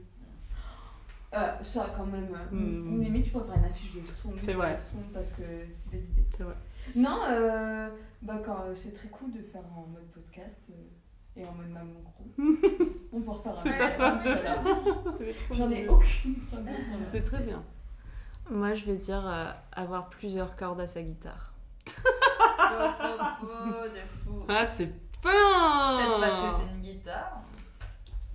S3: Euh, ça, quand même. euh,
S1: Hmm.
S3: Limite, tu pourrais faire une affiche de Strong.
S1: C'est vrai.
S3: Strong parce que c'est belle idée.
S1: C'est vrai.
S3: Non, euh, bah, quand, euh, c'est très cool de faire en mode podcast euh, et en mode maman gros. On peut reparler.
S1: C'est ta phrase de fin.
S3: J'en ai aucune phrase de fin.
S1: C'est très bien.
S4: Moi, je vais dire euh, avoir plusieurs cordes à sa guitare.
S2: Faux, faux, faux, de fou.
S1: Ah, c'est
S2: Peut-être
S1: fin
S2: parce que c'est une guitare.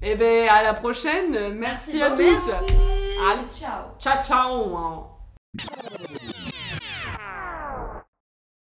S1: Eh ben, à la prochaine. Merci, à tous.
S2: beaucoup.
S1: Allez,
S3: Ciao
S1: ciao, ciao.